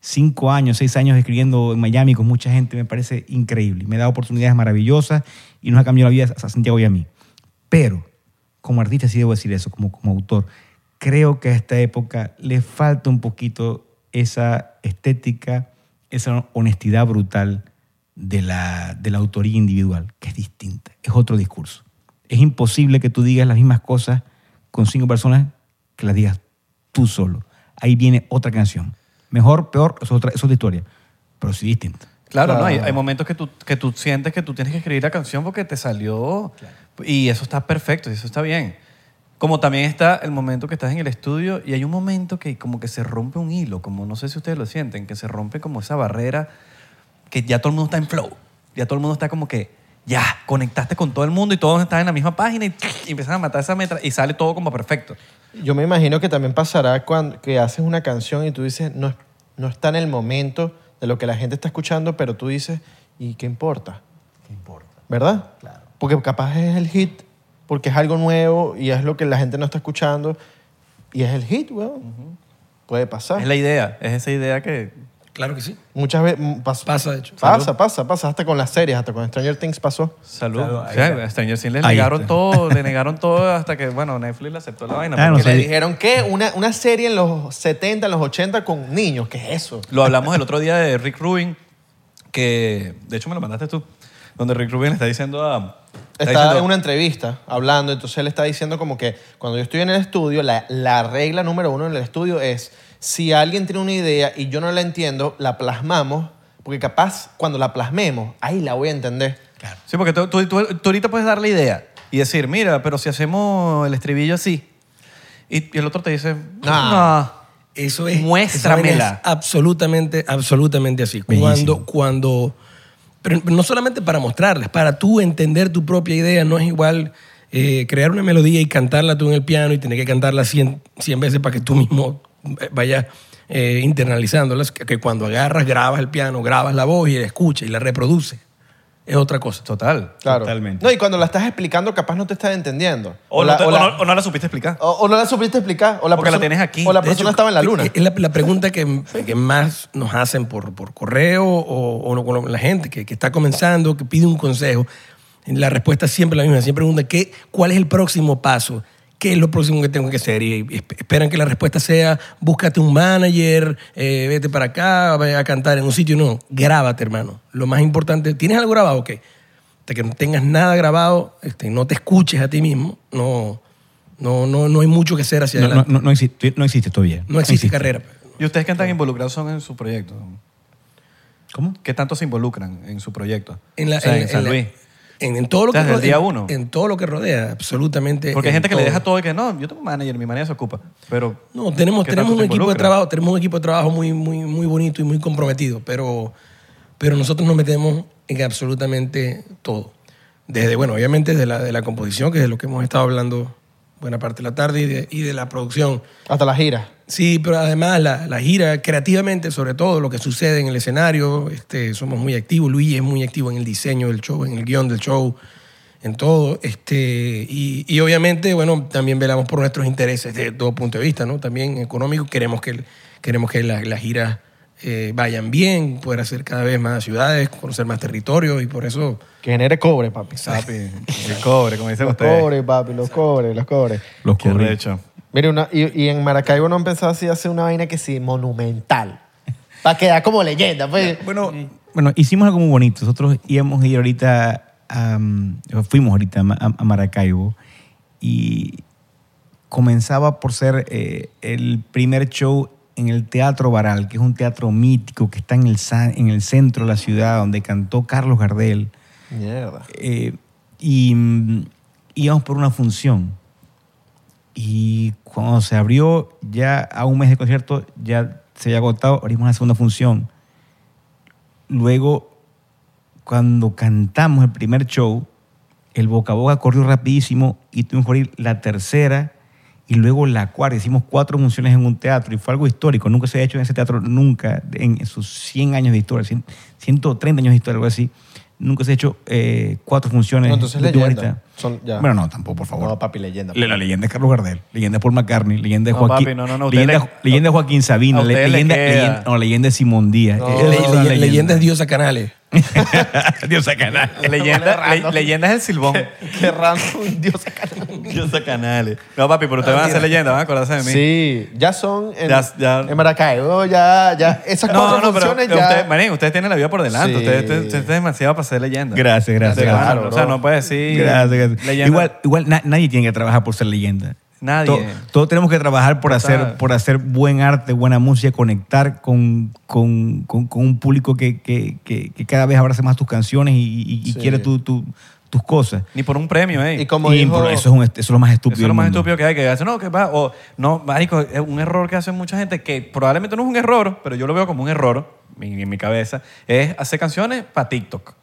[SPEAKER 2] cinco años, seis años escribiendo en Miami con mucha gente me parece increíble. Me da oportunidades maravillosas y nos ha cambiado la vida a Santiago y a mí. Pero como artista sí debo decir eso, como, como autor. Creo que a esta época le falta un poquito esa estética, esa honestidad brutal de la, de la autoría individual, que es distinta, es otro discurso. Es imposible que tú digas las mismas cosas con cinco personas que las digas tú solo. Ahí viene otra canción. Mejor, peor, eso es otra, eso es otra historia, pero sí distinta.
[SPEAKER 4] Claro,
[SPEAKER 3] Claro.
[SPEAKER 4] ¿no? Hay, hay momentos que tú, que tú sientes que tú tienes que escribir la canción porque te salió y eso está perfecto, y eso está bien. Como también está el momento que estás en el estudio y hay un momento que como que se rompe un hilo, como no sé si ustedes lo sienten, que se rompe como esa barrera que ya todo el mundo está en flow, ya todo el mundo está como que ya, conectaste con todo el mundo y todos están en la misma página y, y empiezan a matar esa metra y sale todo como perfecto.
[SPEAKER 3] Yo me imagino que también pasará cuando que haces una canción y tú dices, no, es- no está en el momento de lo que la gente está escuchando, pero tú dices, ¿y qué importa? ¿Qué importa? ¿Verdad? Claro. Porque capaz es el hit, porque es algo nuevo y es lo que la gente no está escuchando y es el hit, weón. Puede pasar.
[SPEAKER 4] Es la idea, es esa idea que,
[SPEAKER 1] Claro que sí.
[SPEAKER 3] Muchas veces mm, pas-
[SPEAKER 1] Pasa, de hecho.
[SPEAKER 3] Pasa, pasa, pasa. Hasta con las series, hasta con Stranger Things pasó.
[SPEAKER 4] Salud.
[SPEAKER 1] Salud,
[SPEAKER 4] O
[SPEAKER 1] ahí
[SPEAKER 4] sea,
[SPEAKER 1] está.
[SPEAKER 4] a Stranger Things le
[SPEAKER 2] Ahí
[SPEAKER 4] negaron
[SPEAKER 2] está.
[SPEAKER 4] todo, le negaron todo hasta que, bueno, Netflix le aceptó la vaina.
[SPEAKER 2] Ah, no
[SPEAKER 4] porque-
[SPEAKER 3] Que le
[SPEAKER 2] sé.
[SPEAKER 3] dijeron que una, una serie en los 70, en los 80 con niños. ¿Qué es eso?
[SPEAKER 4] Lo hablamos el otro día de Rick Rubin, que de hecho me lo mandaste tú, donde Rick Rubin le está diciendo a...
[SPEAKER 3] Está
[SPEAKER 4] diciendo-
[SPEAKER 3] en una entrevista hablando, entonces él está diciendo como que cuando yo estoy en el estudio, la, la regla número uno en el estudio es si alguien tiene una idea y yo no la entiendo, la plasmamos, porque capaz cuando la plasmemos, ahí la voy a entender.
[SPEAKER 4] Sí, porque tú, tú- tú- tú ahorita puedes darle idea y decir, mira, pero si hacemos el estribillo así. Y, y el otro te dice, no.
[SPEAKER 1] Eso es.
[SPEAKER 4] Muéstramela.
[SPEAKER 1] esa vaina es absolutamente, absolutamente así. Cuando, cuando. Pero no solamente para mostrarles, para tú entender tu propia idea, no es igual eh, crear una melodía y cantarla tú en el piano y tener que cantarla 100, 100 veces para que tú mismo eh, vayas eh, internalizándolas, que, que cuando agarras, grabas el piano, grabas la voz y la escuchas y la reproduces. Es otra cosa.
[SPEAKER 4] Total.
[SPEAKER 3] Claro.
[SPEAKER 2] Totalmente.
[SPEAKER 3] No, y cuando la estás explicando, capapaz no te estás entendiendo.
[SPEAKER 4] O,
[SPEAKER 3] la,
[SPEAKER 4] no te-
[SPEAKER 3] o
[SPEAKER 4] o
[SPEAKER 3] la-
[SPEAKER 4] no- o no la supiste explicar.
[SPEAKER 3] o- o no la supiste explicar. O la
[SPEAKER 4] Porque la
[SPEAKER 3] persona-
[SPEAKER 4] tienes aquí.
[SPEAKER 3] O la
[SPEAKER 4] De hecho,
[SPEAKER 3] persona estaba en la luna.
[SPEAKER 1] Es la, la pregunta que, que más nos hacen por, por correo o, o con la gente que, que está comenzando, que pide un consejo. La respuesta es siempre la misma. Siempre pregunta, ¿qué, ¿cuál es el próximo paso? ¿Qué es lo próximo que tengo que hacer? Y esp- esperan que la respuesta sea, búscate un manager, eh, vete para acá, ve a cantar en un sitio. No, grábate, hermano. Lo más importante, ¿tienes algo grabado? Ok. Hasta que no tengas nada grabado, este, no te escuches a ti mismo, no, no, no, no hay mucho que hacer hacia
[SPEAKER 2] No, no,
[SPEAKER 1] adelante.
[SPEAKER 2] no, no existe, no existe todavía.
[SPEAKER 1] No existe carrera.
[SPEAKER 4] ¿Y ustedes qué tan involucrados son en su proyecto?
[SPEAKER 2] ¿Cómo?
[SPEAKER 4] ¿Qué tanto se involucran en su proyecto?
[SPEAKER 1] En, la-
[SPEAKER 4] O sea,
[SPEAKER 1] en-
[SPEAKER 4] en San
[SPEAKER 1] en la-
[SPEAKER 4] Luis.
[SPEAKER 1] en- en todo lo que
[SPEAKER 4] Desde el
[SPEAKER 1] rodea-
[SPEAKER 4] día uno.
[SPEAKER 1] En, todo lo que rodea, absolutamente.
[SPEAKER 4] Porque hay
[SPEAKER 1] en
[SPEAKER 4] gente que le deja todo y que no, yo tengo un manager, mi manager se ocupa. Pero
[SPEAKER 1] No, tenemos,
[SPEAKER 4] ¿qué
[SPEAKER 1] tenemos
[SPEAKER 4] tanto
[SPEAKER 1] un
[SPEAKER 4] te
[SPEAKER 1] equipo de
[SPEAKER 4] involucra?
[SPEAKER 1] trabajo, tenemos un equipo de trabajo muy, muy, muy bonito y muy comprometido, pero, pero nosotros nos metemos en absolutamente todo. Desde, bueno, obviamente desde la, de la composición, que es de lo que hemos estado hablando buena parte de la tarde, y de, y de la producción.
[SPEAKER 3] Hasta las giras.
[SPEAKER 1] Sí, pero además la, la gira, creativamente, sobre todo, lo que sucede en el escenario, este, somos muy activos. Luis es muy activo en el diseño del show, en el guión del show, en todo. Este, y, y obviamente, bueno, también velamos por nuestros intereses de todo punto de vista, ¿no? También económico. Queremos que, el- queremos que la- las giras eh, vayan bien, poder hacer cada vez más ciudades, conocer más territorios y por eso.
[SPEAKER 3] Que genere cobre, papi.
[SPEAKER 4] Papi, el cobre, como dicen
[SPEAKER 3] Los
[SPEAKER 4] ustedes.
[SPEAKER 3] cobre, papi, los cobre, los cobre.
[SPEAKER 2] Los
[SPEAKER 4] Qué
[SPEAKER 2] corrí.
[SPEAKER 4] recho.
[SPEAKER 3] Mire, una, y, y en Maracaibo no empezó así a hacer una vaina que sí, monumental. Para quedar como leyenda, pues.
[SPEAKER 2] Bueno, bueno, hicimos algo muy bonito. Nosotros íbamos a ir ahorita, a, um, fuimos ahorita a, Ma- a Maracaibo y comenzaba por ser eh, el primer show en el Teatro Baral, que es un teatro mítico que está en el, sa- en el centro de la ciudad, donde cantó Carlos Gardel.
[SPEAKER 3] Mierda.
[SPEAKER 2] Eh, y mm, íbamos por una función. Y cuando se abrió, ya a un mes de concierto, ya se había agotado, abrimos la segunda función. Luego, cuando cantamos el primer show, el boca a boca corrió rapidísimo y tuvimos que abrir la tercera y luego la cuarta. Hicimos cuatro funciones en un teatro y fue algo histórico. Nunca se había hecho en ese teatro, nunca, en sus 100 años de historia, 100 130 años de historia, algo así. Nunca se ha hecho eh, cuatro funciones.
[SPEAKER 3] No, entonces
[SPEAKER 2] Yo tuve
[SPEAKER 3] leyenda.
[SPEAKER 2] ahorita-
[SPEAKER 3] Son- ya.
[SPEAKER 2] Bueno, no, tampoco, por favor.
[SPEAKER 3] No, papi, leyenda.
[SPEAKER 2] Le- La leyenda es Carlos Gardel, leyenda es Paul McCartney, leyenda es
[SPEAKER 4] No,
[SPEAKER 2] Joaquín.
[SPEAKER 4] papi, no, no, no, usted
[SPEAKER 2] leyenda,
[SPEAKER 4] le-
[SPEAKER 2] leyenda es Joaquín Sabina,
[SPEAKER 4] a
[SPEAKER 2] le-
[SPEAKER 4] usted le
[SPEAKER 2] leyenda,
[SPEAKER 4] queda.
[SPEAKER 2] leyenda- no, leyenda es Simón Díaz.
[SPEAKER 1] Le-
[SPEAKER 2] Esas son
[SPEAKER 1] le-
[SPEAKER 2] las
[SPEAKER 1] le- leyenda es Diosa Canales.
[SPEAKER 2] Dios sacará.
[SPEAKER 4] Leyenda, le- leyenda es el silbón.
[SPEAKER 3] Qué random, Dios sacará.
[SPEAKER 4] Dios a canales. No, papi, pero ustedes van a ser leyenda, van a acordarse de mí.
[SPEAKER 3] Sí, ya son en,
[SPEAKER 4] Ya- ya-
[SPEAKER 3] en Maracaibo, ya, ya. Esas
[SPEAKER 4] No,
[SPEAKER 3] cuatro
[SPEAKER 4] no, pero
[SPEAKER 3] funciones ya.
[SPEAKER 4] ustedes, manín, ustedes tienen la vida por delante.
[SPEAKER 3] Sí.
[SPEAKER 4] Ustedes, ustedes- ustedes tienen demasiado para ser leyenda.
[SPEAKER 2] Gracias, gracias.
[SPEAKER 4] Ustedes van a-
[SPEAKER 2] gracias.
[SPEAKER 4] o sea, no puedes decir.
[SPEAKER 2] Gracias, gracias.
[SPEAKER 4] leyenda.
[SPEAKER 2] Igual, igual na- nadie tiene que trabajar por ser leyenda.
[SPEAKER 4] Nadie.
[SPEAKER 2] To- todos tenemos que trabajar por
[SPEAKER 4] Total.
[SPEAKER 2] hacer, por hacer buen arte, buena música, conectar con, con- con- con un público que, que- que- que cada vez abraza más tus canciones y, y- y quiere tu- tu- tus cosas.
[SPEAKER 4] Ni por un premio, ¿eh?
[SPEAKER 3] Y como
[SPEAKER 2] Y
[SPEAKER 3] dijo,
[SPEAKER 2] por eso, es un est- eso es lo más estúpido.
[SPEAKER 4] Eso es lo
[SPEAKER 2] del
[SPEAKER 4] más
[SPEAKER 2] mundo.
[SPEAKER 4] estúpido que hay que hacer. No, que va. O, no, marico, es un error que hace mucha gente que probablemente no es un error, pero yo lo veo como un error en, en mi cabeza. Es hacer canciones para TikTok.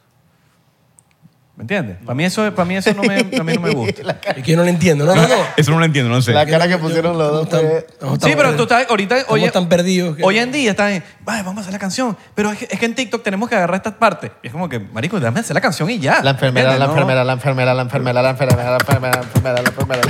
[SPEAKER 4] ¿Me entiendes? Para mí eso, para mí eso no me, a mí no me gusta.
[SPEAKER 1] Y que yo no lo entiendo. No, no, no.
[SPEAKER 2] Eso no lo entiendo, no sé.
[SPEAKER 3] La cara que pusieron los dos
[SPEAKER 1] Estamos-
[SPEAKER 3] fue-
[SPEAKER 1] estamos
[SPEAKER 4] Sí,
[SPEAKER 1] tan
[SPEAKER 4] pero tú
[SPEAKER 1] perdidos.
[SPEAKER 4] estás ahorita.
[SPEAKER 1] Estamos
[SPEAKER 4] Hoy,
[SPEAKER 1] tan perdidos. que-
[SPEAKER 4] hoy en día están en, "Vale, vamos a hacer la canción. Pero es que, es que en TikTok tenemos que agarrar estas partes. Y es como que, marico, déjame hacer la canción y ya.
[SPEAKER 3] La enfermera,
[SPEAKER 4] ¿Entiendes?
[SPEAKER 3] la
[SPEAKER 4] No.
[SPEAKER 3] enfermera, la enfermera, la enfermera, la enfermera, la enfermera, la enfermera, la enfermera.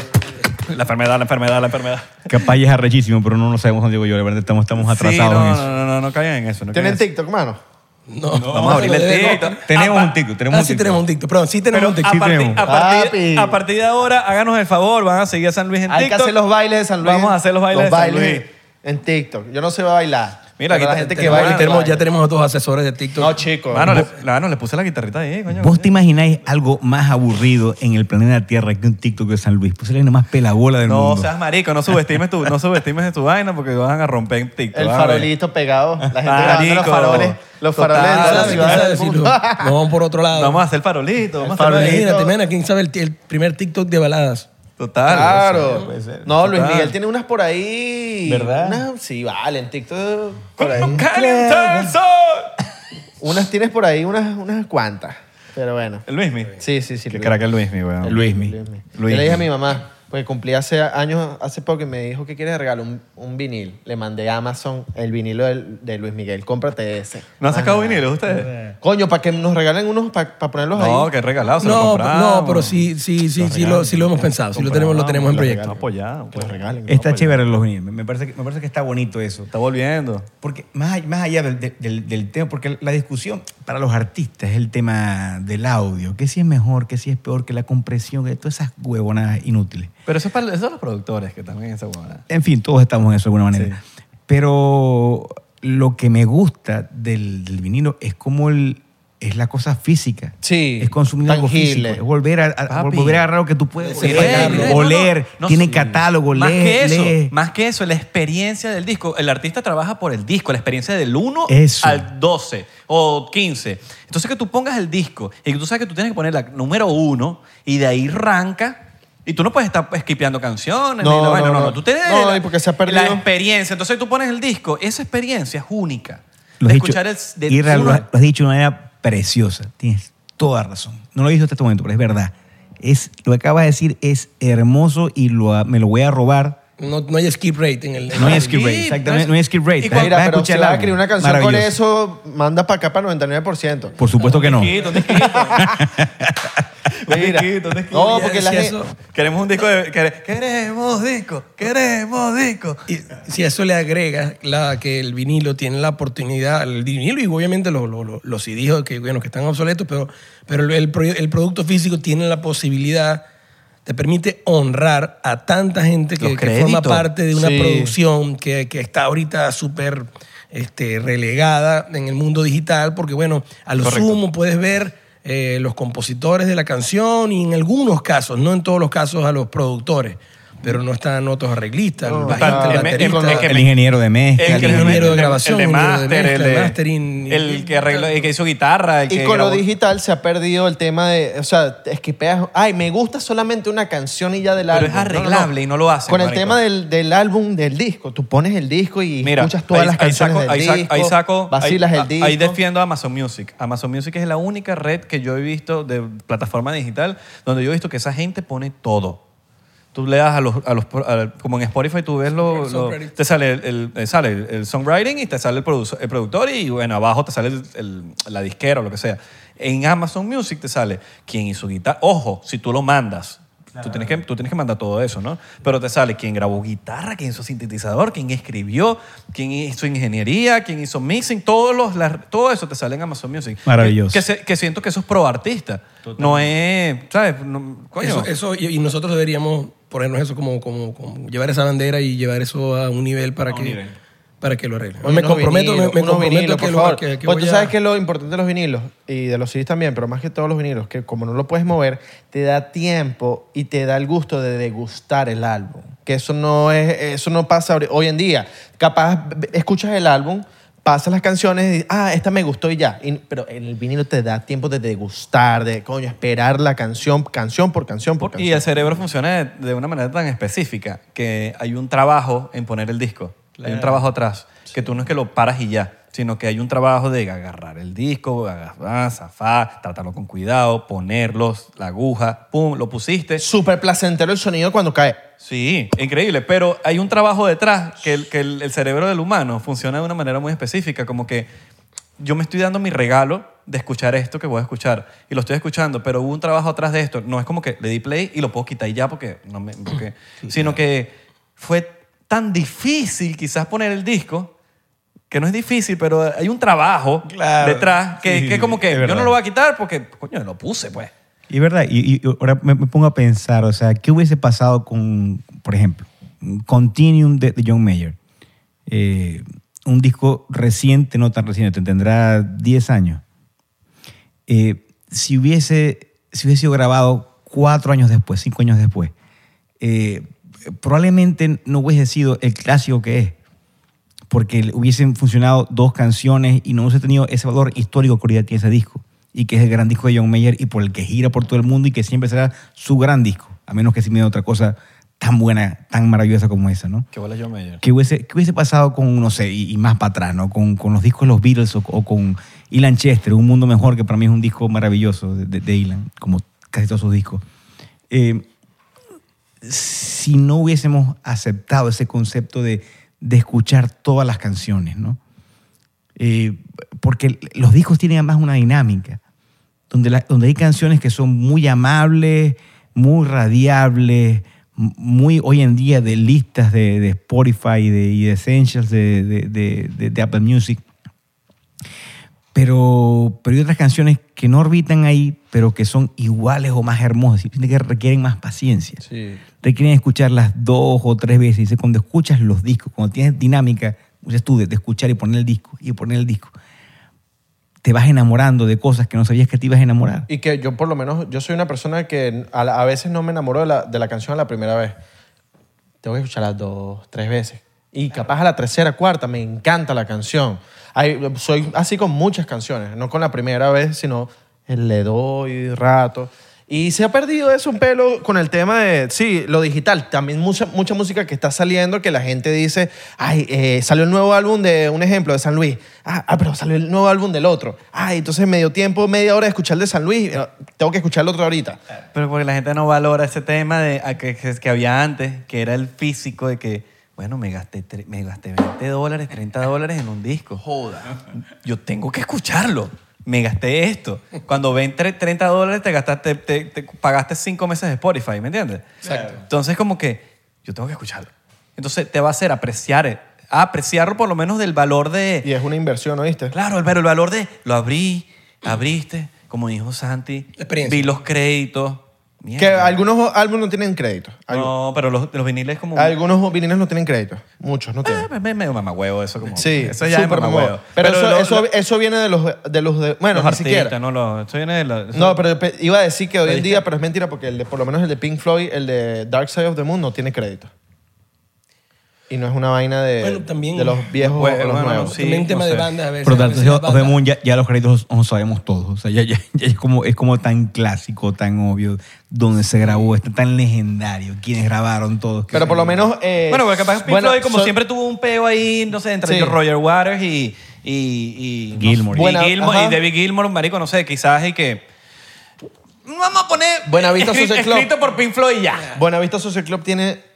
[SPEAKER 4] La enfermedad, la enfermedad, la enfermedad.
[SPEAKER 2] Capaz y es arrechísimo, pero no lo sabemos, Juan Diego y yo. La verdad, estamos, estamos atrasados
[SPEAKER 4] sí, no,
[SPEAKER 2] en
[SPEAKER 4] No,
[SPEAKER 2] eso.
[SPEAKER 4] no, no, no caigan en eso. No caigan
[SPEAKER 3] ¿Tienen
[SPEAKER 4] en eso.
[SPEAKER 3] TikTok, mano?
[SPEAKER 1] No,
[SPEAKER 4] Vamos a abrirle el TikTok.
[SPEAKER 2] Tenemos
[SPEAKER 4] Ah,
[SPEAKER 2] un TikTok, tenemos
[SPEAKER 1] ah,
[SPEAKER 2] un
[SPEAKER 1] sí
[SPEAKER 2] TikTok.
[SPEAKER 1] tenemos un TikTok. Perdón, sí tenemos
[SPEAKER 4] Pero
[SPEAKER 1] un
[SPEAKER 4] a,
[SPEAKER 1] TikTok.
[SPEAKER 2] sí
[SPEAKER 4] partir,
[SPEAKER 2] tenemos.
[SPEAKER 4] a, partir,
[SPEAKER 3] Papi.
[SPEAKER 4] a partir de ahora, háganos el favor, van a seguir a San Luis en
[SPEAKER 3] Hay que
[SPEAKER 4] TikTok.
[SPEAKER 3] hacer los bailes de San Luis.
[SPEAKER 4] Vamos a hacer los bailes de
[SPEAKER 3] los
[SPEAKER 4] San
[SPEAKER 3] bailes
[SPEAKER 4] Luis.
[SPEAKER 3] en TikTok. Yo no sé bailar.
[SPEAKER 4] Mira, aquí
[SPEAKER 3] Pero la
[SPEAKER 4] te-
[SPEAKER 3] gente que
[SPEAKER 1] Tenemos-
[SPEAKER 3] baila,
[SPEAKER 1] tenemos-
[SPEAKER 3] baila.
[SPEAKER 1] ya tenemos a dos asesores de TikTok. Ah,
[SPEAKER 3] No, chicos.
[SPEAKER 4] Mano, le, mano, le puse la guitarrita ahí, coño.
[SPEAKER 2] ¿Vos te imagináis algo más aburrido en el planeta Tierra que un TikTok de San Luis? Pues es la vaina más pelabola del
[SPEAKER 4] No
[SPEAKER 2] mundo.
[SPEAKER 4] seas marico, no subestimes tu, no subestimes tu vaina porque van a romper en TikTok.
[SPEAKER 3] el
[SPEAKER 4] vas a ver.
[SPEAKER 3] farolito pegado. La gente grabando
[SPEAKER 4] Marico.
[SPEAKER 3] los faroles. Los faroles de
[SPEAKER 4] Total,
[SPEAKER 3] todas las
[SPEAKER 1] ¿Sabes? ¿Quién
[SPEAKER 3] ciudades
[SPEAKER 1] sabe
[SPEAKER 3] del
[SPEAKER 1] si lo-
[SPEAKER 3] mundo.
[SPEAKER 1] Nos vamos por otro lado.
[SPEAKER 4] Vamos a hacer farolito, vamos a hacer
[SPEAKER 1] Pero
[SPEAKER 4] farolito.
[SPEAKER 1] Imagínate, mira, quién sabe el, el primer TikTok de baladas.
[SPEAKER 4] Total.
[SPEAKER 3] Claro.
[SPEAKER 4] puede ser.
[SPEAKER 3] No, Luis
[SPEAKER 4] Total.
[SPEAKER 3] Miguel tiene unas por ahí.
[SPEAKER 2] ¿Verdad?
[SPEAKER 3] Unas- sí, vale, en TikTok. Por ahí.
[SPEAKER 4] ¿Cómo calienta el sol?
[SPEAKER 3] Unas tienes por ahí, unas, unas cuantas. Pero bueno.
[SPEAKER 4] Luismi.
[SPEAKER 3] Sí, sí, sí.
[SPEAKER 4] Qué
[SPEAKER 3] Luis.
[SPEAKER 4] crack el Luismi, weón.
[SPEAKER 2] Luismi.
[SPEAKER 3] Luismi.
[SPEAKER 4] Luis.
[SPEAKER 3] Yo le dije a mi mamá, porque cumplí hace años, hace poco, y me dijo que quiere regalar un, un vinil. Le mandé a Amazon el vinilo del- de, Luis Miguel. Cómprate ese.
[SPEAKER 4] ¿No han
[SPEAKER 1] Ah,
[SPEAKER 4] sacado
[SPEAKER 3] Ajá.
[SPEAKER 4] vinilos ustedes?
[SPEAKER 3] Coño, para que nos regalen unos, para ponerlos ahí.
[SPEAKER 4] No, que regalado, Ah, se lo
[SPEAKER 1] No,
[SPEAKER 4] compramos.
[SPEAKER 1] no, pero sí, sí, sí, sí lo, sí lo hemos pensado. Sí lo tenemos, lo tenemos en
[SPEAKER 4] Está
[SPEAKER 1] proyecto.
[SPEAKER 4] apoyado. pues.
[SPEAKER 3] Que los regalen.
[SPEAKER 2] Está chévere los vinilos. Me parece, que, me parece que está bonito eso.
[SPEAKER 4] Está volviendo.
[SPEAKER 2] Porque más, all- más allá del, del- del tema, porque la discusión para los artistas es el tema del audio, que si es mejor, que si es peor, que la compresión, que todas esas huevonadas inútiles.
[SPEAKER 4] Pero eso es para eso son los productores que también esa huevona.
[SPEAKER 2] En fin, todos estamos en eso de alguna manera. Pero lo que me gusta del, del vinilo es como el, es la cosa física.
[SPEAKER 3] Sí,
[SPEAKER 2] Es consumir algo
[SPEAKER 3] tangible.
[SPEAKER 2] físico. Es volver a, a-
[SPEAKER 4] Papi.
[SPEAKER 2] volver a agarrar lo que tú puedes
[SPEAKER 1] Sí,
[SPEAKER 2] oler,
[SPEAKER 1] sí, sí,
[SPEAKER 4] no,
[SPEAKER 2] oler,
[SPEAKER 4] no, no,
[SPEAKER 2] tiene
[SPEAKER 4] sí.
[SPEAKER 2] catálogo,
[SPEAKER 4] Más
[SPEAKER 2] lee,
[SPEAKER 4] que eso,
[SPEAKER 2] lee.
[SPEAKER 4] más que eso, la experiencia del disco. El artista trabaja por el disco, la experiencia del 1
[SPEAKER 2] Eso.
[SPEAKER 4] al 12 o 15. Entonces que tú pongas el disco y que tú sabes que tú tienes que poner la número 1 y de ahí arranca. Y tú no puedes estar esquipeando canciones.
[SPEAKER 3] No,
[SPEAKER 4] ni la vaina,
[SPEAKER 3] no,
[SPEAKER 4] no, no,
[SPEAKER 3] no.
[SPEAKER 4] Tú tienes
[SPEAKER 3] No,
[SPEAKER 4] la,
[SPEAKER 3] y porque se ha
[SPEAKER 4] la
[SPEAKER 3] perdido.
[SPEAKER 4] experiencia. Entonces tú pones el disco. Esa experiencia es única.
[SPEAKER 2] Lo
[SPEAKER 4] de
[SPEAKER 2] has dicho-
[SPEAKER 4] escuchar el... del
[SPEAKER 2] Irra,
[SPEAKER 4] uno
[SPEAKER 2] lo, has
[SPEAKER 4] al-
[SPEAKER 2] lo has dicho de una manera preciosa. Tienes toda razón. No lo he dicho hasta este momento, pero es verdad. Es, lo que acabas de decir es hermoso y lo, a- me lo voy a robar.
[SPEAKER 1] No, no hay skip rate en el. pues.
[SPEAKER 2] No hay
[SPEAKER 4] skip,
[SPEAKER 2] skip rate,
[SPEAKER 4] no
[SPEAKER 2] exactamente.
[SPEAKER 4] es-
[SPEAKER 2] No hay skip rate.
[SPEAKER 4] Y
[SPEAKER 2] Vas-
[SPEAKER 4] cuando-
[SPEAKER 2] vas
[SPEAKER 3] Mira, pero
[SPEAKER 2] escuchar
[SPEAKER 3] si
[SPEAKER 2] el
[SPEAKER 3] vas a
[SPEAKER 2] álbum.
[SPEAKER 3] escribir una canción con
[SPEAKER 2] Maravilloso.
[SPEAKER 3] eso, manda para acá para 99%.
[SPEAKER 2] Por supuesto que no.
[SPEAKER 4] Disquito, un disquito. Un
[SPEAKER 3] Mira.
[SPEAKER 4] disquito, un disquito.
[SPEAKER 3] No, porque la
[SPEAKER 1] si
[SPEAKER 3] gente...
[SPEAKER 1] eso-
[SPEAKER 4] Queremos un disco de. quere- Queremos disco, queremos disco.
[SPEAKER 1] Y si a eso le agrega la, que el vinilo tiene la oportunidad, el vinilo y obviamente los, los, los- los CDs que, bueno, que están obsoletos, pero, pero el, el pro- el producto físico tiene la posibilidad, te permite honrar a tanta gente que,
[SPEAKER 4] Los
[SPEAKER 1] que forma
[SPEAKER 4] créditos.
[SPEAKER 1] parte de una
[SPEAKER 3] Sí.
[SPEAKER 1] producción que, que está ahorita súper este, relegada en el mundo digital, porque bueno, a lo
[SPEAKER 4] Correcto.
[SPEAKER 1] sumo puedes ver... eh, los compositores de la canción y en algunos casos, no en todos los casos, a los productores, pero no están otros arreglistas, el bajista,
[SPEAKER 4] Total,
[SPEAKER 1] el
[SPEAKER 4] em- em-
[SPEAKER 1] baterista,
[SPEAKER 4] em- que-
[SPEAKER 2] El ingeniero de mezcla.
[SPEAKER 1] El
[SPEAKER 2] El,
[SPEAKER 1] que-
[SPEAKER 2] ingeniero-
[SPEAKER 1] ingeniero de grabación,
[SPEAKER 4] el de
[SPEAKER 1] el de
[SPEAKER 4] máster,
[SPEAKER 1] mezcla, el
[SPEAKER 4] el, de-
[SPEAKER 1] mastering.
[SPEAKER 4] el que arregló, el que hizo guitarra. El
[SPEAKER 3] Y
[SPEAKER 4] que
[SPEAKER 3] con lo
[SPEAKER 4] grabó-
[SPEAKER 3] digital se ha perdido el tema de, o sea, esquipeas, ay, me gusta solamente una canción y ya del
[SPEAKER 4] Pero
[SPEAKER 3] álbum.
[SPEAKER 4] es arreglable y no lo hacen,
[SPEAKER 3] Con el
[SPEAKER 4] marico.
[SPEAKER 3] tema del, del álbum, del disco, tú pones el disco y
[SPEAKER 4] Mira,
[SPEAKER 3] escuchas todas
[SPEAKER 4] ahí-
[SPEAKER 3] las
[SPEAKER 4] ahí
[SPEAKER 3] canciones
[SPEAKER 4] saco-
[SPEAKER 3] del
[SPEAKER 4] ahí saco-
[SPEAKER 3] disco,
[SPEAKER 4] ahí saco-
[SPEAKER 3] vacilas
[SPEAKER 4] ahí-
[SPEAKER 3] el disco.
[SPEAKER 4] Ahí defiendo a Amazon Music. Amazon Music es la única red que yo he visto de plataforma digital donde yo he visto que esa gente pone todo. Tú le das a los, a los pro- a- como en Spotify tú ves lo, lo-
[SPEAKER 1] Songwriting.
[SPEAKER 4] te sale el, el- eh, sale el- el songwriting y te sale el, produ- el productor y bueno abajo te sale el- el- la disquera o lo que sea. En Amazon Music te sale quién hizo guitarra. Ojo, si tú lo mandas. Tú tienes, que, tú tienes que mandar todo eso, ¿no? Pero te sale quién grabó guitarra, quién hizo sintetizador, quién escribió, quién hizo ingeniería, quién hizo mixing, todos los, las- todo eso te sale en Amazon Music.
[SPEAKER 2] Maravilloso.
[SPEAKER 4] Que, se- que siento que eso es pro artista. No es, ¿sabes? No- coño.
[SPEAKER 1] Eso, eso- y, y nosotros deberíamos ponernos eso como, como, como llevar esa bandera y llevar eso a un nivel para, que, para que lo arreglen.
[SPEAKER 3] Oye,
[SPEAKER 1] me
[SPEAKER 3] unos
[SPEAKER 1] comprometo, me,
[SPEAKER 3] vinilos,
[SPEAKER 1] me
[SPEAKER 3] unos
[SPEAKER 1] comprometo
[SPEAKER 3] vinilos,
[SPEAKER 1] que
[SPEAKER 3] por
[SPEAKER 1] lo
[SPEAKER 3] favor.
[SPEAKER 1] que, que
[SPEAKER 3] Pues
[SPEAKER 1] voy
[SPEAKER 3] tú
[SPEAKER 1] a-
[SPEAKER 3] sabes que lo importante de los vinilos y de los CDs también, pero más que todos los vinilos, que como no lo puedes mover, te da tiempo y te da el gusto de degustar el álbum. Que eso no es, eso no pasa ahori- hoy en día. Capaz b- escuchas el álbum, pasas las canciones y dices, ah, esta me gustó y ya. Y- pero en el vinilo te da tiempo de degustar, de coño, esperar la canción, canción por canción por
[SPEAKER 4] Y
[SPEAKER 3] canción.
[SPEAKER 4] el cerebro funciona de, de una manera tan específica que hay un trabajo en poner el disco. Hay un trabajo atrás. Que tú no es que lo paras y ya, sino que hay un trabajo de agarrar el disco, agarrar, zafar, tratarlo con cuidado, ponerlos, la aguja, pum, lo pusiste.
[SPEAKER 3] Súper placentero el sonido cuando cae.
[SPEAKER 4] Sí, increíble, pero hay un trabajo detrás que, el, que el- el cerebro del humano funciona de una manera muy específica, como que yo me estoy dando mi regalo de escuchar esto que voy a escuchar y lo estoy escuchando, pero hubo un trabajo atrás de esto, no es como que le di play y lo puedo quitar y ya porque no me... porque- sino que fue tan difícil quizás poner el disco, que no es difícil, pero hay un trabajo
[SPEAKER 2] Claro.
[SPEAKER 4] detrás que,
[SPEAKER 2] Sí,
[SPEAKER 4] que es como que
[SPEAKER 2] es
[SPEAKER 4] yo
[SPEAKER 2] verdad.
[SPEAKER 4] no lo voy a quitar porque, coño, lo puse, pues.
[SPEAKER 2] Y verdad, y, y ahora me, me pongo a pensar, o sea, ¿qué hubiese pasado con, por ejemplo, Continuum de, de John Mayer? Eh, un disco reciente, no tan reciente, tendrá 10 años. Eh, si, hubiese, si hubiese sido grabado cuatro años después, cinco años después, eh, probablemente no hubiese sido el clásico que es, porque le hubiesen funcionado dos canciones y no hubiese tenido ese valor histórico que hoy día tiene ese disco, y que es el gran disco de John Mayer y por el que gira por todo el mundo y que siempre será su gran disco, a menos que se mire otra cosa tan buena, tan maravillosa como esa, ¿no?
[SPEAKER 4] Que bola John Mayer.
[SPEAKER 2] ¿Qué hubiese, qué hubiese pasado con, no sé, y, y más para atrás, ¿no? Con, con los discos de los Beatles o, o con Elan Chester, Un Mundo Mejor, que para mí es un disco maravilloso de, de, de Elan, como casi todos sus discos. Eh, si no hubiésemos aceptado ese concepto de, de escuchar todas las canciones, ¿no? Eh, porque los discos tienen además una dinámica, donde, la- donde hay canciones que son muy amables, muy radiables, m- muy hoy en día de listas de, de Spotify y de, y de Essentials de, de- de- de- de Apple Music. Pero, pero hay otras canciones que no orbitan ahí, pero que son iguales o más hermosas, simplemente que requieren más paciencia requieren escucharlas dos o tres veces. Dice, cuando escuchas los discos, cuando tienes dinámica, dices tú, de, de escuchar y poner el disco, y poner el disco, te vas enamorando de cosas que no sabías que te ibas a enamorar.
[SPEAKER 3] Y que yo por lo menos, yo soy una persona que a, la- a veces no me enamoro de la, de la canción a la primera vez. Tengo que escucharla dos, tres veces. Y capaz a la tercera, cuarta, me encanta la canción. Hay- soy así con muchas canciones, no con la primera vez, sino le doy rato. Y se ha perdido eso un pelo con el tema de, sí, lo digital. También mucha, mucha música que está saliendo que la gente dice, ay, eh, salió el nuevo álbum de, un ejemplo, de San Luis. Ah, ah, pero salió el nuevo álbum del otro. Ay, entonces me dio tiempo, media hora de escuchar el de San Luis. eh, Tengo que escuchar el otro ahorita.
[SPEAKER 4] Pero porque la gente no valora ese tema de, a que, que- que había antes, que era el físico de que, bueno, me gasté, tre- me gasté 20 dólares, 30 dólares en un disco. Joda. Yo tengo que escucharlo. Me gasté esto. Cuando ven tre- 30 dólares, te, gastaste, te, te pagaste 5 meses de Spotify, ¿me entiendes? Exacto. Entonces, como que yo tengo que escucharlo. Entonces, te va a hacer apreciar, apreciarlo por lo menos del valor de,
[SPEAKER 3] Y es una inversión, ¿oíste?
[SPEAKER 4] Claro, pero el valor de lo abrí, abriste, como dijo Santi,
[SPEAKER 1] La experiencia.
[SPEAKER 4] vi los créditos. Mierda.
[SPEAKER 3] Que algunos álbumes no tienen crédito. Algu-
[SPEAKER 4] No, pero los, los viniles como...
[SPEAKER 3] Algunos viniles no tienen crédito. Muchos no tienen.
[SPEAKER 4] Eh, es medio mamagüevo eso. Como,
[SPEAKER 3] Sí,
[SPEAKER 4] eso ya es
[SPEAKER 3] súper
[SPEAKER 4] mamagüevo.
[SPEAKER 3] mamón. Pero, eso,
[SPEAKER 4] lo-
[SPEAKER 3] eso,
[SPEAKER 4] lo-
[SPEAKER 3] eso viene de los, de los de, bueno,
[SPEAKER 4] los
[SPEAKER 3] ni
[SPEAKER 4] artistas,
[SPEAKER 3] siquiera.
[SPEAKER 4] no los... Esto viene de la- eso-
[SPEAKER 3] No, pero pe- iba a decir que hoy en día, pero es mentira porque el de, por lo menos el de Pink Floyd, el de Dark Side of the Moon, no tiene crédito. Y no es una vaina de,
[SPEAKER 1] Bueno, también-
[SPEAKER 3] de los viejos
[SPEAKER 4] Bueno,
[SPEAKER 3] o los
[SPEAKER 4] bueno,
[SPEAKER 3] nuevos.
[SPEAKER 4] sí,
[SPEAKER 1] También un
[SPEAKER 4] no
[SPEAKER 1] tema
[SPEAKER 4] sé.
[SPEAKER 1] de bandas a veces.
[SPEAKER 2] Por lo tanto,
[SPEAKER 1] a veces las
[SPEAKER 2] Of the
[SPEAKER 1] bandas-
[SPEAKER 2] Moon ya, ya los créditos los, los sabemos todos. O sea, ya, ya- ya es, como, es como tan clásico, tan obvio, donde se grabó, está tan legendario, quienes grabaron todos.
[SPEAKER 3] Pero por lo menos... eh,
[SPEAKER 4] Bueno, porque capaz Pink
[SPEAKER 3] bueno,
[SPEAKER 4] Floyd, como
[SPEAKER 3] son-
[SPEAKER 4] siempre, tuvo un peo ahí, no sé, entre
[SPEAKER 3] Sí.
[SPEAKER 4] Roger Waters y... y, y no
[SPEAKER 2] Gilmour.
[SPEAKER 4] sé, y
[SPEAKER 3] Buena-
[SPEAKER 4] Gilmour, y
[SPEAKER 3] ajá.
[SPEAKER 4] David Gilmour, marico, no sé, quizás y que... Vamos a poner...
[SPEAKER 3] Buenavista
[SPEAKER 4] escri-
[SPEAKER 3] Social Club.
[SPEAKER 4] Escrito por Pink Floyd y ya.
[SPEAKER 3] Buenavista Social Club tiene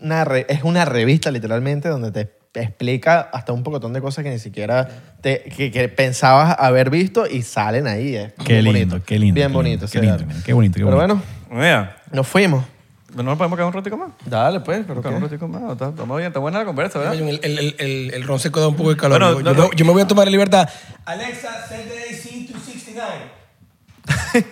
[SPEAKER 3] una re- es una revista literalmente donde te explica hasta un pocotón de cosas que ni siquiera te, que, que pensabas haber visto y salen ahí. eh.
[SPEAKER 2] Qué
[SPEAKER 3] Bien
[SPEAKER 2] lindo,
[SPEAKER 3] bonito.
[SPEAKER 2] qué lindo,
[SPEAKER 3] Bien
[SPEAKER 2] qué lindo,
[SPEAKER 3] bonito.
[SPEAKER 2] qué
[SPEAKER 3] ese
[SPEAKER 2] lindo,
[SPEAKER 3] dato.
[SPEAKER 2] qué bonito, qué
[SPEAKER 3] Pero
[SPEAKER 2] bonito.
[SPEAKER 3] bueno,
[SPEAKER 4] Mira,
[SPEAKER 3] nos fuimos.
[SPEAKER 4] ¿no nos podemos quedar un ratito más?
[SPEAKER 3] Dale, pues.
[SPEAKER 4] Pero un ratito más, está, está muy bien, está buena la conversa, ¿verdad?
[SPEAKER 1] El, el, el, el, el ron seco da un poco de calor.
[SPEAKER 4] Bueno,
[SPEAKER 1] yo,
[SPEAKER 4] no,
[SPEAKER 1] yo me, yo me voy a tomar la libertad.
[SPEAKER 10] Alexa, set the AC to 69.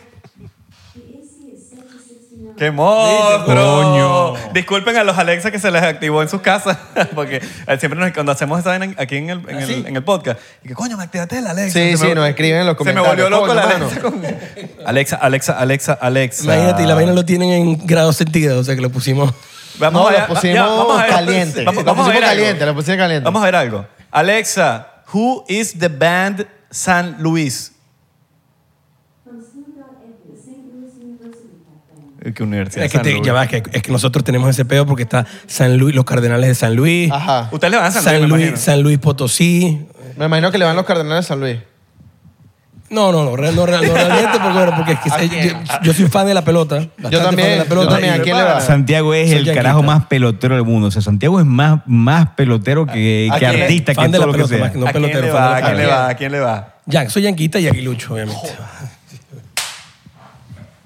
[SPEAKER 4] ¡Qué monstruo!
[SPEAKER 2] Coño.
[SPEAKER 4] Disculpen a los Alexa que se les activó en sus casas, porque siempre nos- cuando hacemos esta vaina aquí en el, en el- en el podcast, y que coño, me activaste el Alexa.
[SPEAKER 3] Sí,
[SPEAKER 4] Se
[SPEAKER 3] sí,
[SPEAKER 4] me-
[SPEAKER 3] nos escriben en los
[SPEAKER 4] Se me volvió
[SPEAKER 3] comentarios.
[SPEAKER 4] loco
[SPEAKER 3] Coño,
[SPEAKER 4] la
[SPEAKER 3] mano.
[SPEAKER 4] Alexa. con- Alexa, Alexa, Alexa, Alexa.
[SPEAKER 1] Imagínate, y la vaina lo tienen en grados centígrados, o sea que lo pusimos.
[SPEAKER 4] Vamos
[SPEAKER 3] No,
[SPEAKER 4] a
[SPEAKER 3] lo
[SPEAKER 4] ver- ah,
[SPEAKER 3] pusimos
[SPEAKER 4] ya, vamos a ver-
[SPEAKER 3] caliente.
[SPEAKER 4] vamos-
[SPEAKER 3] Lo
[SPEAKER 4] vamos a ver
[SPEAKER 3] pusimos
[SPEAKER 4] algo.
[SPEAKER 3] caliente, lo pusimos caliente.
[SPEAKER 4] Vamos a ver algo. Alexa, who is the band San Luis? Eh, ¿Qué universidad?
[SPEAKER 1] Es que,
[SPEAKER 4] San
[SPEAKER 1] te-
[SPEAKER 4] Luis.
[SPEAKER 1] ya va, que- es que nosotros tenemos ese pedo porque está San Luis, los Cardenales de San Luis,
[SPEAKER 3] Ajá.
[SPEAKER 4] Ustedes le van a Ah, San,
[SPEAKER 1] San,
[SPEAKER 4] Luis, me
[SPEAKER 1] Luis
[SPEAKER 4] imagino.
[SPEAKER 1] San Luis Potosí.
[SPEAKER 3] Me imagino que le van los cardenales a San Luis.
[SPEAKER 1] No, no, no, real- no, real- no, realmente porque, bueno, porque es que sé- yo, yo soy fan de la pelota. bastante fan
[SPEAKER 3] también,
[SPEAKER 1] de la
[SPEAKER 3] yo
[SPEAKER 1] pelota.
[SPEAKER 3] también,
[SPEAKER 1] y-
[SPEAKER 3] ¿a quién le va?
[SPEAKER 2] Santiago es
[SPEAKER 1] Soy
[SPEAKER 2] el
[SPEAKER 1] yanquista.
[SPEAKER 2] carajo más pelotero del mundo. O sea, Santiago es más, más pelotero que,
[SPEAKER 3] ¿A
[SPEAKER 2] que
[SPEAKER 3] quién?
[SPEAKER 2] artista, que
[SPEAKER 1] Ah, Fan de la
[SPEAKER 2] todo lo que
[SPEAKER 1] pelota,
[SPEAKER 2] sea.
[SPEAKER 1] más que no
[SPEAKER 4] ¿A quién le
[SPEAKER 1] pelotero.
[SPEAKER 4] va?
[SPEAKER 1] fan de
[SPEAKER 4] ¿A
[SPEAKER 1] la
[SPEAKER 4] quién le
[SPEAKER 1] pelota.
[SPEAKER 4] va? ¿A quién le va?
[SPEAKER 1] Yank, soy yanquita y aguilucho, obviamente.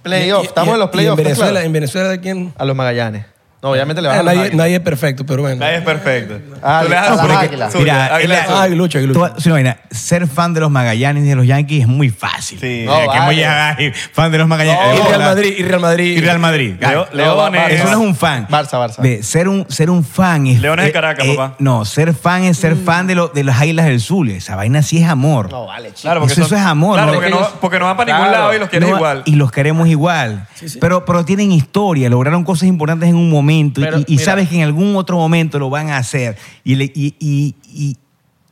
[SPEAKER 3] Playoff,
[SPEAKER 1] Y- y-
[SPEAKER 3] estamos en los
[SPEAKER 1] y
[SPEAKER 3] playoffs.
[SPEAKER 1] En
[SPEAKER 3] ¿está
[SPEAKER 1] Venezuela,
[SPEAKER 3] pues, claro?
[SPEAKER 1] en Venezuela, ¿quién?
[SPEAKER 3] A los Magallanes. No, obviamente le
[SPEAKER 1] Ah,
[SPEAKER 3] vas a
[SPEAKER 1] nadie,
[SPEAKER 3] ganar.
[SPEAKER 1] nadie es perfecto, pero bueno.
[SPEAKER 4] Nadie es perfecto.
[SPEAKER 3] Ah,
[SPEAKER 4] Tú le das
[SPEAKER 3] a
[SPEAKER 4] a
[SPEAKER 3] las
[SPEAKER 4] Zurich-
[SPEAKER 3] águilas.
[SPEAKER 4] Zurich,
[SPEAKER 2] Mira,
[SPEAKER 4] águila
[SPEAKER 2] la-
[SPEAKER 4] azul.
[SPEAKER 1] Ah, aguilucho, aguilucho.
[SPEAKER 2] Toda- sí, una vaina, ser fan de los Magallanes y de los Yankees es muy fácil.
[SPEAKER 4] Sí.
[SPEAKER 2] Eh,
[SPEAKER 3] No,
[SPEAKER 2] que
[SPEAKER 3] vale.
[SPEAKER 2] muy ay, fan de los
[SPEAKER 3] Oh,
[SPEAKER 2] Magallanes.
[SPEAKER 1] y
[SPEAKER 2] eh,
[SPEAKER 1] Real
[SPEAKER 2] hola.
[SPEAKER 1] Madrid, y Real Madrid.
[SPEAKER 2] Y Real Madrid.
[SPEAKER 4] Leo-
[SPEAKER 2] Ah,
[SPEAKER 4] Leones.
[SPEAKER 2] Eso no es un fan.
[SPEAKER 3] Barça, Barça.
[SPEAKER 2] Ve, ser, un, ser un fan es.
[SPEAKER 4] Leones de
[SPEAKER 2] eh,
[SPEAKER 4] Caracas,
[SPEAKER 2] eh,
[SPEAKER 4] papá.
[SPEAKER 2] No, ser fan es ser fan de, lo- de las Águilas del Sur. Esa vaina sí es amor.
[SPEAKER 3] Mm. No, vale, chico.
[SPEAKER 4] Claro, porque
[SPEAKER 2] Eso-
[SPEAKER 4] son-
[SPEAKER 2] eso es amor,
[SPEAKER 4] Claro,
[SPEAKER 2] ¿no?
[SPEAKER 4] porque, no, porque no van para ningún
[SPEAKER 3] Claro.
[SPEAKER 4] lado y los quieres
[SPEAKER 2] No,
[SPEAKER 4] igual.
[SPEAKER 2] Y los queremos igual. Pero, pero tienen historia, lograron cosas importantes en un momento y-
[SPEAKER 3] Pero,
[SPEAKER 2] y, y
[SPEAKER 3] mira.
[SPEAKER 2] sabes que en algún otro momento lo van a hacer. Y, le- y- y- y-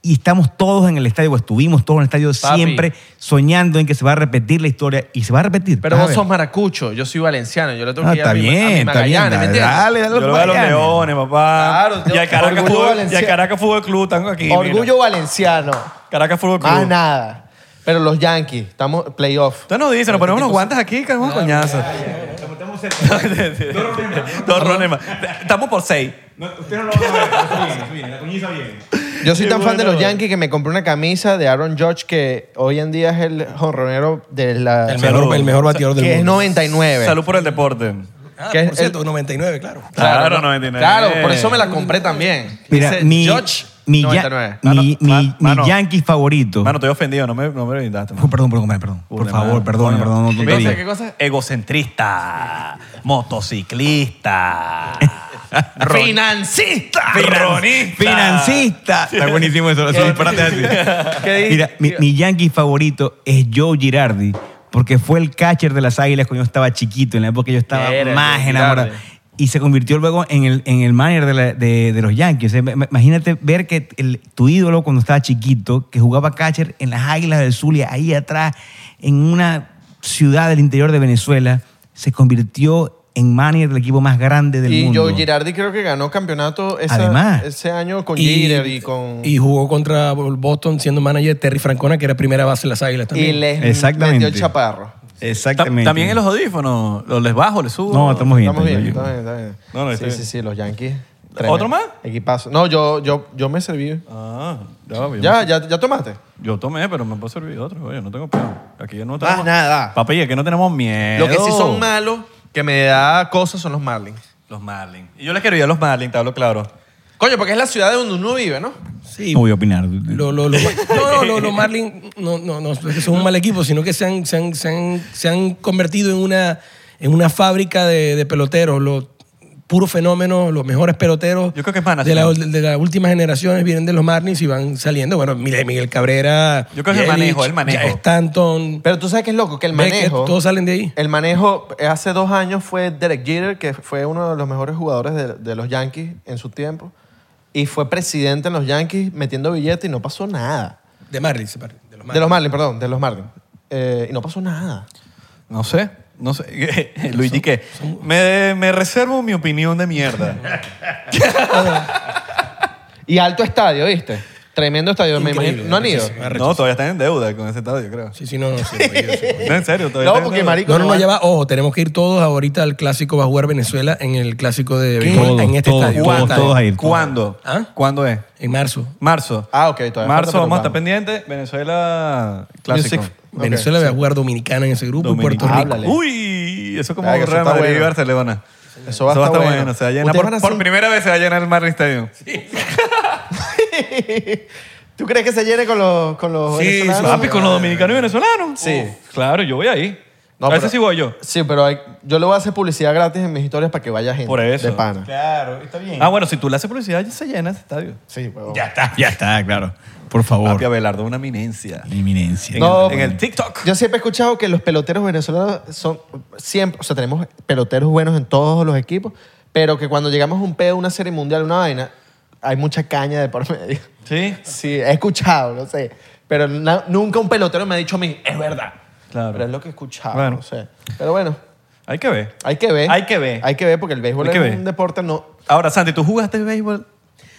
[SPEAKER 2] y estamos todos en el estadio, o estuvimos todos en el estadio
[SPEAKER 11] Papi.
[SPEAKER 2] siempre soñando en que se va a repetir la historia y se va a repetir.
[SPEAKER 11] Pero
[SPEAKER 2] Vas a
[SPEAKER 11] vos
[SPEAKER 2] ver.
[SPEAKER 11] sos maracucho, yo soy valenciano, yo le tengo
[SPEAKER 2] Ah,
[SPEAKER 11] que ir
[SPEAKER 2] está
[SPEAKER 11] a mi, a mi
[SPEAKER 2] bien, está bien.
[SPEAKER 11] Magallanes, ¿me
[SPEAKER 2] Dale,
[SPEAKER 11] entiendes?
[SPEAKER 2] dale, dale
[SPEAKER 4] Yo le voy a los
[SPEAKER 2] Magallanes.
[SPEAKER 4] leones, papá.
[SPEAKER 3] Claro, yo-
[SPEAKER 4] y al Caracas
[SPEAKER 3] Orgullo
[SPEAKER 4] Fútbol, y
[SPEAKER 3] Valencia-
[SPEAKER 4] al Caracas Fútbol Club están aquí. mira.
[SPEAKER 3] Orgullo Ah, valenciano.
[SPEAKER 4] Caracas Fútbol Club.
[SPEAKER 3] Más nada. Pero los Yankees, estamos playoff.
[SPEAKER 4] Usted nos dice, nos ponemos unos guantes aquí, que es una coñazo. Dos rones más. Dos rones más. Estamos por seis.
[SPEAKER 3] Yo soy tan fan de los Yankees que me compré una camisa de Aaron Judge que hoy en día es el jonronero de la...
[SPEAKER 1] El mejor, el mejor bateador del
[SPEAKER 3] que es
[SPEAKER 1] mundo.
[SPEAKER 3] 99.
[SPEAKER 4] Salud por el deporte.
[SPEAKER 1] Ah,
[SPEAKER 3] que es
[SPEAKER 1] por cierto, 99, claro.
[SPEAKER 4] Claro, 99.
[SPEAKER 3] Claro, por eso me la compré también.
[SPEAKER 2] Mira,
[SPEAKER 3] Dice
[SPEAKER 2] mi,
[SPEAKER 3] Judge,
[SPEAKER 2] mi, ya-
[SPEAKER 3] 99.
[SPEAKER 2] mi-
[SPEAKER 4] Mano,
[SPEAKER 2] mi-
[SPEAKER 4] ma-
[SPEAKER 2] mi
[SPEAKER 4] mano.
[SPEAKER 2] Yankee favorito.
[SPEAKER 4] Mano, estoy ofendido, no me, no me brindaste.
[SPEAKER 2] Oh, perdón, perdón, perdón. Por
[SPEAKER 4] Puta
[SPEAKER 2] favor,
[SPEAKER 4] madre,
[SPEAKER 2] perdón,
[SPEAKER 4] coño.
[SPEAKER 2] perdón, no
[SPEAKER 4] ¿Qué
[SPEAKER 2] tontería.
[SPEAKER 4] cosa, qué cosa? Egocentrista, motociclista,
[SPEAKER 3] ¡Financista!
[SPEAKER 4] ronista.
[SPEAKER 2] Financista. Está buenísimo eso. Los disparates así.
[SPEAKER 3] ¿Qué dices?
[SPEAKER 2] Mira, mi, mi yankee favorito es Joe Girardi porque fue el catcher de las Águilas cuando yo estaba chiquito, en la época que yo estaba
[SPEAKER 11] Era el
[SPEAKER 2] más
[SPEAKER 11] Joe
[SPEAKER 2] enamorado.
[SPEAKER 11] Girardi.
[SPEAKER 2] Y se convirtió luego en el, en el manager de, la- de- de los Yankees. O sea, im- imagínate ver que el- tu ídolo cuando estaba chiquito, que jugaba catcher en las Águilas del Zulia, ahí atrás, en una ciudad del interior de Venezuela, se convirtió en manager del equipo más grande del
[SPEAKER 3] Y
[SPEAKER 2] mundo.
[SPEAKER 3] Joe Girardi creo que ganó campeonato esa-
[SPEAKER 2] Además.
[SPEAKER 3] ese año con Jeter y con...
[SPEAKER 1] y jugó contra Boston siendo manager de Terry Francona, que era primera base de las Águilas
[SPEAKER 3] y
[SPEAKER 1] también.
[SPEAKER 3] les
[SPEAKER 2] Exactamente.
[SPEAKER 3] metió el chaparro.
[SPEAKER 4] Ta-
[SPEAKER 2] Exactamente.
[SPEAKER 4] También en los audífonos, los les bajo, les subo.
[SPEAKER 2] No, estamos bien.
[SPEAKER 3] Estamos bien,
[SPEAKER 2] estamos
[SPEAKER 3] estamos
[SPEAKER 2] bien.
[SPEAKER 3] bien, estamos bien.
[SPEAKER 4] No, no,
[SPEAKER 3] sí,
[SPEAKER 4] está
[SPEAKER 3] sí,
[SPEAKER 4] bien.
[SPEAKER 3] sí, los Yankees.
[SPEAKER 4] ¿Otro más?
[SPEAKER 3] Equipazo. No, yo, yo, yo me serví.
[SPEAKER 4] Ah, ya, yo,
[SPEAKER 3] Ya, ya, ya tomaste.
[SPEAKER 4] yo tomé, pero me puedo servir otro. Oye, no tengo pedo. Aquí no tenemos.
[SPEAKER 3] nada.
[SPEAKER 4] Papi, aquí no tenemos miedo.
[SPEAKER 3] Lo que sí son malos, que me da cosas, son los Marlins.
[SPEAKER 4] Los Marlins. Y yo les quiero ir a los Marlins, te hablo claro.
[SPEAKER 3] Coño, porque es la ciudad de donde uno vive, ¿no?
[SPEAKER 1] Sí,
[SPEAKER 2] No voy a opinar.
[SPEAKER 1] Lo- lo- lo- no, no, lo- los Marlins no, no, no es que son un mal equipo, sino que se han, se han, se han- se han convertido en una, en una fábrica de, de peloteros. Los puros fenómenos, los mejores peloteros
[SPEAKER 4] Yo creo que es más
[SPEAKER 1] de, la,
[SPEAKER 4] nacional.
[SPEAKER 1] de las últimas generaciones vienen de los Marlins y van saliendo. Bueno, Miguel Miguel Cabrera.
[SPEAKER 4] Yo creo que es el
[SPEAKER 1] Yelich,
[SPEAKER 4] manejo, el manejo.
[SPEAKER 1] Jack Stanton.
[SPEAKER 3] Pero tú sabes que es loco, que el
[SPEAKER 1] Beckett,
[SPEAKER 3] manejo...
[SPEAKER 1] todos salen de ahí.
[SPEAKER 3] El manejo, eh, hace dos años fue Derek Jeter, que fue uno de los mejores jugadores de, de los Yankees en su tiempo. Y fue presidente en los Yankees metiendo billetes y no pasó nada.
[SPEAKER 1] De Marlins, se parece, de los
[SPEAKER 3] De
[SPEAKER 1] Marlins.
[SPEAKER 3] los Marlins, perdón, de los Marlins. Eh, y no pasó nada.
[SPEAKER 4] No sé. No sé. Luigi, ¿qué? Me, me reservo mi opinión de mierda.
[SPEAKER 3] Y alto estadio, ¿viste? Tremendo estadio. me
[SPEAKER 1] Increíble,
[SPEAKER 3] imagino. ¿No han ido?
[SPEAKER 1] sí, sí, sí.
[SPEAKER 4] no, todavía están en deuda con ese estadio, creo.
[SPEAKER 1] Sí, sí, no, no, sí, no, yo sí.
[SPEAKER 4] No, en serio, todavía
[SPEAKER 3] No,
[SPEAKER 4] están en
[SPEAKER 3] porque
[SPEAKER 4] deuda.
[SPEAKER 3] marico...
[SPEAKER 1] No, no, no,
[SPEAKER 3] van-
[SPEAKER 1] ya va. Ojo, tenemos que ir todos ahorita al clásico. Va a jugar Venezuela en el clásico de béisbol
[SPEAKER 2] Todos,
[SPEAKER 1] en este
[SPEAKER 2] todos,
[SPEAKER 1] estadio.
[SPEAKER 2] todos,
[SPEAKER 4] ¿Cuándo?
[SPEAKER 2] todos ahí, todos.
[SPEAKER 4] ¿Cuándo?
[SPEAKER 1] ¿Ah?
[SPEAKER 4] ¿Cuándo es?
[SPEAKER 1] En marzo.
[SPEAKER 4] Marzo.
[SPEAKER 3] ¿eh? Ah, ok, todavía falta,
[SPEAKER 4] Marzo,
[SPEAKER 3] pero
[SPEAKER 4] vamos a estar
[SPEAKER 3] vamos.
[SPEAKER 4] pendientes. Venezuela, clásico.
[SPEAKER 3] Music- Ok.
[SPEAKER 1] Venezuela va a jugar Dominicana en ese grupo y
[SPEAKER 4] Dominicana.
[SPEAKER 1] Puerto Rico.
[SPEAKER 3] Háblale.
[SPEAKER 4] Uy, eso como
[SPEAKER 3] Ay, Ah, que eso
[SPEAKER 4] Real
[SPEAKER 3] está
[SPEAKER 4] Madrid y
[SPEAKER 3] bueno.
[SPEAKER 4] Barcelona.
[SPEAKER 3] Eso va a estar bueno.
[SPEAKER 4] Se va a llenar
[SPEAKER 3] Ustedes
[SPEAKER 4] por,
[SPEAKER 3] van a
[SPEAKER 4] por
[SPEAKER 3] hacer-
[SPEAKER 4] primera vez se va a llenar el Marlin Stadium.
[SPEAKER 3] ¿Tú crees que se llene con los, con los
[SPEAKER 1] Sí,
[SPEAKER 3] venezolanos?
[SPEAKER 4] Papi, con los dominicanos y venezolanos.
[SPEAKER 3] Sí.
[SPEAKER 4] Uf, claro, yo voy ahí.
[SPEAKER 3] No,
[SPEAKER 4] a
[SPEAKER 3] pero-
[SPEAKER 4] veces sí voy yo.
[SPEAKER 3] Sí, pero hay- yo le voy a hacer publicidad gratis en mis historias para que vaya gente.
[SPEAKER 4] Por eso.
[SPEAKER 3] De pana.
[SPEAKER 2] Claro, está bien.
[SPEAKER 4] Ah, bueno, si tú le haces publicidad, ya se llena ese estadio.
[SPEAKER 3] Sí, huevón.
[SPEAKER 2] Ya está, ya está, claro. Por favor.
[SPEAKER 4] Papi Abelardo, una eminencia.
[SPEAKER 2] Eminencia.
[SPEAKER 3] No,
[SPEAKER 4] En el TikTok.
[SPEAKER 3] Yo siempre he escuchado que los peloteros venezolanos son siempre, o sea, tenemos peloteros buenos en todos los equipos, pero que cuando llegamos a un pedo, una serie mundial, una vaina, hay mucha caña de por medio.
[SPEAKER 4] Sí.
[SPEAKER 3] Sí, he escuchado, no sé. Pero na- nunca un pelotero me ha dicho a mí, es verdad.
[SPEAKER 4] Claro.
[SPEAKER 3] Pero es lo que he escuchado,
[SPEAKER 4] Bueno.
[SPEAKER 3] no sé. Pero bueno,
[SPEAKER 4] Hay que ver.
[SPEAKER 3] hay que ver.
[SPEAKER 4] Hay que ver.
[SPEAKER 3] Hay que ver porque el béisbol
[SPEAKER 4] Hay que
[SPEAKER 3] es
[SPEAKER 4] ver.
[SPEAKER 3] un deporte no...
[SPEAKER 4] Ahora, Santi, ¿tú jugaste béisbol?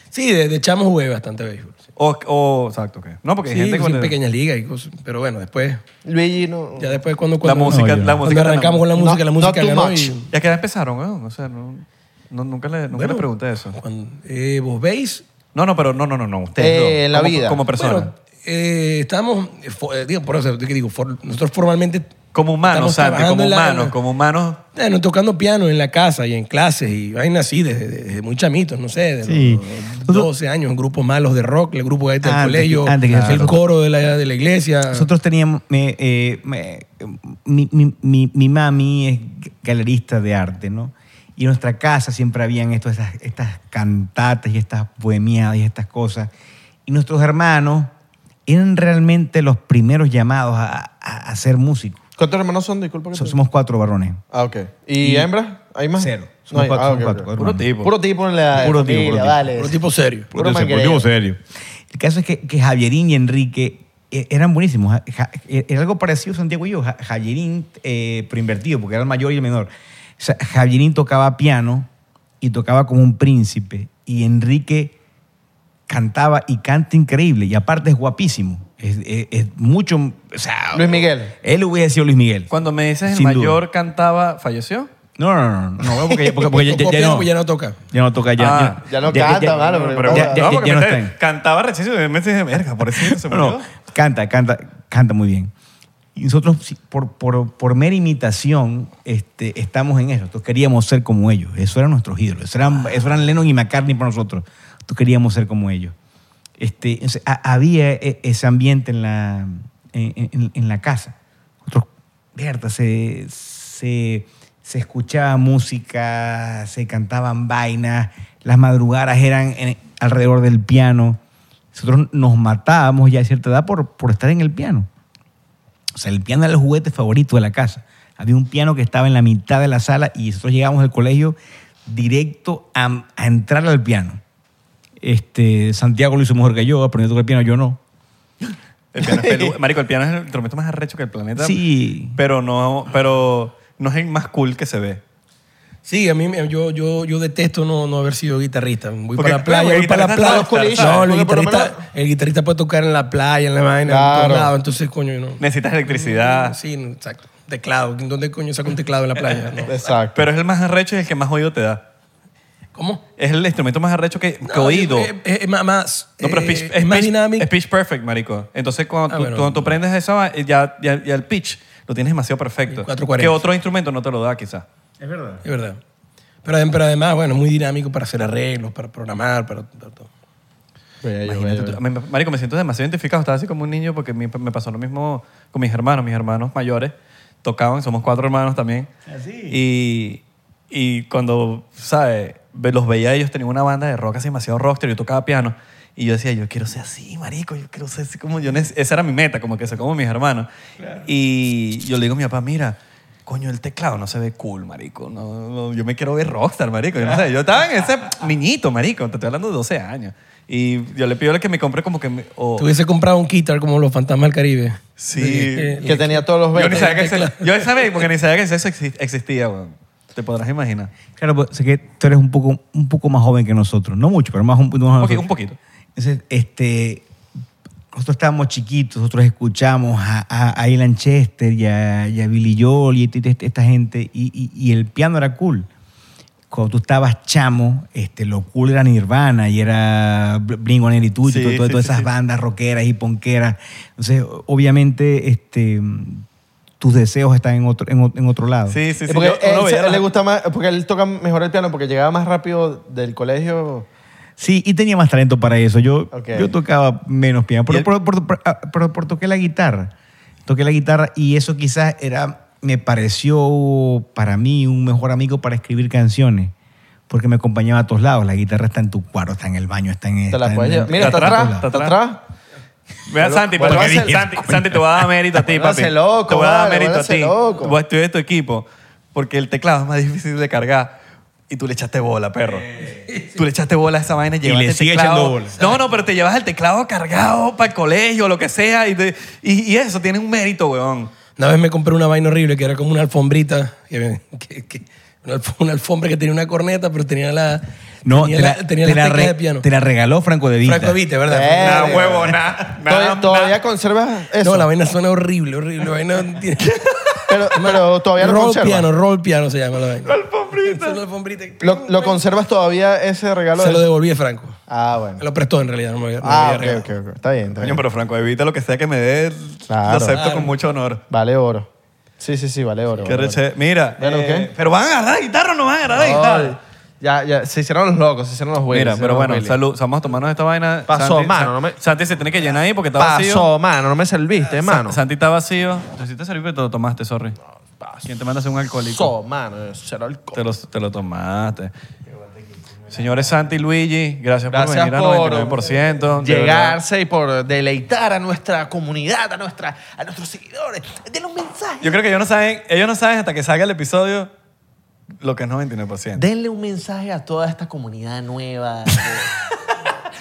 [SPEAKER 1] Sí, de, de chamo jugué bastante béisbol. Sí,
[SPEAKER 4] O, o- exacto, ¿qué? No, porque hay
[SPEAKER 1] Sí,
[SPEAKER 4] gente
[SPEAKER 1] pues, en
[SPEAKER 4] con
[SPEAKER 1] pequeñas ligas y cosas. Pero bueno, después,
[SPEAKER 3] Luigi no...
[SPEAKER 1] ya después cuando, cuando
[SPEAKER 4] música- la
[SPEAKER 1] cuando
[SPEAKER 4] música
[SPEAKER 1] arrancamos con la
[SPEAKER 3] no-
[SPEAKER 1] música, la
[SPEAKER 3] no
[SPEAKER 1] música
[SPEAKER 3] too
[SPEAKER 1] ganó
[SPEAKER 3] much.
[SPEAKER 1] y
[SPEAKER 4] Ya que ya empezaron, weón. O sea, no, no- nunca, le, nunca le pregunté eso.
[SPEAKER 1] cuando, eh, vos veis,
[SPEAKER 4] No, no, pero no, no, no, no. Ustedes
[SPEAKER 3] Eh,
[SPEAKER 4] dos,
[SPEAKER 3] la
[SPEAKER 4] como,
[SPEAKER 3] vida.
[SPEAKER 4] Como persona.
[SPEAKER 1] Bueno, eh, estábamos, eh, fo- eh, digo, por eso, ¿qué digo? For- nosotros formalmente
[SPEAKER 4] Como humanos,
[SPEAKER 1] Estamos
[SPEAKER 4] Santi,
[SPEAKER 1] trabajando
[SPEAKER 4] como
[SPEAKER 1] en la-
[SPEAKER 4] humanos, como humanos.
[SPEAKER 1] Bueno, tocando piano en la casa y en clases y vainas así desde, desde muy chamitos, no sé, de
[SPEAKER 2] Sí.
[SPEAKER 1] los 12 años, en grupos malos de rock, el grupo gaita del
[SPEAKER 2] Antes que-
[SPEAKER 1] colegio,
[SPEAKER 2] antes que-
[SPEAKER 1] el coro de la, de la iglesia.
[SPEAKER 2] Nosotros teníamos. me- eh, me- mi, mi- mi- mi mami es galerista de arte, ¿no? Y en nuestra casa siempre habían esto, estas, estas cantatas y estas bohemiadas y estas cosas. Y nuestros hermanos eran realmente los primeros llamados a, a- a ser músicos.
[SPEAKER 3] ¿Cuántos hermanos son? Disculpa que
[SPEAKER 2] So-
[SPEAKER 3] te-
[SPEAKER 2] somos cuatro varones.
[SPEAKER 3] Ah, ok. ¿Y, hembras? ¿Hay más?
[SPEAKER 2] Cero.
[SPEAKER 3] No
[SPEAKER 2] Somos
[SPEAKER 3] hay.
[SPEAKER 2] cuatro,
[SPEAKER 3] Ah,
[SPEAKER 2] somos
[SPEAKER 3] ok,
[SPEAKER 2] cuatro,
[SPEAKER 3] ok.
[SPEAKER 2] cuatro
[SPEAKER 4] Puro
[SPEAKER 2] hermanos.
[SPEAKER 4] tipo.
[SPEAKER 3] Puro tipo en la
[SPEAKER 2] Puro tipo,
[SPEAKER 3] familia,
[SPEAKER 2] puro tipo.
[SPEAKER 3] vale.
[SPEAKER 1] Los tipos serios.
[SPEAKER 12] Puro
[SPEAKER 13] Por
[SPEAKER 12] manguereo.
[SPEAKER 13] tipo serio.
[SPEAKER 2] El caso es que, que Javierín y Enrique eh, eran buenísimos. Ja- ja- eh, Era algo parecido Santiago y yo. Ja- Javierín, eh, pero invertido, porque era el mayor y el menor. O sea, Javierín tocaba piano y tocaba como un príncipe. Y Enrique cantaba y canta increíble. Y aparte es guapísimo. Es, es- es mucho... o sea,
[SPEAKER 3] Luis Miguel.
[SPEAKER 2] Él hubiera sido Luis Miguel.
[SPEAKER 4] Cuando me dices el
[SPEAKER 2] Sin duda.
[SPEAKER 4] mayor cantaba, falleció.
[SPEAKER 2] No, no, no. No, no, porque, porque- porque ya,
[SPEAKER 1] Tocó
[SPEAKER 2] ya- ya
[SPEAKER 1] piano,
[SPEAKER 2] no.
[SPEAKER 1] pues ya no toca.
[SPEAKER 2] Ya no toca ya.
[SPEAKER 4] Ah,
[SPEAKER 3] Ya no canta, mano. pero-
[SPEAKER 2] ya- ya-
[SPEAKER 4] no, porque
[SPEAKER 2] ya no
[SPEAKER 4] me
[SPEAKER 2] está
[SPEAKER 4] te-
[SPEAKER 2] en-
[SPEAKER 4] cantaba recién y me dije, verga, por eso se
[SPEAKER 2] No,
[SPEAKER 4] murió.
[SPEAKER 2] no, canta, canta, canta muy bien. Y nosotros, sí, por, por, por mera imitación, este, estamos en eso. Nosotros queríamos ser como ellos. Eso eran nuestros ídolos. Eso
[SPEAKER 4] Ah.
[SPEAKER 2] eran, eso eran Lennon y McCartney para nosotros. Nosotros queríamos ser como ellos. Este, entonces, ha- había e- ese ambiente en la, en, en- en la casa. Nosotros, Berta, se, se, se escuchaba música, se cantaban vainas, las madrugadas eran en- alrededor del piano. Nosotros nos matábamos ya a cierta edad por, por estar en el piano. O sea, el piano era el juguete favorito de la casa. Había un piano que estaba en la mitad de la sala y nosotros llegábamos del colegio directo a, a entrar al piano. Este, Santiago lo hizo mejor que yo, aprendió a tocar el piano, yo no.
[SPEAKER 4] El piano es pelu- Marico, el piano es el instrumento más arrecho que el planeta.
[SPEAKER 2] Sí.
[SPEAKER 4] Pero no, pero no es el más cool que se ve.
[SPEAKER 1] Sí, a mí me- yo, yo, yo detesto no, no haber sido guitarrista. Voy
[SPEAKER 4] Porque,
[SPEAKER 1] para la
[SPEAKER 4] claro,
[SPEAKER 1] playa,
[SPEAKER 4] el
[SPEAKER 1] voy para la
[SPEAKER 4] guitarrista
[SPEAKER 1] playa.
[SPEAKER 4] es rockstar,
[SPEAKER 1] No, el
[SPEAKER 3] porque por lo
[SPEAKER 1] guitarrista,
[SPEAKER 3] menos-
[SPEAKER 1] el guitarrista puede tocar en la playa, en la vaina, en
[SPEAKER 3] Claro.
[SPEAKER 1] todos lados. Entonces, coño, no.
[SPEAKER 4] Necesitas
[SPEAKER 2] Mm.
[SPEAKER 4] electricidad.
[SPEAKER 1] Sí, no, exacto. Teclado. ¿Dónde coño saco un teclado en la playa? No.
[SPEAKER 3] Exacto.
[SPEAKER 4] Pero es el más arrecho y el que más oído te da.
[SPEAKER 1] ¿Cómo?
[SPEAKER 4] Es el instrumento más arrecho que, que
[SPEAKER 1] No,
[SPEAKER 4] oído.
[SPEAKER 1] Es, es- es más- más.
[SPEAKER 4] no, pero es
[SPEAKER 1] eh,
[SPEAKER 4] pitch,
[SPEAKER 1] es
[SPEAKER 4] es
[SPEAKER 1] más
[SPEAKER 4] pitch-
[SPEAKER 1] dinámico.
[SPEAKER 4] es pitch perfect, marico. Entonces, cuando,
[SPEAKER 1] Ah,
[SPEAKER 4] tú,
[SPEAKER 1] bueno.
[SPEAKER 4] cuando tú aprendes esa va- ya, ya, ya el pitch lo tienes demasiado perfecto.
[SPEAKER 1] Y 440.
[SPEAKER 4] Que otro instrumento no te lo da, quizás.
[SPEAKER 1] Es verdad. Pero, adem- pero además, bueno, es muy dinámico para hacer arreglos, para programar, para, para todo.
[SPEAKER 3] Bello,
[SPEAKER 4] Imagínate
[SPEAKER 3] bello.
[SPEAKER 4] tú. Me- Marico, me siento demasiado identificado. Estaba así como un niño porque mi- me pasó lo mismo con mis hermanos. Mis hermanos mayores tocaban, somos cuatro hermanos también. Y, y cuando, ¿sabes? Ve- Los veía ellos, tenían una banda de rock así demasiado rockster, yo tocaba piano. Y yo decía, yo quiero ser así, marico, yo quiero ser así como yo. neces- Esa era mi meta, como que ser como mis hermanos. Y yo le digo a mi papá, mira, coño, el teclado no se ve cool, marico. No, no, yo me quiero ver rockstar, marico. Yo, no sé, yo estaba en ese niñito, marico. Te estoy hablando de 12 años. Y yo le pido a él que me compre como que... me- o-
[SPEAKER 1] Tú hubiese comprado un guitar como los fantasmas del Caribe.
[SPEAKER 4] sí.
[SPEAKER 1] Eh,
[SPEAKER 3] Que tenía todos los
[SPEAKER 4] Yo ni
[SPEAKER 3] verdes.
[SPEAKER 4] sabía que ese- yo sabía, porque ni sabía que eso exi- existía, weón. Te podrás imaginar.
[SPEAKER 2] Claro, pues, sé que tú eres un poco, un poco más joven que nosotros. No mucho, pero más un, poquito más
[SPEAKER 4] Un poqui-
[SPEAKER 2] joven.
[SPEAKER 4] un poquito.
[SPEAKER 2] Entonces, este, nosotros estábamos chiquitos, nosotros escuchamos a, a, a Ilan Chester y a, y a Billy Joel y este- este- esta gente, y, y- y el piano era cool. Cuando tú estabas chamo, este, lo cool era Nirvana y era Blink-182
[SPEAKER 4] Sí,
[SPEAKER 2] y todo- todo-
[SPEAKER 4] sí,
[SPEAKER 2] todas
[SPEAKER 4] sí,
[SPEAKER 2] esas
[SPEAKER 4] sí.
[SPEAKER 2] bandas rockeras y ponqueras. Entonces, o- obviamente, este, tus deseos están en otro, en, o- en otro lado.
[SPEAKER 4] Sí, sí, sí.
[SPEAKER 3] porque
[SPEAKER 4] yo- uno
[SPEAKER 3] él,
[SPEAKER 4] veía
[SPEAKER 3] él
[SPEAKER 4] la-
[SPEAKER 3] le gusta más, porque él toca mejor el piano, porque llegaba más rápido del colegio.
[SPEAKER 2] Sí, y tenía más talento para eso. Yo,
[SPEAKER 3] Ok.
[SPEAKER 2] yo tocaba menos piano,
[SPEAKER 4] Y
[SPEAKER 2] pero
[SPEAKER 4] el-
[SPEAKER 2] por, por- por- ah, pero por toqué la guitarra. Toqué la guitarra y eso quizás era, me pareció para mí un mejor amigo para escribir canciones, porque me acompañaba a todos lados. La guitarra está en tu cuarto, está en el baño, está en...
[SPEAKER 3] Te
[SPEAKER 2] está
[SPEAKER 3] la
[SPEAKER 2] en-
[SPEAKER 3] puedes llevar. Mira, está
[SPEAKER 4] Está atrás,
[SPEAKER 3] atrás,
[SPEAKER 4] está
[SPEAKER 3] está
[SPEAKER 4] atrás.
[SPEAKER 3] atrás.
[SPEAKER 4] Vea, Santi,
[SPEAKER 3] Vuelvo
[SPEAKER 4] porque-
[SPEAKER 3] a hacer-
[SPEAKER 4] Santi, Santi, te voy a dar mérito a ti,
[SPEAKER 3] Vuelvo a
[SPEAKER 4] papi.
[SPEAKER 3] ser loco,
[SPEAKER 4] te voy a dar
[SPEAKER 3] vale,
[SPEAKER 4] mérito a
[SPEAKER 3] vuelvo a
[SPEAKER 4] ti.
[SPEAKER 3] ser loco.
[SPEAKER 4] Voy a estudiar tu equipo porque el teclado es más difícil de cargar y tú le echaste bola, perro. Tú le echaste bola a esa vaina y llevaste
[SPEAKER 2] le
[SPEAKER 4] el
[SPEAKER 2] sigue
[SPEAKER 4] teclado.
[SPEAKER 2] echando bola.
[SPEAKER 4] No, no, pero te llevas el teclado cargado para el colegio o lo que sea y, te- y- y eso tiene un mérito, weón.
[SPEAKER 1] Una vez me compré una vaina horrible que era como una alfombrita. que- que- que- una, alf- una alfombra que tenía una corneta, pero tenía la.
[SPEAKER 2] No,
[SPEAKER 1] tenía
[SPEAKER 2] te la,
[SPEAKER 1] tenía
[SPEAKER 2] te
[SPEAKER 1] las
[SPEAKER 2] la
[SPEAKER 1] teclas
[SPEAKER 2] re-
[SPEAKER 1] de piano.
[SPEAKER 2] te la regaló Franco de Vita.
[SPEAKER 1] Franco Vite, ¿verdad?
[SPEAKER 3] Verga.
[SPEAKER 4] Nada, huevo, nada.
[SPEAKER 3] Todavía, todavía conservas eso.
[SPEAKER 1] No, la vaina suena horrible, horrible. La vaina tiene-
[SPEAKER 3] pero, pero todavía lo
[SPEAKER 1] roll
[SPEAKER 3] conservas.
[SPEAKER 1] piano, roll piano se llama la vaina. alfombrita. una alfombrita.
[SPEAKER 3] Lo, lo conservas todavía ese regalo.
[SPEAKER 1] Se
[SPEAKER 3] de-
[SPEAKER 1] lo devolví a Franco.
[SPEAKER 3] Ah,
[SPEAKER 1] Me
[SPEAKER 3] bueno.
[SPEAKER 1] lo prestó en realidad, no me lo había- no me
[SPEAKER 3] Ah,
[SPEAKER 1] había
[SPEAKER 3] ok,
[SPEAKER 1] regalado.
[SPEAKER 3] ok, ok. Está bien, está
[SPEAKER 4] Coño,
[SPEAKER 3] bien.
[SPEAKER 4] pero Franco, evita lo que sea que me dé,
[SPEAKER 3] Claro.
[SPEAKER 4] lo acepto
[SPEAKER 1] Claro.
[SPEAKER 4] con mucho honor.
[SPEAKER 3] Vale oro. Sí, sí, sí, vale oro.
[SPEAKER 4] Qué
[SPEAKER 3] vale oro.
[SPEAKER 4] reche- Mira,
[SPEAKER 3] Bueno,
[SPEAKER 4] eh,
[SPEAKER 3] ¿qué?
[SPEAKER 4] pero van a agarrar la guitarra o no van a agarrar la
[SPEAKER 3] Ay,
[SPEAKER 4] guitarra.
[SPEAKER 3] ya, ya, se hicieron los locos, se hicieron los güeyes.
[SPEAKER 4] Mira,
[SPEAKER 3] se
[SPEAKER 4] pero
[SPEAKER 3] hicieron los
[SPEAKER 4] bueno,
[SPEAKER 3] güeyes.
[SPEAKER 4] salud. Vamos a tomarnos esta vaina.
[SPEAKER 3] Pasó,
[SPEAKER 4] Santi-
[SPEAKER 3] mano,
[SPEAKER 4] Sa-
[SPEAKER 3] no me-
[SPEAKER 4] Santi se tiene que llenar ahí porque está vacío.
[SPEAKER 3] Pasó, mano, no me serviste, mano.
[SPEAKER 4] Santi está vacío. Necesitas servir, pero te lo tomaste, sorry. ¿Quién te manda a ser un alcohólico?
[SPEAKER 3] Pasó, mano, será el co-
[SPEAKER 4] Te lo, te lo tomaste. Señores Santi y Luigi, gracias,
[SPEAKER 3] Gracias
[SPEAKER 4] por venir
[SPEAKER 3] por
[SPEAKER 4] a 99%. de verdad.
[SPEAKER 3] Llegarse y por deleitar a nuestra comunidad, a, nuestra, a nuestros seguidores. Denle un mensaje.
[SPEAKER 4] Yo creo que ellos no saben, ellos no saben hasta que salga el episodio lo que es 99%.
[SPEAKER 3] Denle un mensaje a toda esta comunidad nueva.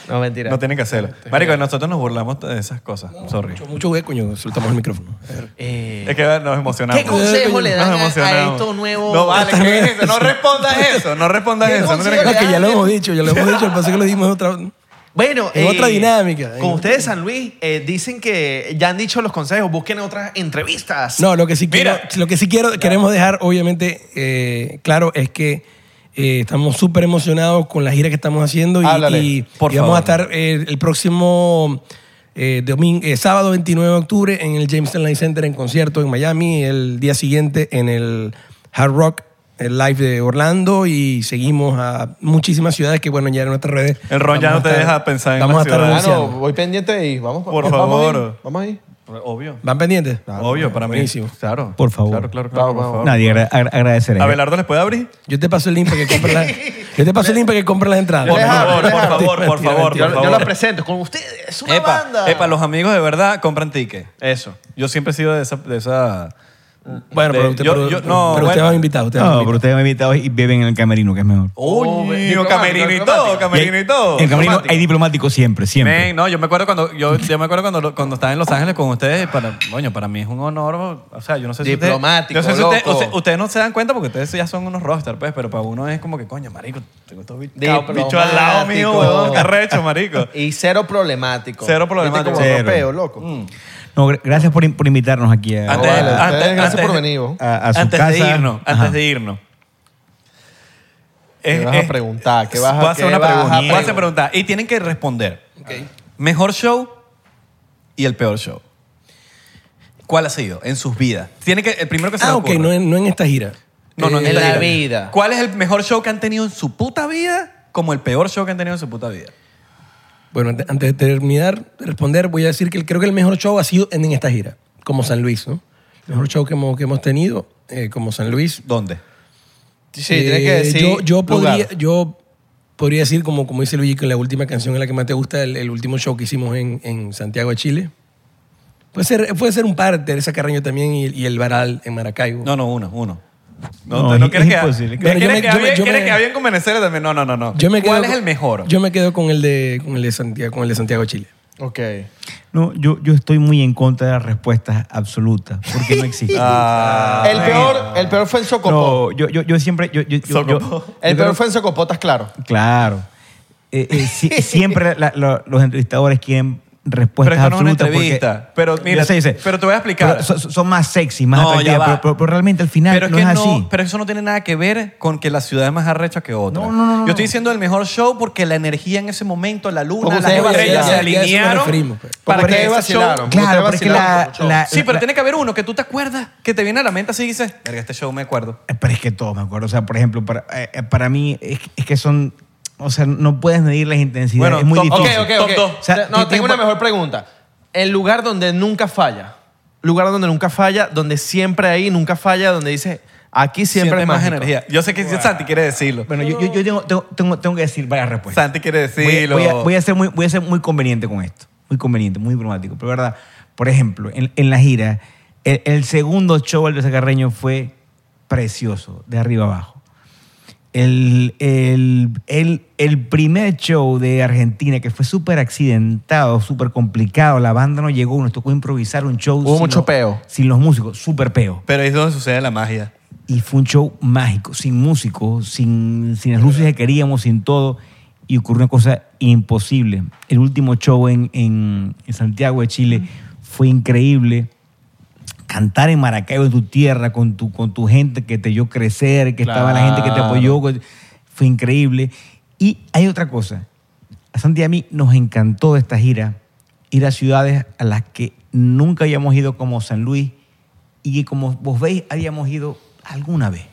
[SPEAKER 3] no, mentira.
[SPEAKER 4] no tienen que hacerlo. Marico, nosotros nos burlamos de esas cosas. Sorry.
[SPEAKER 1] Mucho, mucho hueco, coño. Soltamos el micrófono.
[SPEAKER 3] Eh,
[SPEAKER 4] Es que nos emocionamos.
[SPEAKER 3] ¿Qué consejo le
[SPEAKER 4] Nos
[SPEAKER 3] dan a- a
[SPEAKER 4] emocionamos.
[SPEAKER 3] estos nuevos-
[SPEAKER 4] No vale, ¿qué es eso? No respondas eso. No respondas
[SPEAKER 3] ¿Qué
[SPEAKER 4] eso. No tienes
[SPEAKER 3] consejo
[SPEAKER 1] No,
[SPEAKER 4] que-
[SPEAKER 1] es que ya lo hemos dicho, ya lo hemos dicho. Parece que lo dimos otra vez.
[SPEAKER 3] bueno, eh,
[SPEAKER 1] En otra dinámica.
[SPEAKER 3] Con ustedes, San Luis, eh, dicen que ya han dicho los consejos, busquen otras entrevistas.
[SPEAKER 1] No, lo que sí quiero,
[SPEAKER 4] Mira.
[SPEAKER 1] lo que sí quiero, queremos dejar, obviamente, eh, claro, es que eh, estamos súper emocionados con la gira que estamos haciendo y,
[SPEAKER 3] Háblale,
[SPEAKER 1] y-
[SPEAKER 4] por
[SPEAKER 1] y vamos a
[SPEAKER 4] favor.
[SPEAKER 1] estar eh, el próximo eh, domin- eh, sábado 29 de octubre en el James Line Center en concierto en Miami, el día siguiente en el Hard Rock. El live de Orlando y seguimos a muchísimas ciudades que, bueno, ya en nuestras redes.
[SPEAKER 4] El Ron ya
[SPEAKER 1] vamos
[SPEAKER 4] no
[SPEAKER 1] a estar-
[SPEAKER 4] te deja pensar en
[SPEAKER 1] Vamos
[SPEAKER 4] la
[SPEAKER 1] a estar
[SPEAKER 4] ciudad.
[SPEAKER 1] anunciando.
[SPEAKER 3] Bueno, ah, voy pendiente y vamos.
[SPEAKER 4] Por
[SPEAKER 3] vamos
[SPEAKER 4] favor.
[SPEAKER 3] ahí, Vamos ahí.
[SPEAKER 4] Obvio.
[SPEAKER 1] ¿Van pendientes?
[SPEAKER 4] Obvio, para mí.
[SPEAKER 1] Buenísimo.
[SPEAKER 4] Claro.
[SPEAKER 2] Por favor.
[SPEAKER 4] Claro, claro, claro.
[SPEAKER 3] Vamos,
[SPEAKER 4] por
[SPEAKER 3] vamos.
[SPEAKER 4] favor.
[SPEAKER 2] Nadie, agra- agra- agradeceré.
[SPEAKER 4] ¿Abelardo les puede abrir?
[SPEAKER 1] Yo te paso el link para que compres las, yo te paso el link para que compres las entradas.
[SPEAKER 4] Por
[SPEAKER 3] les abro,
[SPEAKER 4] favor,
[SPEAKER 3] les
[SPEAKER 4] por
[SPEAKER 3] abro.
[SPEAKER 4] favor, por favor, por
[SPEAKER 3] Yo, yo la
[SPEAKER 4] favor.
[SPEAKER 3] presento con ustedes. Una
[SPEAKER 4] Epa,
[SPEAKER 3] banda.
[SPEAKER 4] epa, los amigos de verdad compran ticket.
[SPEAKER 3] Eso.
[SPEAKER 4] Yo siempre he sido de esa... De esa
[SPEAKER 1] Bueno,
[SPEAKER 4] de-
[SPEAKER 1] pero, usted,
[SPEAKER 4] yo-
[SPEAKER 1] pero,
[SPEAKER 4] yo- no,
[SPEAKER 1] pero ustedes
[SPEAKER 4] bueno.
[SPEAKER 1] van invitados. ustedes van
[SPEAKER 2] No, pero
[SPEAKER 1] invitados.
[SPEAKER 2] ustedes me han invitado y beben en el camerino, que es mejor.
[SPEAKER 4] Oh,
[SPEAKER 3] diplomático,
[SPEAKER 4] camerino y todo,
[SPEAKER 3] diplomático.
[SPEAKER 4] camerino y todo.
[SPEAKER 2] En el camerino hay diplomático siempre, siempre.
[SPEAKER 4] Men, no, yo me acuerdo cuando yo, yo me acuerdo cuando, lo- cuando estaba en Los Ángeles con ustedes, para, coño, para mí es un honor, o sea, yo no sé si ustedes-
[SPEAKER 3] Diplomático,
[SPEAKER 4] yo sé si ustedes-
[SPEAKER 3] loco.
[SPEAKER 4] usted- ustedes no se dan cuenta porque ustedes ya son unos rockstar, pues, pero para uno es como que, coño, marico, tengo estos bi-
[SPEAKER 3] Diplomático.
[SPEAKER 4] bichos al lado mío, weón, carrecho, marico.
[SPEAKER 3] Y cero problemático.
[SPEAKER 4] Cero Mm. problemático.
[SPEAKER 3] Viste como
[SPEAKER 2] Cero.
[SPEAKER 3] europeo, loco.
[SPEAKER 2] No, gra- gracias por, in- por invitarnos aquí a,
[SPEAKER 4] Antes-
[SPEAKER 3] Vale,
[SPEAKER 2] a-
[SPEAKER 4] antes-
[SPEAKER 3] ustedes, gracias
[SPEAKER 4] antes-
[SPEAKER 3] por venir. vos.
[SPEAKER 2] a- a su
[SPEAKER 4] antes
[SPEAKER 2] casa.
[SPEAKER 4] de irnos,
[SPEAKER 2] Ajá.
[SPEAKER 4] antes de irnos.
[SPEAKER 3] ¿Qué
[SPEAKER 4] Es-
[SPEAKER 3] vas a
[SPEAKER 4] es-
[SPEAKER 3] preguntar? ¿Qué vas a-
[SPEAKER 4] voy hacer
[SPEAKER 3] qué
[SPEAKER 4] una
[SPEAKER 3] vas a
[SPEAKER 4] pregunta. Voy a hacer
[SPEAKER 3] preguntar?
[SPEAKER 4] pregunta. Y tienen que responder. Mejor show y el peor show. ¿Cuál ha sido en sus vidas? Tiene que el primero que se
[SPEAKER 1] Ah,
[SPEAKER 4] le
[SPEAKER 1] ok,
[SPEAKER 4] ocurra.
[SPEAKER 1] no en, no en esta gira.
[SPEAKER 4] No, no,
[SPEAKER 3] En
[SPEAKER 4] esta
[SPEAKER 3] la
[SPEAKER 4] gira.
[SPEAKER 3] vida.
[SPEAKER 4] ¿Cuál es el mejor show que han tenido en su puta vida como el peor show que han tenido en su puta vida?
[SPEAKER 1] Bueno, ante- antes de terminar de responder, voy a decir que el- creo que el mejor show ha sido en, en esta gira, como San Luis, ¿no? El mejor show que hemos, que hemos tenido, eh, como San Luis.
[SPEAKER 4] ¿Dónde?
[SPEAKER 3] Sí, tienes que
[SPEAKER 1] Eh,
[SPEAKER 3] decir.
[SPEAKER 1] Yo, yo,
[SPEAKER 3] lugar.
[SPEAKER 1] podría, yo podría decir, como, como dice Luigi, que la última canción es la que más te gusta, el, el último show que hicimos en, en Santiago de Chile. Puede ser, puede ser un par, Teresa Carreño también y, y el Varal en Maracaibo.
[SPEAKER 4] No, no, uno, uno. No,
[SPEAKER 2] No,
[SPEAKER 4] no, no
[SPEAKER 2] es
[SPEAKER 4] quieres que
[SPEAKER 2] imposible.
[SPEAKER 4] ¿Quieres
[SPEAKER 1] Bueno, yo
[SPEAKER 4] quieres
[SPEAKER 1] me-
[SPEAKER 4] que
[SPEAKER 1] yo me-
[SPEAKER 4] había-
[SPEAKER 1] yo
[SPEAKER 4] quieres
[SPEAKER 1] me-
[SPEAKER 4] que había con Venezuela también? No, no, no, no.
[SPEAKER 1] Yo me quedo
[SPEAKER 4] ¿Cuál es
[SPEAKER 1] con-
[SPEAKER 4] el mejor?
[SPEAKER 1] Yo me quedo con el de, con el de, Santiago, con el de Santiago de Chile.
[SPEAKER 3] Ok.
[SPEAKER 2] No, yo, yo estoy muy en contra de las respuestas absolutas, porque no existen.
[SPEAKER 4] Ah,
[SPEAKER 3] el, peor, el peor fue en Socopó.
[SPEAKER 2] no, yo, yo, yo siempre... Yo, yo, yo- yo-
[SPEAKER 4] Socopó.
[SPEAKER 2] yo
[SPEAKER 3] el
[SPEAKER 2] creo-
[SPEAKER 3] peor fue en Socopó, estás claro.
[SPEAKER 2] Claro. Eh, eh, si- siempre la- la- los entrevistadores quieren respuestas
[SPEAKER 4] Pero esto no es una
[SPEAKER 2] absolutas. porque-
[SPEAKER 4] entrevista. Pero
[SPEAKER 2] Yo
[SPEAKER 4] mira,
[SPEAKER 2] sé, yo sé.
[SPEAKER 4] pero te voy a explicar.
[SPEAKER 2] Pero son, son más sexy, más
[SPEAKER 4] No, ya
[SPEAKER 2] atractivas,
[SPEAKER 4] va.
[SPEAKER 2] pero, pero- pero realmente al final
[SPEAKER 4] Pero es
[SPEAKER 2] no
[SPEAKER 4] que
[SPEAKER 2] es
[SPEAKER 4] no,
[SPEAKER 2] así.
[SPEAKER 4] pero eso no tiene nada que ver con que la ciudad es más arrecha que otra.
[SPEAKER 2] No, no, no, no,
[SPEAKER 4] Yo estoy
[SPEAKER 2] no.
[SPEAKER 4] diciendo el mejor show porque la energía en ese momento, la
[SPEAKER 3] Porque
[SPEAKER 4] luna, las
[SPEAKER 3] ustedes
[SPEAKER 4] estrellas
[SPEAKER 3] vacilaron,
[SPEAKER 4] se
[SPEAKER 3] ya a eso
[SPEAKER 1] nos
[SPEAKER 4] alinearon
[SPEAKER 1] referimos, pues.
[SPEAKER 3] Porque
[SPEAKER 4] para que
[SPEAKER 3] ustedes
[SPEAKER 4] ese show
[SPEAKER 3] vacilaron.
[SPEAKER 2] Claro,
[SPEAKER 3] Ustedes
[SPEAKER 2] pero es que la,
[SPEAKER 3] vacilaron,
[SPEAKER 2] Ah, la-
[SPEAKER 4] Sí, pero
[SPEAKER 2] la-
[SPEAKER 4] tiene que haber uno que tú te acuerdas, que te viene a la mente así y dices, verga, este show me acuerdo.
[SPEAKER 2] Eh, Pero es que todos me acuerdo. O sea, por ejemplo, para, eh, eh, para mí es, es que son... O sea, no puedes medir las intensidades.
[SPEAKER 4] Bueno,
[SPEAKER 2] es muy
[SPEAKER 4] top-
[SPEAKER 2] difícil.
[SPEAKER 3] Ok, ok,
[SPEAKER 4] Top
[SPEAKER 3] ok.
[SPEAKER 4] dos.
[SPEAKER 2] O sea,
[SPEAKER 3] no,
[SPEAKER 2] yo
[SPEAKER 3] tengo
[SPEAKER 2] tengo-
[SPEAKER 3] una mejor pregunta. El lugar donde nunca falla. Lugar donde nunca falla, donde siempre hay, nunca falla, donde dice, aquí siempre
[SPEAKER 4] Siente
[SPEAKER 3] es
[SPEAKER 4] más
[SPEAKER 3] mágico.
[SPEAKER 4] energía. Yo sé que Santi quiere decirlo.
[SPEAKER 2] Bueno, yo, yo- yo tengo, tengo, tengo- tengo que decir varias respuestas.
[SPEAKER 4] Santi quiere
[SPEAKER 2] Voy, a-
[SPEAKER 4] decirlo.
[SPEAKER 2] voy a, voy a ser muy, voy a ser muy conveniente con esto. Muy conveniente, muy diplomático. Pero, ¿verdad? Por ejemplo, en, en la gira, el, el segundo show del Carreño fue precioso, de arriba abajo. El, el, el- el primer show de Argentina, que fue súper accidentado, súper complicado, la banda no llegó, nos tocó improvisar un show.
[SPEAKER 3] Hubo
[SPEAKER 2] sin
[SPEAKER 3] mucho
[SPEAKER 2] los-
[SPEAKER 3] peo.
[SPEAKER 2] Sin los músicos, súper peo
[SPEAKER 4] Pero es donde sucede la magia.
[SPEAKER 2] y fue un show mágico, sin músicos, sin, sin las luces que queríamos, sin todo. Y ocurrió una cosa imposible. El último show en, en- en Santiago de Chile fue increíble. Cantar en Maracaibo, en tu tierra, con tu, con tu gente que te vio crecer, que estaba la gente que te apoyó, pues, fue increíble. Y hay otra cosa. A Santi y a mí nos encantó de esta gira ir a ciudades a las que nunca habíamos ido, como San Luis Y como vos veis, habíamos ido alguna vez.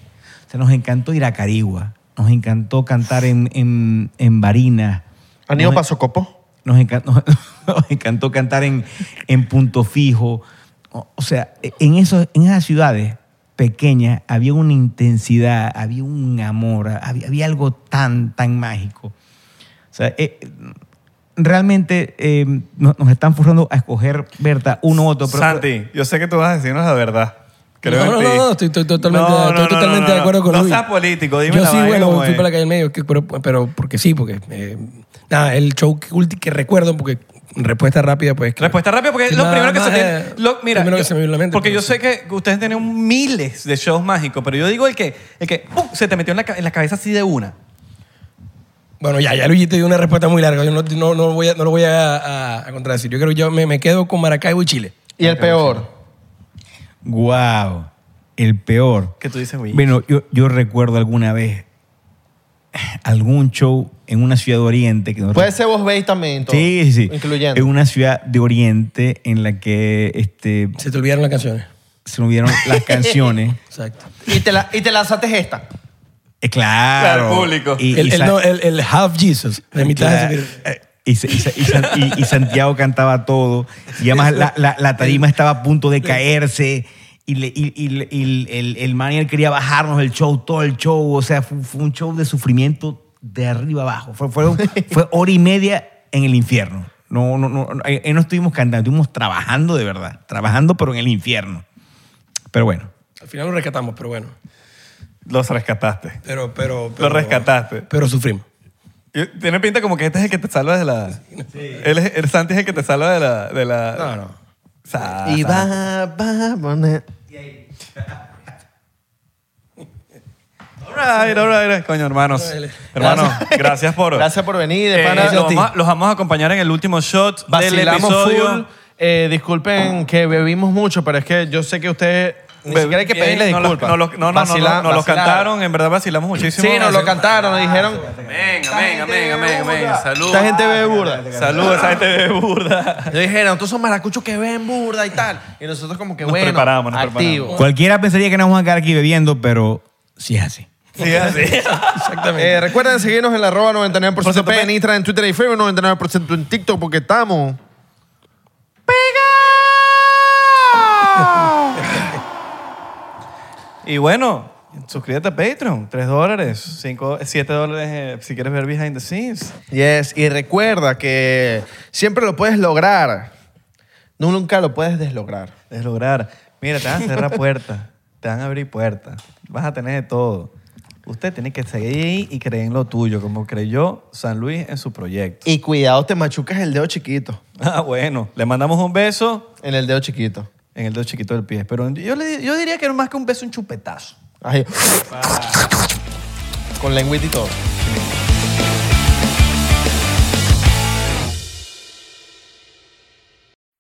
[SPEAKER 2] O sea, nos encantó ir a Carigua, nos encantó cantar en, en, en Barinas.
[SPEAKER 3] ¿Han ido
[SPEAKER 2] Nos-
[SPEAKER 3] para Socopo?
[SPEAKER 2] nos, encan- nos- nos encantó cantar en, en Punto Fijo. O, o sea, en, esos, en esas ciudades pequeñas había una intensidad, había un amor, había, había algo tan, tan mágico. O sea, eh, realmente eh, nos, nos están forzando a escoger, Berta, uno u otro. pero-
[SPEAKER 4] Santi, yo sé que tú vas a decirnos la verdad.
[SPEAKER 1] No,
[SPEAKER 4] Creo en
[SPEAKER 1] no,
[SPEAKER 4] ti.
[SPEAKER 1] no, no, estoy, estoy totalmente,
[SPEAKER 4] No, no,
[SPEAKER 1] estoy
[SPEAKER 4] no,
[SPEAKER 1] totalmente
[SPEAKER 4] no, no.
[SPEAKER 1] de acuerdo con
[SPEAKER 4] No
[SPEAKER 1] Luis.
[SPEAKER 4] seas político, dime
[SPEAKER 1] Yo
[SPEAKER 4] la
[SPEAKER 1] sí,
[SPEAKER 4] vaina
[SPEAKER 1] bueno,
[SPEAKER 4] como
[SPEAKER 1] fui
[SPEAKER 4] es.
[SPEAKER 1] para la calle del medio, que- pero, pero porque sí, porque... eh, nada, el show que, ulti- que recuerdo, porque respuesta rápida, pues... que-
[SPEAKER 4] Respuesta rápida, porque es lo
[SPEAKER 1] Nada
[SPEAKER 4] primero que se
[SPEAKER 1] más
[SPEAKER 4] tiene.
[SPEAKER 1] es
[SPEAKER 4] lo- mira,
[SPEAKER 1] primero que
[SPEAKER 4] yo-
[SPEAKER 1] se me vino a la mente,
[SPEAKER 4] porque
[SPEAKER 1] pero
[SPEAKER 4] yo
[SPEAKER 1] sí.
[SPEAKER 4] sé que ustedes tienen miles de shows mágicos, pero yo digo el que, el que ¡pum! se te metió en la, ca- en la cabeza así de una.
[SPEAKER 1] Bueno, ya, ya Luigi te dio una respuesta muy larga. Yo no, no, no voy, a, no lo voy a, a- a contradecir. Yo creo que yo me, me quedo con Maracaibo y Chile.
[SPEAKER 3] Y el peor.
[SPEAKER 2] ¡Guau! El peor.
[SPEAKER 4] Que tú dices, güey.
[SPEAKER 2] Bueno, yo, yo recuerdo alguna vez algún show en una ciudad de Oriente. Que no
[SPEAKER 3] Puede ser vos veis también. todo,
[SPEAKER 2] Sí, sí, sí.
[SPEAKER 3] Incluyendo.
[SPEAKER 2] En una ciudad de Oriente en la que este,
[SPEAKER 1] Se te olvidaron las canciones.
[SPEAKER 2] se movieron las canciones.
[SPEAKER 1] Exacto.
[SPEAKER 3] Y te, la, y te lanzaste esta.
[SPEAKER 2] Eh, claro.
[SPEAKER 4] Al público.
[SPEAKER 2] Y,
[SPEAKER 1] el,
[SPEAKER 2] y
[SPEAKER 1] el-
[SPEAKER 2] Sa-
[SPEAKER 1] no, el- el Half Jesus, de mitad de
[SPEAKER 2] claro, eh, y Sa- y Sa- y San- y- y Santiago cantaba todo. Y además la, la- la tarima estaba a punto de caerse. Y, le- y- y le- y el, el, el manager quería bajarnos el show, todo el show. O sea, fue, fue un show de sufrimiento de arriba abajo. Fue, fue, fue hora y media en el infierno. No, no, no, no, eh, eh, no estuvimos cantando, estuvimos trabajando de verdad. Trabajando, pero en el infierno. Pero bueno.
[SPEAKER 1] Al final lo rescatamos, pero bueno.
[SPEAKER 4] Los rescataste.
[SPEAKER 1] Pero, pero,
[SPEAKER 4] Lo
[SPEAKER 1] pero-
[SPEAKER 4] rescataste.
[SPEAKER 1] Pero sufrimos.
[SPEAKER 4] Y Tiene pinta como que este es el que te salva de la. Él es- el Santi es el que te salva de la. De la
[SPEAKER 1] No, no.
[SPEAKER 4] Sa-
[SPEAKER 2] Ah,
[SPEAKER 3] y
[SPEAKER 4] sa-
[SPEAKER 3] va, va, va.
[SPEAKER 4] All right, all right, all right. Coño, hermanos.
[SPEAKER 1] Dale.
[SPEAKER 4] Hermanos, gracias por.
[SPEAKER 3] Gracias por venir, de
[SPEAKER 4] Eh,
[SPEAKER 3] pana.
[SPEAKER 4] los, vamos a, los vamos a acompañar en el último shot del
[SPEAKER 3] Vacilamos
[SPEAKER 4] episodio.
[SPEAKER 3] full. Eh, disculpen que bebimos mucho, pero es que yo sé que ustedes ni
[SPEAKER 4] Bebé,
[SPEAKER 3] siquiera hay que
[SPEAKER 4] bien,
[SPEAKER 3] pedirles
[SPEAKER 4] nos lo-
[SPEAKER 3] disculpas.
[SPEAKER 4] nos lo- No, no, no,
[SPEAKER 3] Vacila-
[SPEAKER 4] no, nos lo
[SPEAKER 3] vacilaron.
[SPEAKER 4] cantaron, en verdad vacilamos muchísimo.
[SPEAKER 3] Sí, nos lo cantaron, nos dijeron.
[SPEAKER 4] Amén, amén, amén, amén, amén. Salud.
[SPEAKER 3] Esta gente bebe burda.
[SPEAKER 4] Salud, esa gente de burda.
[SPEAKER 3] Nos dijeron, tú son maracuchos que ven burda y tal. Y nosotros como que,
[SPEAKER 4] Nos
[SPEAKER 3] bueno,
[SPEAKER 4] preparamos, nos
[SPEAKER 3] activo.
[SPEAKER 2] Cualquiera pensaría que nos vamos a quedar aquí bebiendo, pero sí es así.
[SPEAKER 4] Sí, así.
[SPEAKER 3] Eh, recuerden seguirnos en la arroba 99% P,
[SPEAKER 4] P.
[SPEAKER 3] en Instagram, en Twitter y Facebook, 99% en TikTok, porque estamos...
[SPEAKER 4] Y bueno, suscríbete a Patreon, 3 dólares, 5, 7 dólares eh, si quieres ver behind the scenes.
[SPEAKER 3] Yes, y recuerda que siempre lo puedes lograr. Nunca lo puedes deslograr.
[SPEAKER 4] Es lograr. Mira, te van a cerrar puertas, te van a abrir puertas, vas a tener de todo. Usted tiene que seguir ahí y creer en lo tuyo, como creyó San Luis en su proyecto.
[SPEAKER 3] Y cuidado, te machucas el dedo chiquito.
[SPEAKER 4] Ah, bueno, le mandamos un beso
[SPEAKER 3] En el dedo chiquito.
[SPEAKER 4] en el dedo chiquito del pie, pero yo, le- yo diría que era más que un beso, un chupetazo.
[SPEAKER 3] Ay. Con lengüita y todo.